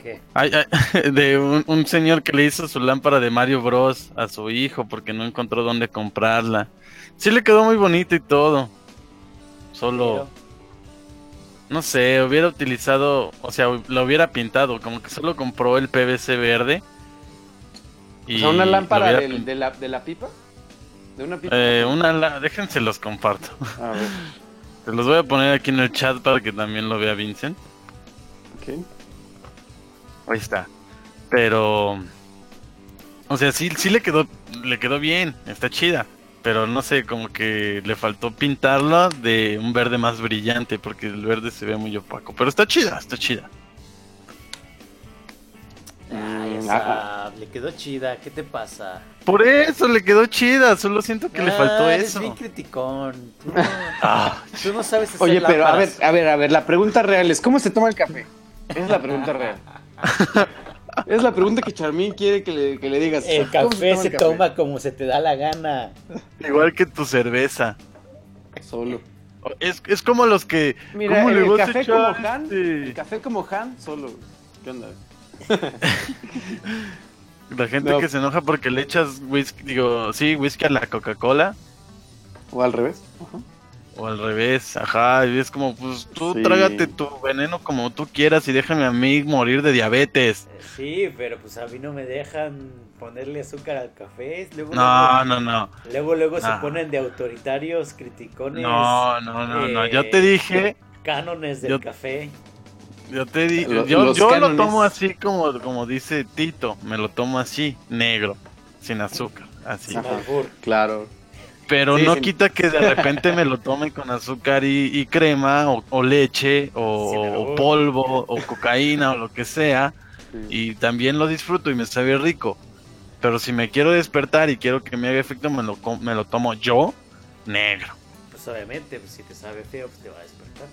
¿Qué? Ay, ay, *laughs* de un, un señor que le hizo su lámpara de Mario Bros a su hijo porque no encontró dónde comprarla. Sí le quedó muy bonito y todo. Solo, no sé, hubiera utilizado, o sea, la hubiera pintado, como que solo compró el PVC verde. O sea, una la lámpara hubiera del- pin- de, la, de la pipa. De una pipa. eh, una la- déjense los comparto. *laughs* A ver, Se los voy a poner aquí en el chat para que también lo vea Vincent. ok. Ahí está. Pero. O sea, sí, sí le quedó. Le quedó bien. Está chida. Pero no sé, como que le faltó pintarla de un verde más brillante. Porque el verde se ve muy opaco. Pero está chida, está chida. Ay, Mm, esa, le quedó chida. ¿Qué te pasa? Por eso le quedó chida. Solo siento que le Ah, faltó eres eso. bien criticón. Tú *laughs* no, Ah, tú no sabes hacer Oye, pero a ver, lámparas. a ver, a ver, la pregunta real es: ¿cómo se toma el café? Esa es la pregunta *laughs* real. Es la pregunta que Charmín quiere que le, que le digas. El ¿Cómo café el se café? toma como se te da la gana. igual que tu cerveza. solo. Es, es como los que. Mira, ¿cómo le el vas a café como echar, Han, este? el café como Han, solo. ¿Qué onda? La gente No. que se enoja porque le echas whisky. Digo, sí, whisky a la Coca-Cola. ¿O al revés? O al revés, ajá, y es como, pues tú Sí. trágate tu veneno como tú quieras y déjame a mí morir de diabetes. Eh, Sí, pero pues a mí no me dejan ponerle azúcar al café. Luego, No, luego- no, no. Luego, luego se No. ponen de autoritarios, criticones. No, no, no, no, yo te dije- Eh, Cánones del yo- café. Yo te di, Lo- yo, los yo lo cánones. tomo así como, como dice Tito, me lo tomo así, negro, sin azúcar, así. Ajá, Claro. Pero Sí, no sin- quita que de repente me lo tomen con azúcar y, y crema, o, o leche, o, o polvo, o cocaína, o lo que sea, y también lo disfruto y me sabe rico. Pero si me quiero despertar y quiero que me haga efecto, me lo, com- me lo tomo yo, negro. Pues obviamente, pues, si te sabe feo, pues te va a despertar.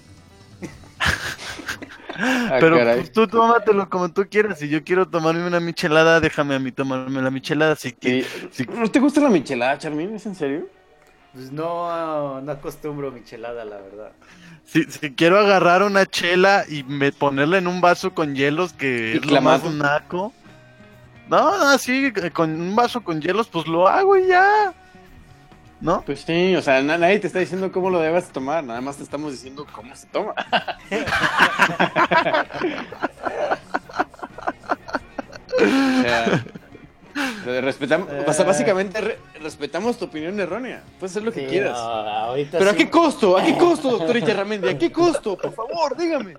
Ah, Pero pues, tú tómatelo como tú quieras. Si yo quiero tomarme una michelada, déjame a mí tomarme la michelada. Si, que, si- ¿No te gusta la michelada, Charmin? ¿Es en serio? Pues no, no acostumbro michelada, la verdad. si- si quiero agarrar una chela y me ponerla en un vaso con hielos, que Y es lo más clamato. naco. No, no, sí, eh, con un vaso con hielos, pues lo hago y ya. ¿No? Pues sí, o sea, na- nadie te está diciendo cómo lo debes tomar, nada más te estamos diciendo cómo se toma. *laughs* O sea, eh, respetam- o sea, básicamente re- respetamos tu opinión errónea. Puedes hacer lo que Sí, quieras. no, ahorita Pero a sí. qué costo, *laughs* a qué costo, doctor Icharramendi, a qué costo, por favor, dígame.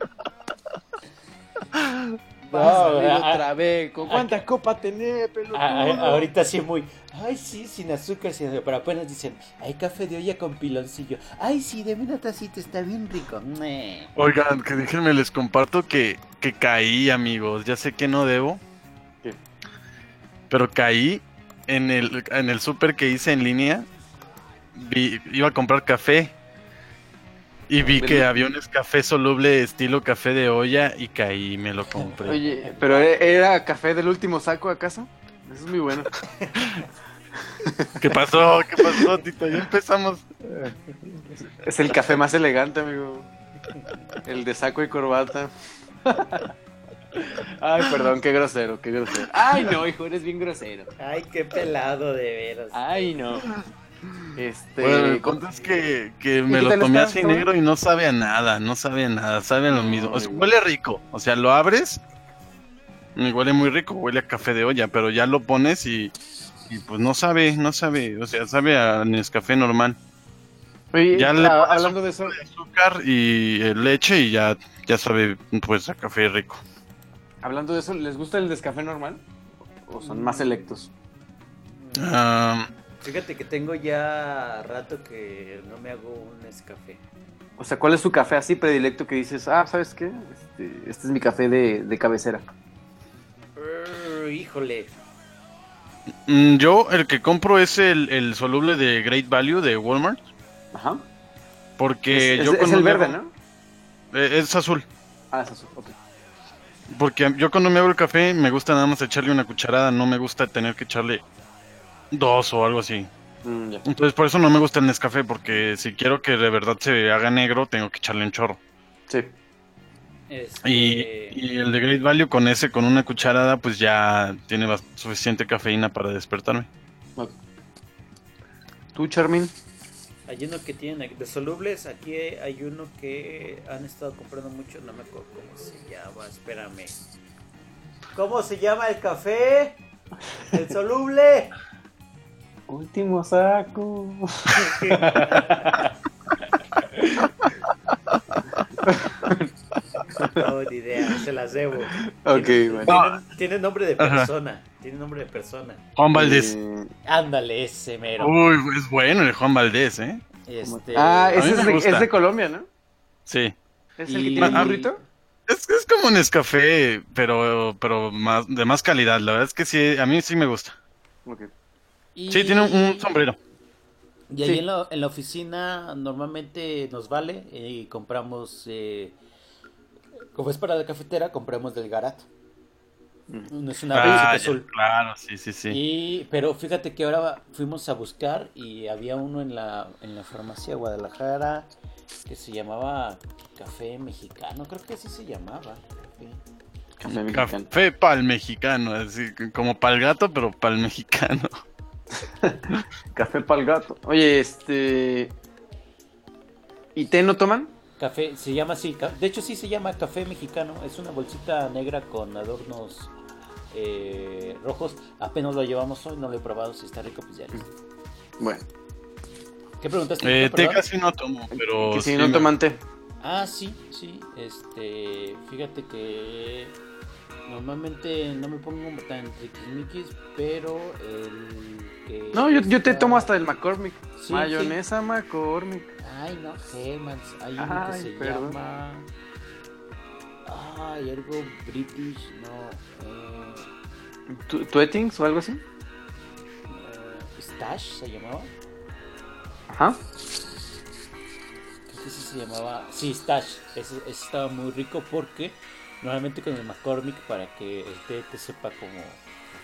Vas a salir a- otra vez, ¿con cuántas copas tenés, pelotudo? A- a- ahorita sí muy, ay sí, sin azúcar, sin azúcar, pero apenas dicen, hay café de olla con piloncillo, ay sí, deme una tacita, está bien rico. Mue. Oigan, que déjenme les comparto que, que caí, amigos. Ya sé que no debo. ¿Qué? Pero caí en el, en el súper que hice en línea. Vi- iba a comprar café. Y vi que Velo. había un café soluble estilo café de olla y caí y me lo compré. Oye, ¿pero e- era café del último saco acaso? Eso es muy bueno. ¿Qué pasó? ¿Qué pasó, Tito? Ya empezamos. Es el café más elegante, amigo. El de saco y corbata. Ay, perdón, qué grosero, qué grosero. Ay, no, hijo, eres bien grosero. Ay, qué pelado, de veras. Ah. Ay, no. Este, Bueno, el con- punto es que, que ¿Y me qué lo tal tomé está? así ¿Está bueno? negro y no sabe a nada, no sabe a nada, sabe a lo mismo. O sea, huele rico, o sea, lo abres y huele muy rico, huele a café de olla, pero ya lo pones y, y pues no sabe, no sabe, o sea, sabe a Nescafé normal. Oye, ya le ah, pones hablando de eso, azúcar y eh, leche y ya, ya sabe pues a café rico. hablando de eso, ¿les gusta el descafé normal? ¿O son más selectos? Ah, Fíjate que tengo ya rato que no me hago un escafé. O sea, ¿cuál es su café así predilecto que dices, ah, ¿sabes qué? Este, este es mi café de, de cabecera. híjole. mm, yo el que compro es el, el soluble de Great Value de Walmart. Ajá. Porque es, Eh, yo es- es cuando el me verde, hago- ¿no? Eh, es azul. Ah, es azul, ok. Porque yo cuando me hago el café me gusta nada más echarle una cucharada, no me gusta tener que echarle dos o algo así. Mm, ya. Entonces por eso no me gusta el Nescafé, porque si quiero que de verdad se haga negro, tengo que echarle un chorro. Sí. Este, Y, y el de Great Value con ese, con una cucharada, pues ya tiene bas- suficiente cafeína para despertarme. ¿Tú, Charmin? Hay uno que tienen aquí- de solubles, aquí hay uno que han estado comprando mucho, no me acuerdo cómo se llama, espérame. ¿Cómo se llama el café? El soluble. Último saco. No, ni idea, se las debo. Ok, Tiene- bueno. tiene- Tiene nombre de Ajá. persona, tiene nombre de persona. Juan Valdés. Ándale, ese mero. Uy, es bueno el Juan Valdés, ¿eh? Este, Ah, A mí ese me es de, gusta. es de Colombia, ¿no? Sí. ¿Es el que Y- tiene un Ah, burrito? Es, es como un Nescafé, pero, pero más, de más calidad. La verdad es que sí, a mí sí me gusta. Ok. y- Sí, tiene un- un sombrero. Y ahí Sí. en, la- en la oficina normalmente nos vale eh, y compramos, eh, como es para la cafetera, compramos del Garat. No es una bolsita Ah, ya, azul. Claro, sí, sí, sí. Y, pero fíjate que ahora fuimos a buscar y había uno en la, en la farmacia de Guadalajara que se llamaba Café Mexicano, creo que así se llamaba. Café mexicano. Café pal mexicano, así como pal gato, pero pal mexicano. *laughs* Café pa'l gato. Oye, este. ¿Y té no toman? Café, se llama así. ca- De hecho, sí se llama café mexicano. Es una bolsita negra con adornos eh, rojos. Apenas lo llevamos hoy, no lo he probado. Si está rico, pues ya. Bueno. ¿Qué preguntaste? Eh, Nico, té perdón? casi no tomo, pero. Que si sí no me- toman té. Ah, sí, sí. Este, fíjate que normalmente no me pongo tan triquismiquis, pero el que. No, yo, yo té está- tomo hasta del McCormick. Sí, Mayonesa McCormick. Ay, no, Hellmann's. Hay uno que Ay, se perdón. llama. Ay, algo British, no. eh, ¿Tu- ¿Tuetings o algo así? Stash se llamaba. Ajá. Creo que sí se llamaba. Sí, Stash. Eso, eso estaba muy rico porque normalmente con el McCormick para que el té te sepa como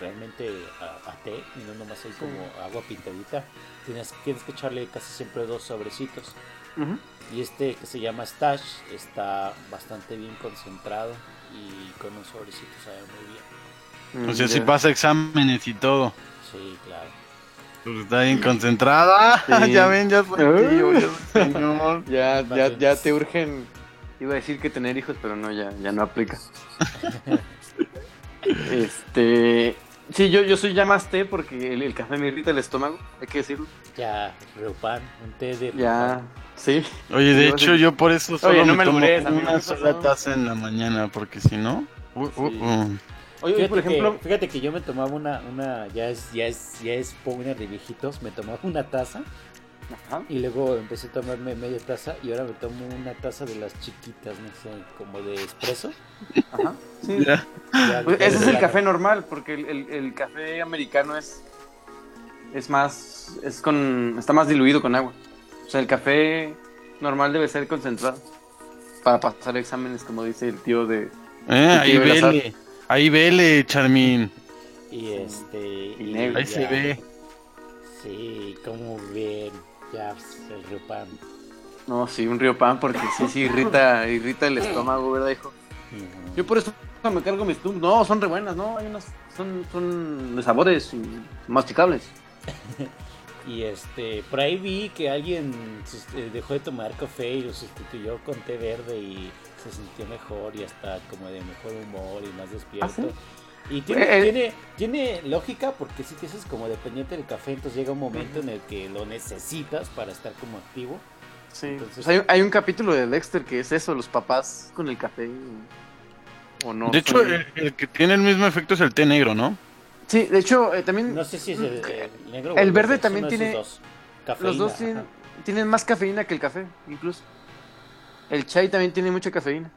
realmente a, a té y no nomás ahí como agua pintadita. Tienes, tienes que echarle casi siempre dos sobrecitos. Ujú. Y este que se llama Stash está bastante bien concentrado y con un sobrecito sabe muy bien. Mm, O sea, si pasa exámenes y todo. Sí, claro. Pues está bien concentrada. *laughs* Sí. ya ven, ya soy tío, ya soy *laughs* señor. Ya, ya, ya te urgen. Iba a decir que tener hijos, pero no, ya, ya no *laughs* aplica. este. Sí, yo, yo soy ya más té porque el, el café me irrita el estómago, hay que decirlo. Ya, Reupan, un té de Ya, sí. Oye, de Yo hecho, sí. yo por eso solo Oye, no me, me tomo albures, amigo, una no. sola taza en la mañana, porque si no. uh, uh, uh. Oye, fíjate por ejemplo- que, fíjate que yo me tomaba una, una ya es, ya es, ya es powner de viejitos, me tomaba una taza y luego empecé a tomarme media taza y ahora me tomo una taza de las chiquitas, no sé, como de espresso. Ajá, sí. Ya. Ya, Pues ya ese es el la- café normal, porque el, el- el café americano es. Es más. Es con. Está más diluido con agua. O sea, el café normal debe ser concentrado. Para pasar exámenes, como dice el tío de. Eh, el ahí tío Eleazar. vele. Ahí vele, Charmín. Y este. y negro. Ahí se ya. ve. Sí, como ven. Ya, pues, el Rupan. No, sí, un río pan, porque sí, sí, irrita, irrita el estómago, ¿verdad, hijo? Yo por eso me cargo mis tum. No, son re buenas, no, hay unas. Son, son de sabores y masticables. Y este, por ahí vi que alguien sus- eh, dejó de tomar café y lo sustituyó con té verde y se sintió mejor y hasta como de mejor humor y más ¿Ah, despierto. Y tiene, Eh, eh. tiene, tiene lógica porque si te haces como dependiente del café, entonces llega un momento en el que lo necesitas para estar como activo. Sí. Entonces- O sea, hay, hay un capítulo de Dexter que es eso, los papás con el café. O no. De hecho, eh, son- el, el que tiene el mismo efecto es el té negro, ¿no? Sí, de hecho, eh, también. No sé si es el, el negro o El verde es también uno de esos tiene- dos. Cafeína, Los dos ajá. tienen, tienen más cafeína que el café, incluso. El chai también tiene mucha cafeína.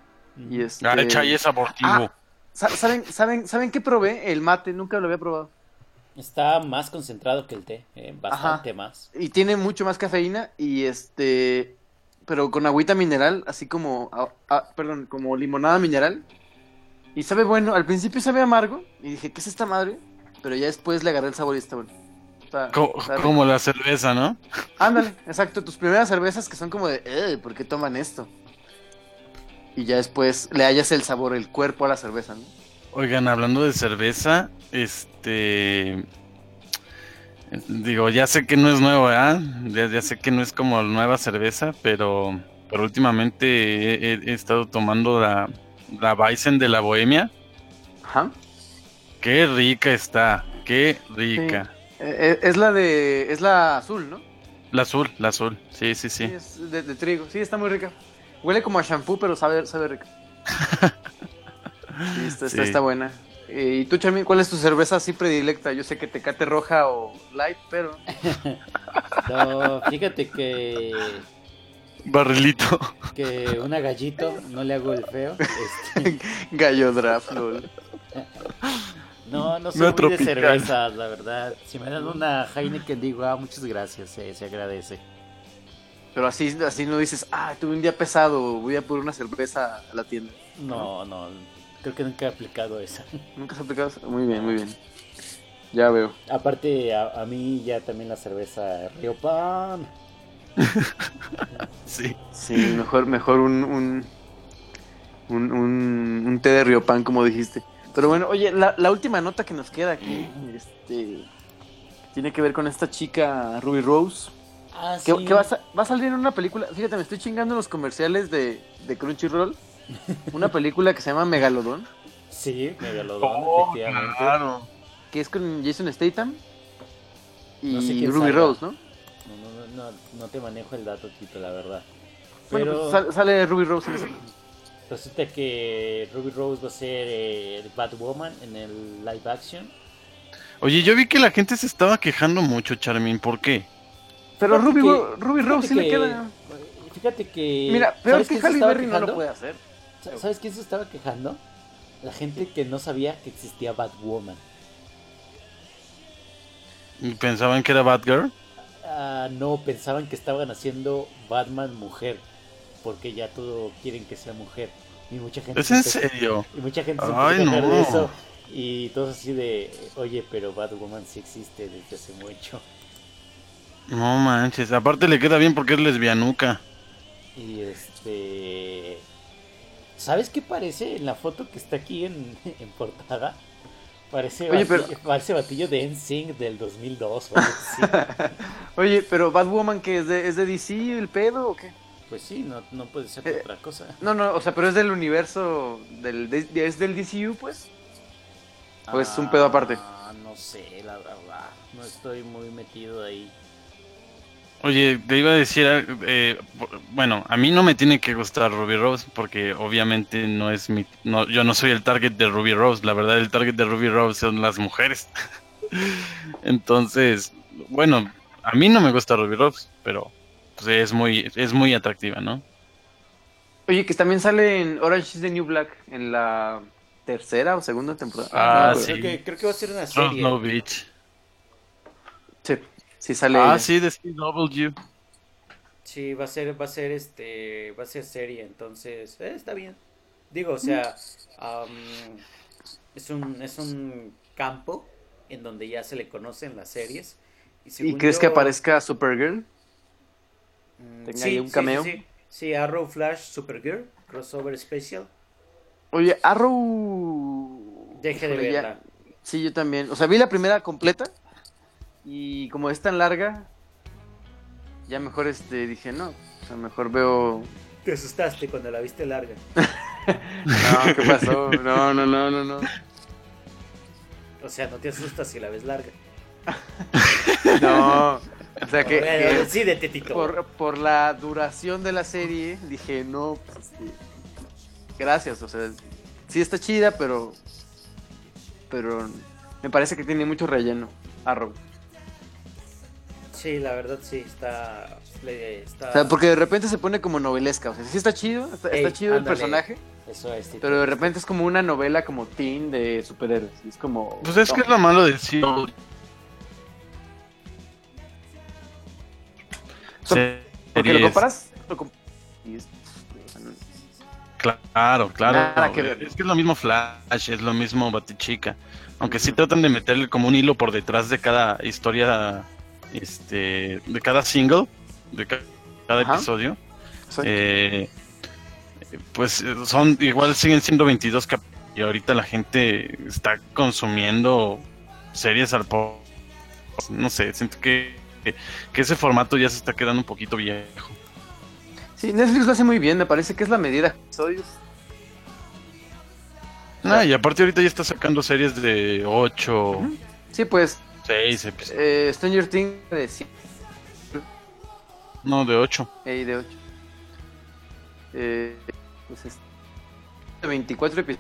Y este... Ah, el chai es abortivo. Ah, sa- ¿saben, saben, ¿Saben qué probé? El mate, nunca lo había probado. Está más concentrado que el té, eh, bastante más. Y tiene mucho más cafeína y este... Pero con agüita mineral, así como... a- a- perdón, como limonada mineral. Y sabe bueno, al principio sabe amargo. Y dije, ¿qué es esta madre? Pero ya después le agarré el sabor y está bueno. Está- Co- está rico. como la cerveza, ¿no? Ándale, exacto. Tus primeras cervezas que son como de, "Eh, ¿por qué toman esto? Y ya después le hallas el sabor, el cuerpo a la cerveza, ¿no? Oigan, hablando de cerveza, este. Digo, ya sé que no es nuevo, ¿verdad? Ya, ya sé que no es como nueva cerveza, pero, pero últimamente he, he- he estado tomando la, la Weizen de la Bohemia. Ajá. Qué rica está, qué rica. Eh, eh, es la de. Es la azul, ¿no? La azul, la azul, sí, sí, sí. Es de, de trigo. Sí, está muy rica. Huele como a shampoo, pero sabe, sabe *laughs* rica. Sí, está, está- Sí. está buena. Eh, ¿Y tú, Chami, cuál es tu cerveza así predilecta? Yo sé que Tecate Roja o Light, pero. No, fíjate que Barrilito. *laughs* que una gallito, no le hago el feo. *laughs* este, *laughs* Gallo Draft, lol. no, no soy Una muy tropical. de cervezas, la verdad. Si me dan una Heineken, digo, ah, muchas gracias, eh, se agradece. Pero así, así no dices, ah, tuve un día pesado, voy a por una cerveza a la tienda. No, no, creo que nunca he aplicado esa. *laughs* ¿Nunca has aplicado? Muy bien, muy bien. Ya veo. Aparte, a, a mí ya también la cerveza Río Pan. Sí. Sí, mejor, mejor un, un, un, un- un té de riopan, como dijiste. Pero bueno, oye, la, la última nota que nos queda aquí, este, tiene que ver con esta chica Ruby Rose, Ah, que, sí. que va, a, sa- va a salir en una película. Fíjate, me estoy chingando en los comerciales de, *laughs* de Crunchyroll. Una película que se llama Megalodón. Sí, Megalodón, efectivamente. Ah, Que es con Jason Statham y No sé quién Ruby salga. Rose, ¿no? No, no, no, no, no te manejo el dato, Tito, la verdad. Bueno, Pero pues sal- sale Ruby Rose en esa película. resulta que Ruby Rose va a ser eh, Batwoman en el live action. Oye, yo vi que la gente se estaba quejando mucho, Charmin. ¿Por qué? Pero Fíjate Ruby, que- Ro- Ruby fíjate Rose sí le que- queda. Fíjate que. Mira, peor ¿sabes que quién se Halle estaba Berry no lo quejando? puede hacer. Sa- ¿Sabes quién se estaba quejando? La gente que no sabía que existía Batwoman. ¿Pensaban que era Batgirl? Ah, no, pensaban que estaban haciendo Batman mujer. Porque ya todo quieren que sea mujer. Y mucha gente. ¿Es se en empezó- serio? Y mucha gente se Ay, empezó a quejar de no. eso. Y todos así de. Oye, pero Batwoman sí existe desde hace mucho. No manches. Aparte le queda bien porque es lesbianuca. Y este. ¿Sabes qué parece en la foto que está aquí en, en portada? Parece, Oye, batillo, parece batillo de NSYNC del 2002 o algo *laughs* así. Oye, pero Batwoman, que es de, ¿es de DC el pedo o qué? Pues sí, no, no puede ser Eh, otra cosa. No, no, o sea, pero es del universo. Del, de- de- ¿Es del DCU, pues? ¿O es pues un pedo aparte? Ah, no sé, la verdad. No estoy muy metido ahí. Oye, te iba a decir, eh, bueno, a mí no me tiene que gustar Ruby Rose porque obviamente no es mi, no, yo no soy el target de Ruby Rose. La verdad, el target de Ruby Rose son las mujeres. *laughs* Entonces, bueno, a mí no me gusta Ruby Rose, pero pues, es muy, es muy atractiva, ¿no? Oye, que también sale en Orange is the New Black en la tercera o segunda temporada. Ah, No, pero- sí. Creo que, creo que va a ser una No, serie. no, bitch. Sí, sí sale. Ah, ella. sí, de CW. Sí, va a ser, va a ser este, va a ser serie, entonces, eh, está bien. Digo, o sea, am, es un, es un campo en donde ya se le conocen las series. ¿Y según crees que yo, aparezca Supergirl? mm, tenga sí, ahí un sí, cameo? Sí, sí. Sí, Arrow, Flash, Supergirl, crossover special. Oye, Arrow. Deje de Híjole, ya- verla. Sí, yo también. O sea, vi la primera completa. Y como es tan larga, ya mejor este dije, no. O sea, mejor *laughs* veo. Te asustaste cuando la viste larga. No, ¿qué pasó? No, no, no, no, no. O sea, no te asustas si la ves larga. No. O sea, que. Bueno, *laughs* que- decídete, Tito. por, por la duración de la serie, dije, no, pues, este, gracias, o sea, sí está chida, pero, pero me parece que tiene mucho relleno, Arrow. Sí, la verdad sí, está, le- está... O sea, porque de repente se pone como novelesca, o sea, sí está chido, está, está Ah. Ey, chido el ándale. personaje, Eso es, Tito. pero de repente es como una novela como teen de superhéroes, y es como... Pues es no. que es lo malo E de CW. Porque lo series. comparas... lo com- y es- o sea, no- Claro, claro. Nada que ver. es que es lo mismo Flash, es lo mismo Batichica. Aunque sí tratan de meterle como un hilo por detrás de cada historia, este, de cada single, de ca- cada Ajá. episodio. Exacto. Eh, pues eh, son, igual siguen siendo 22 capítulos. Y ahorita la gente está consumiendo series al po. No sé, siento que, que ese formato ya se está quedando un poquito viejo. Sí, Netflix lo hace muy bien, me parece que es la medida. Episodios. Ah, y aparte ahorita ya está sacando series de 8, Sí, pues, 6 episodios. eh, Stranger Things de 100 No, de 8. Ey, de 8. Eh, pues es- 24 epi-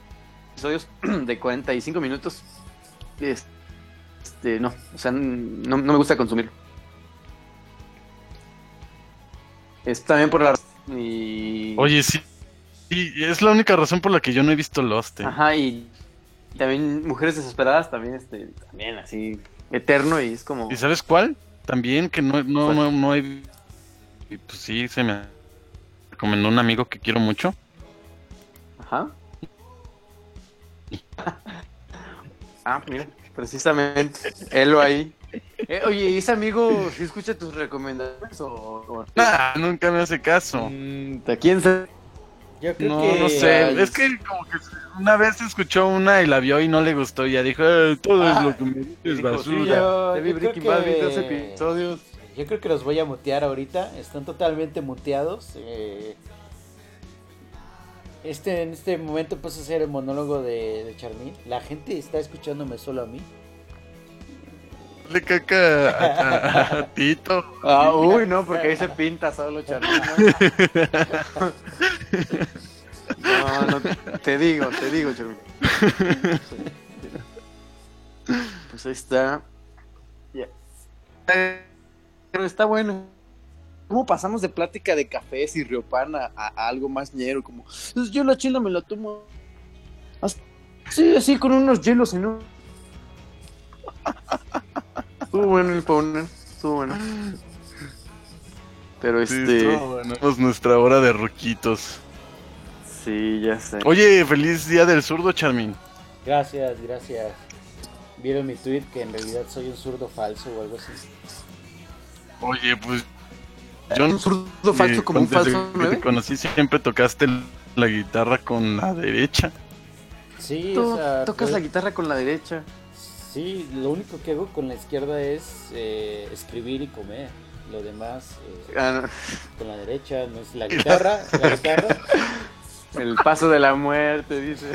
episodios *clears throat* de 45 minutos. Es- Este, no, o sea, n- no, no me gusta consumirlo. Es también por la y- Oye, sí. Y es la única razón por la que yo no he visto Lost. eh. Ajá, y, y también Mujeres Desesperadas, también, este, también así, eterno y es como... ¿Y sabes cuál? También que no, no, no, no he... y Pues sí, se me recomendó un amigo que quiero mucho. Ajá. ah, mira, precisamente. Él ahí. Eh, oye, ¿y ese amigo si escucha tus recomendaciones o, o- Nah, Ah, nunca me hace caso. ¿A quién se- Yo creo No, que... no Ay. sé. Es que como que una vez escuchó una y la vio y no le gustó y ya dijo, "Eh, todo Ah, es lo que me dices, dijo, sí, basura. ya, Yo- vi yo creo Breaking Bad, vi que- dos episodios. Yo creo que los voy a mutear ahorita. Están totalmente muteados. eh. este, en este momento paso a hacer el monólogo de, de Charmín. La gente está escuchándome solo a mí. Le caca a, a- a Tito. Ah, uy, no, porque ahí se pinta solo Charmín. ¿no? No, no, te digo, te digo, Charmín. Pues ahí está. Ya. Eh, Pero está bueno. ¿Cómo pasamos de plática de cafés y riopan a, a algo más ñero? Como, "Pues yo la chela me la tomo así, así con unos hielos y no. Estuvo bueno el Pauner, estuvo bueno. Pero Sí, este. estuvo bueno. Pues nuestra hora de ruquitos. Sí, ya sé. Oye, feliz día del zurdo, Charmin. Gracias, gracias. Vieron mi tweet que en realidad soy un zurdo falso o algo así. Oye, pues. Yo no- zurdo falso eh, como un desde falso que nueve. Te conocí, siempre tocaste la guitarra con la derecha. Sí, Tú o sea, tocas pues- la guitarra con la derecha. Sí, lo único que hago con la izquierda es eh, escribir y comer. Lo demás eh, Ah, con la derecha no es la guitarra, la guitarra. *laughs* El paso de la muerte, *laughs* dice.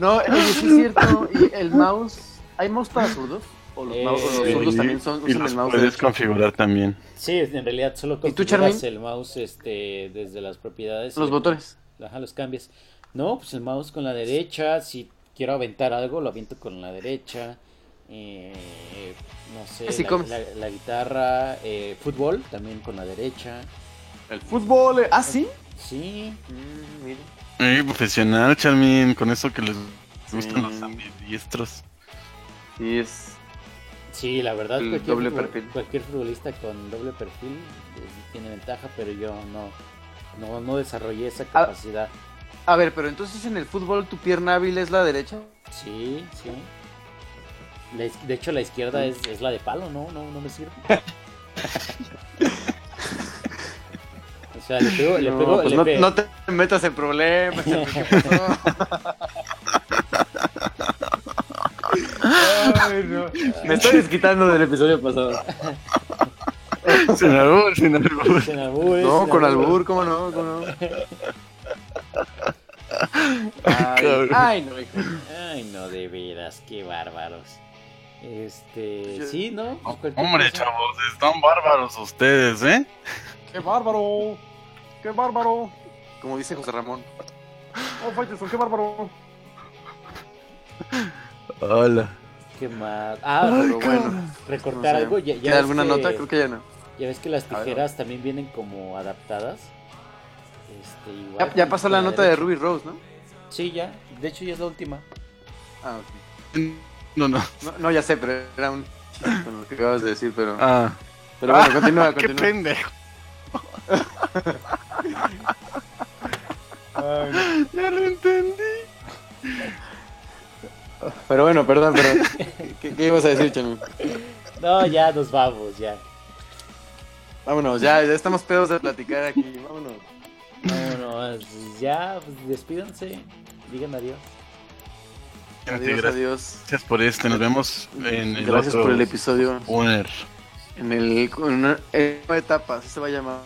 No, oye, sí es cierto. ¿Y el mouse? ¿Hay mouse para zurdos? ¿O los, Eh, mouse- o los sí. zurdos también son, y usan los el mouse puedes derecho? configurar también. Sí, en realidad solo tú, configuras Charmaine? el mouse este desde las propiedades. Los eh, botones. Ajá, los cambias. No, pues el mouse con la derecha. Si quiero aventar algo, lo aviento con la derecha. Eh, no sé, Así la, comes. la- la guitarra, eh, fútbol también con la derecha. El fútbol. eh, ¿Ah, sí? Sí, Mm, mira. Eh, profesional, Charmin, con eso que les gustan Sí. los ambidiestros. Sí, es. sí, la verdad, El cualquier, doble futbol- perfil. cualquier futbolista con doble perfil eh, tiene ventaja, pero yo no, no, no desarrollé esa Ah, capacidad. A ver, pero entonces en el fútbol tu pierna hábil es la derecha. Sí, sí. La iz- de hecho, la izquierda es, es la de palo, ¿no? No, no me sirve. *laughs* O sea, le pego, le no, pego, pues le no, pe- no te metas en problemas. ¿qué pasó? Ay, no. Me estoy desquitando *laughs* del episodio pasado. *laughs* sin albur, sin albur. sin albures, No, sin con albures. albur, ¿cómo no? ¿Cómo no? Ay, Cabrón. ay, no, hijo. Ay, no, de veras, qué bárbaros. Este, Yo- Oh, sí, ¿no? Pues cualquier Hombre, cosa. chavos, están bárbaros ustedes, ¿eh? ¡Qué bárbaro! ¡Qué bárbaro! Como dice José Ramón. ¡Oh, Faitelson, qué bárbaro! Hola. ¿Qué más? Ah, Pero bueno, bueno. recortar no sé. algo. Ya, este ya ¿Tiene ves alguna que- nota? Creo que ya no. Ya ves que las A ver. tijeras también vienen como adaptadas. Este, igual Ya, ya con- pasó con la nota de derecha. Ruby Rose, ¿no? Sí, ya. De hecho, ya es la última. Ah, ok. No, no. No, no, ya sé, pero era un chiste con lo que acabas de decir, pero. Ah, Pero bueno, continúa, qué continúa. pendejo. Ay, no. Ya lo entendí. Pero bueno, perdón, pero. ¿Qué, qué ibas a decir, Chami? No, ya nos vamos, ya. Vámonos, ya, ya estamos pedos de platicar aquí. Vámonos. Vámonos, ya, pues, despídanse. Digan adiós. Adiós, gracias. adiós. Gracias por este. Nos vemos en el Gracias otro por el episodio. Owner. En el en una, en una etapa, así se va a llamar.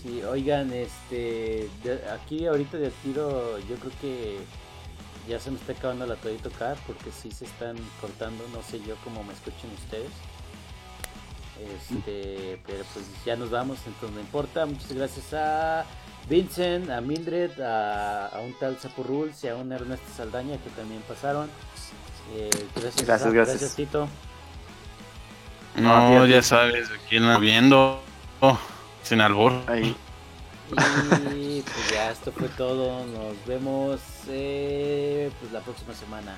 Sí, oigan, este. de- aquí ahorita de tiro, yo creo que ya se me está acabando la toalla de tocar porque sí se están cortando. No sé yo cómo me escuchen ustedes. Este, pero pues ya nos vamos, entonces no importa. Muchas gracias a Vincent, a Mildred, a, a un tal Sapo Rules y a un Ernesto Saldaña que también pasaron. Eh, gracias, Gracias, Sam, gracias. gracias, Tito. No, Ah, fíjate. ya sabes, aquí en la viendo. Oh, sin albur. Ahí. Y pues ya, esto fue todo. Nos vemos eh, pues la próxima semana.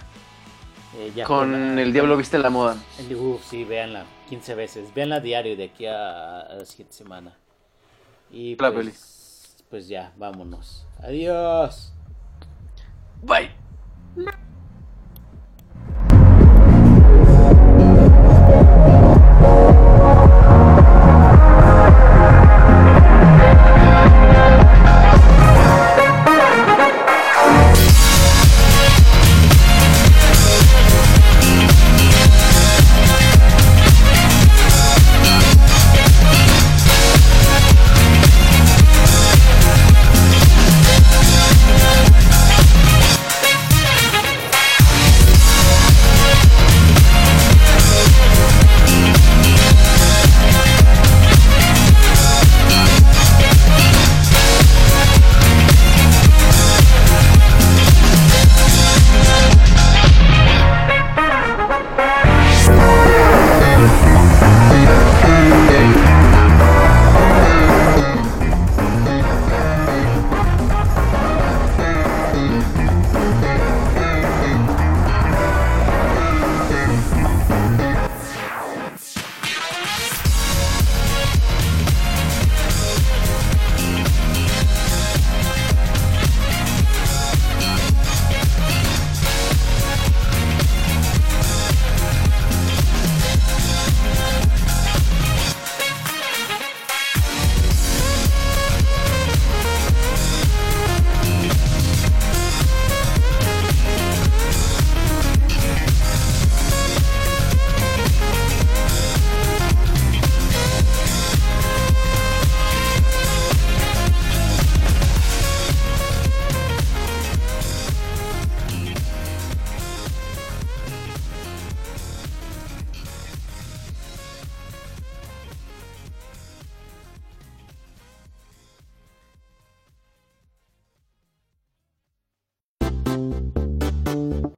Eh, ya con Con la- el diablo viste la moda. el dibujo, sí, véanla 15 veces. Véanla diario de aquí a, a la siguiente semana. Y La peli. pues, pues ya, vámonos. Adiós. Bye.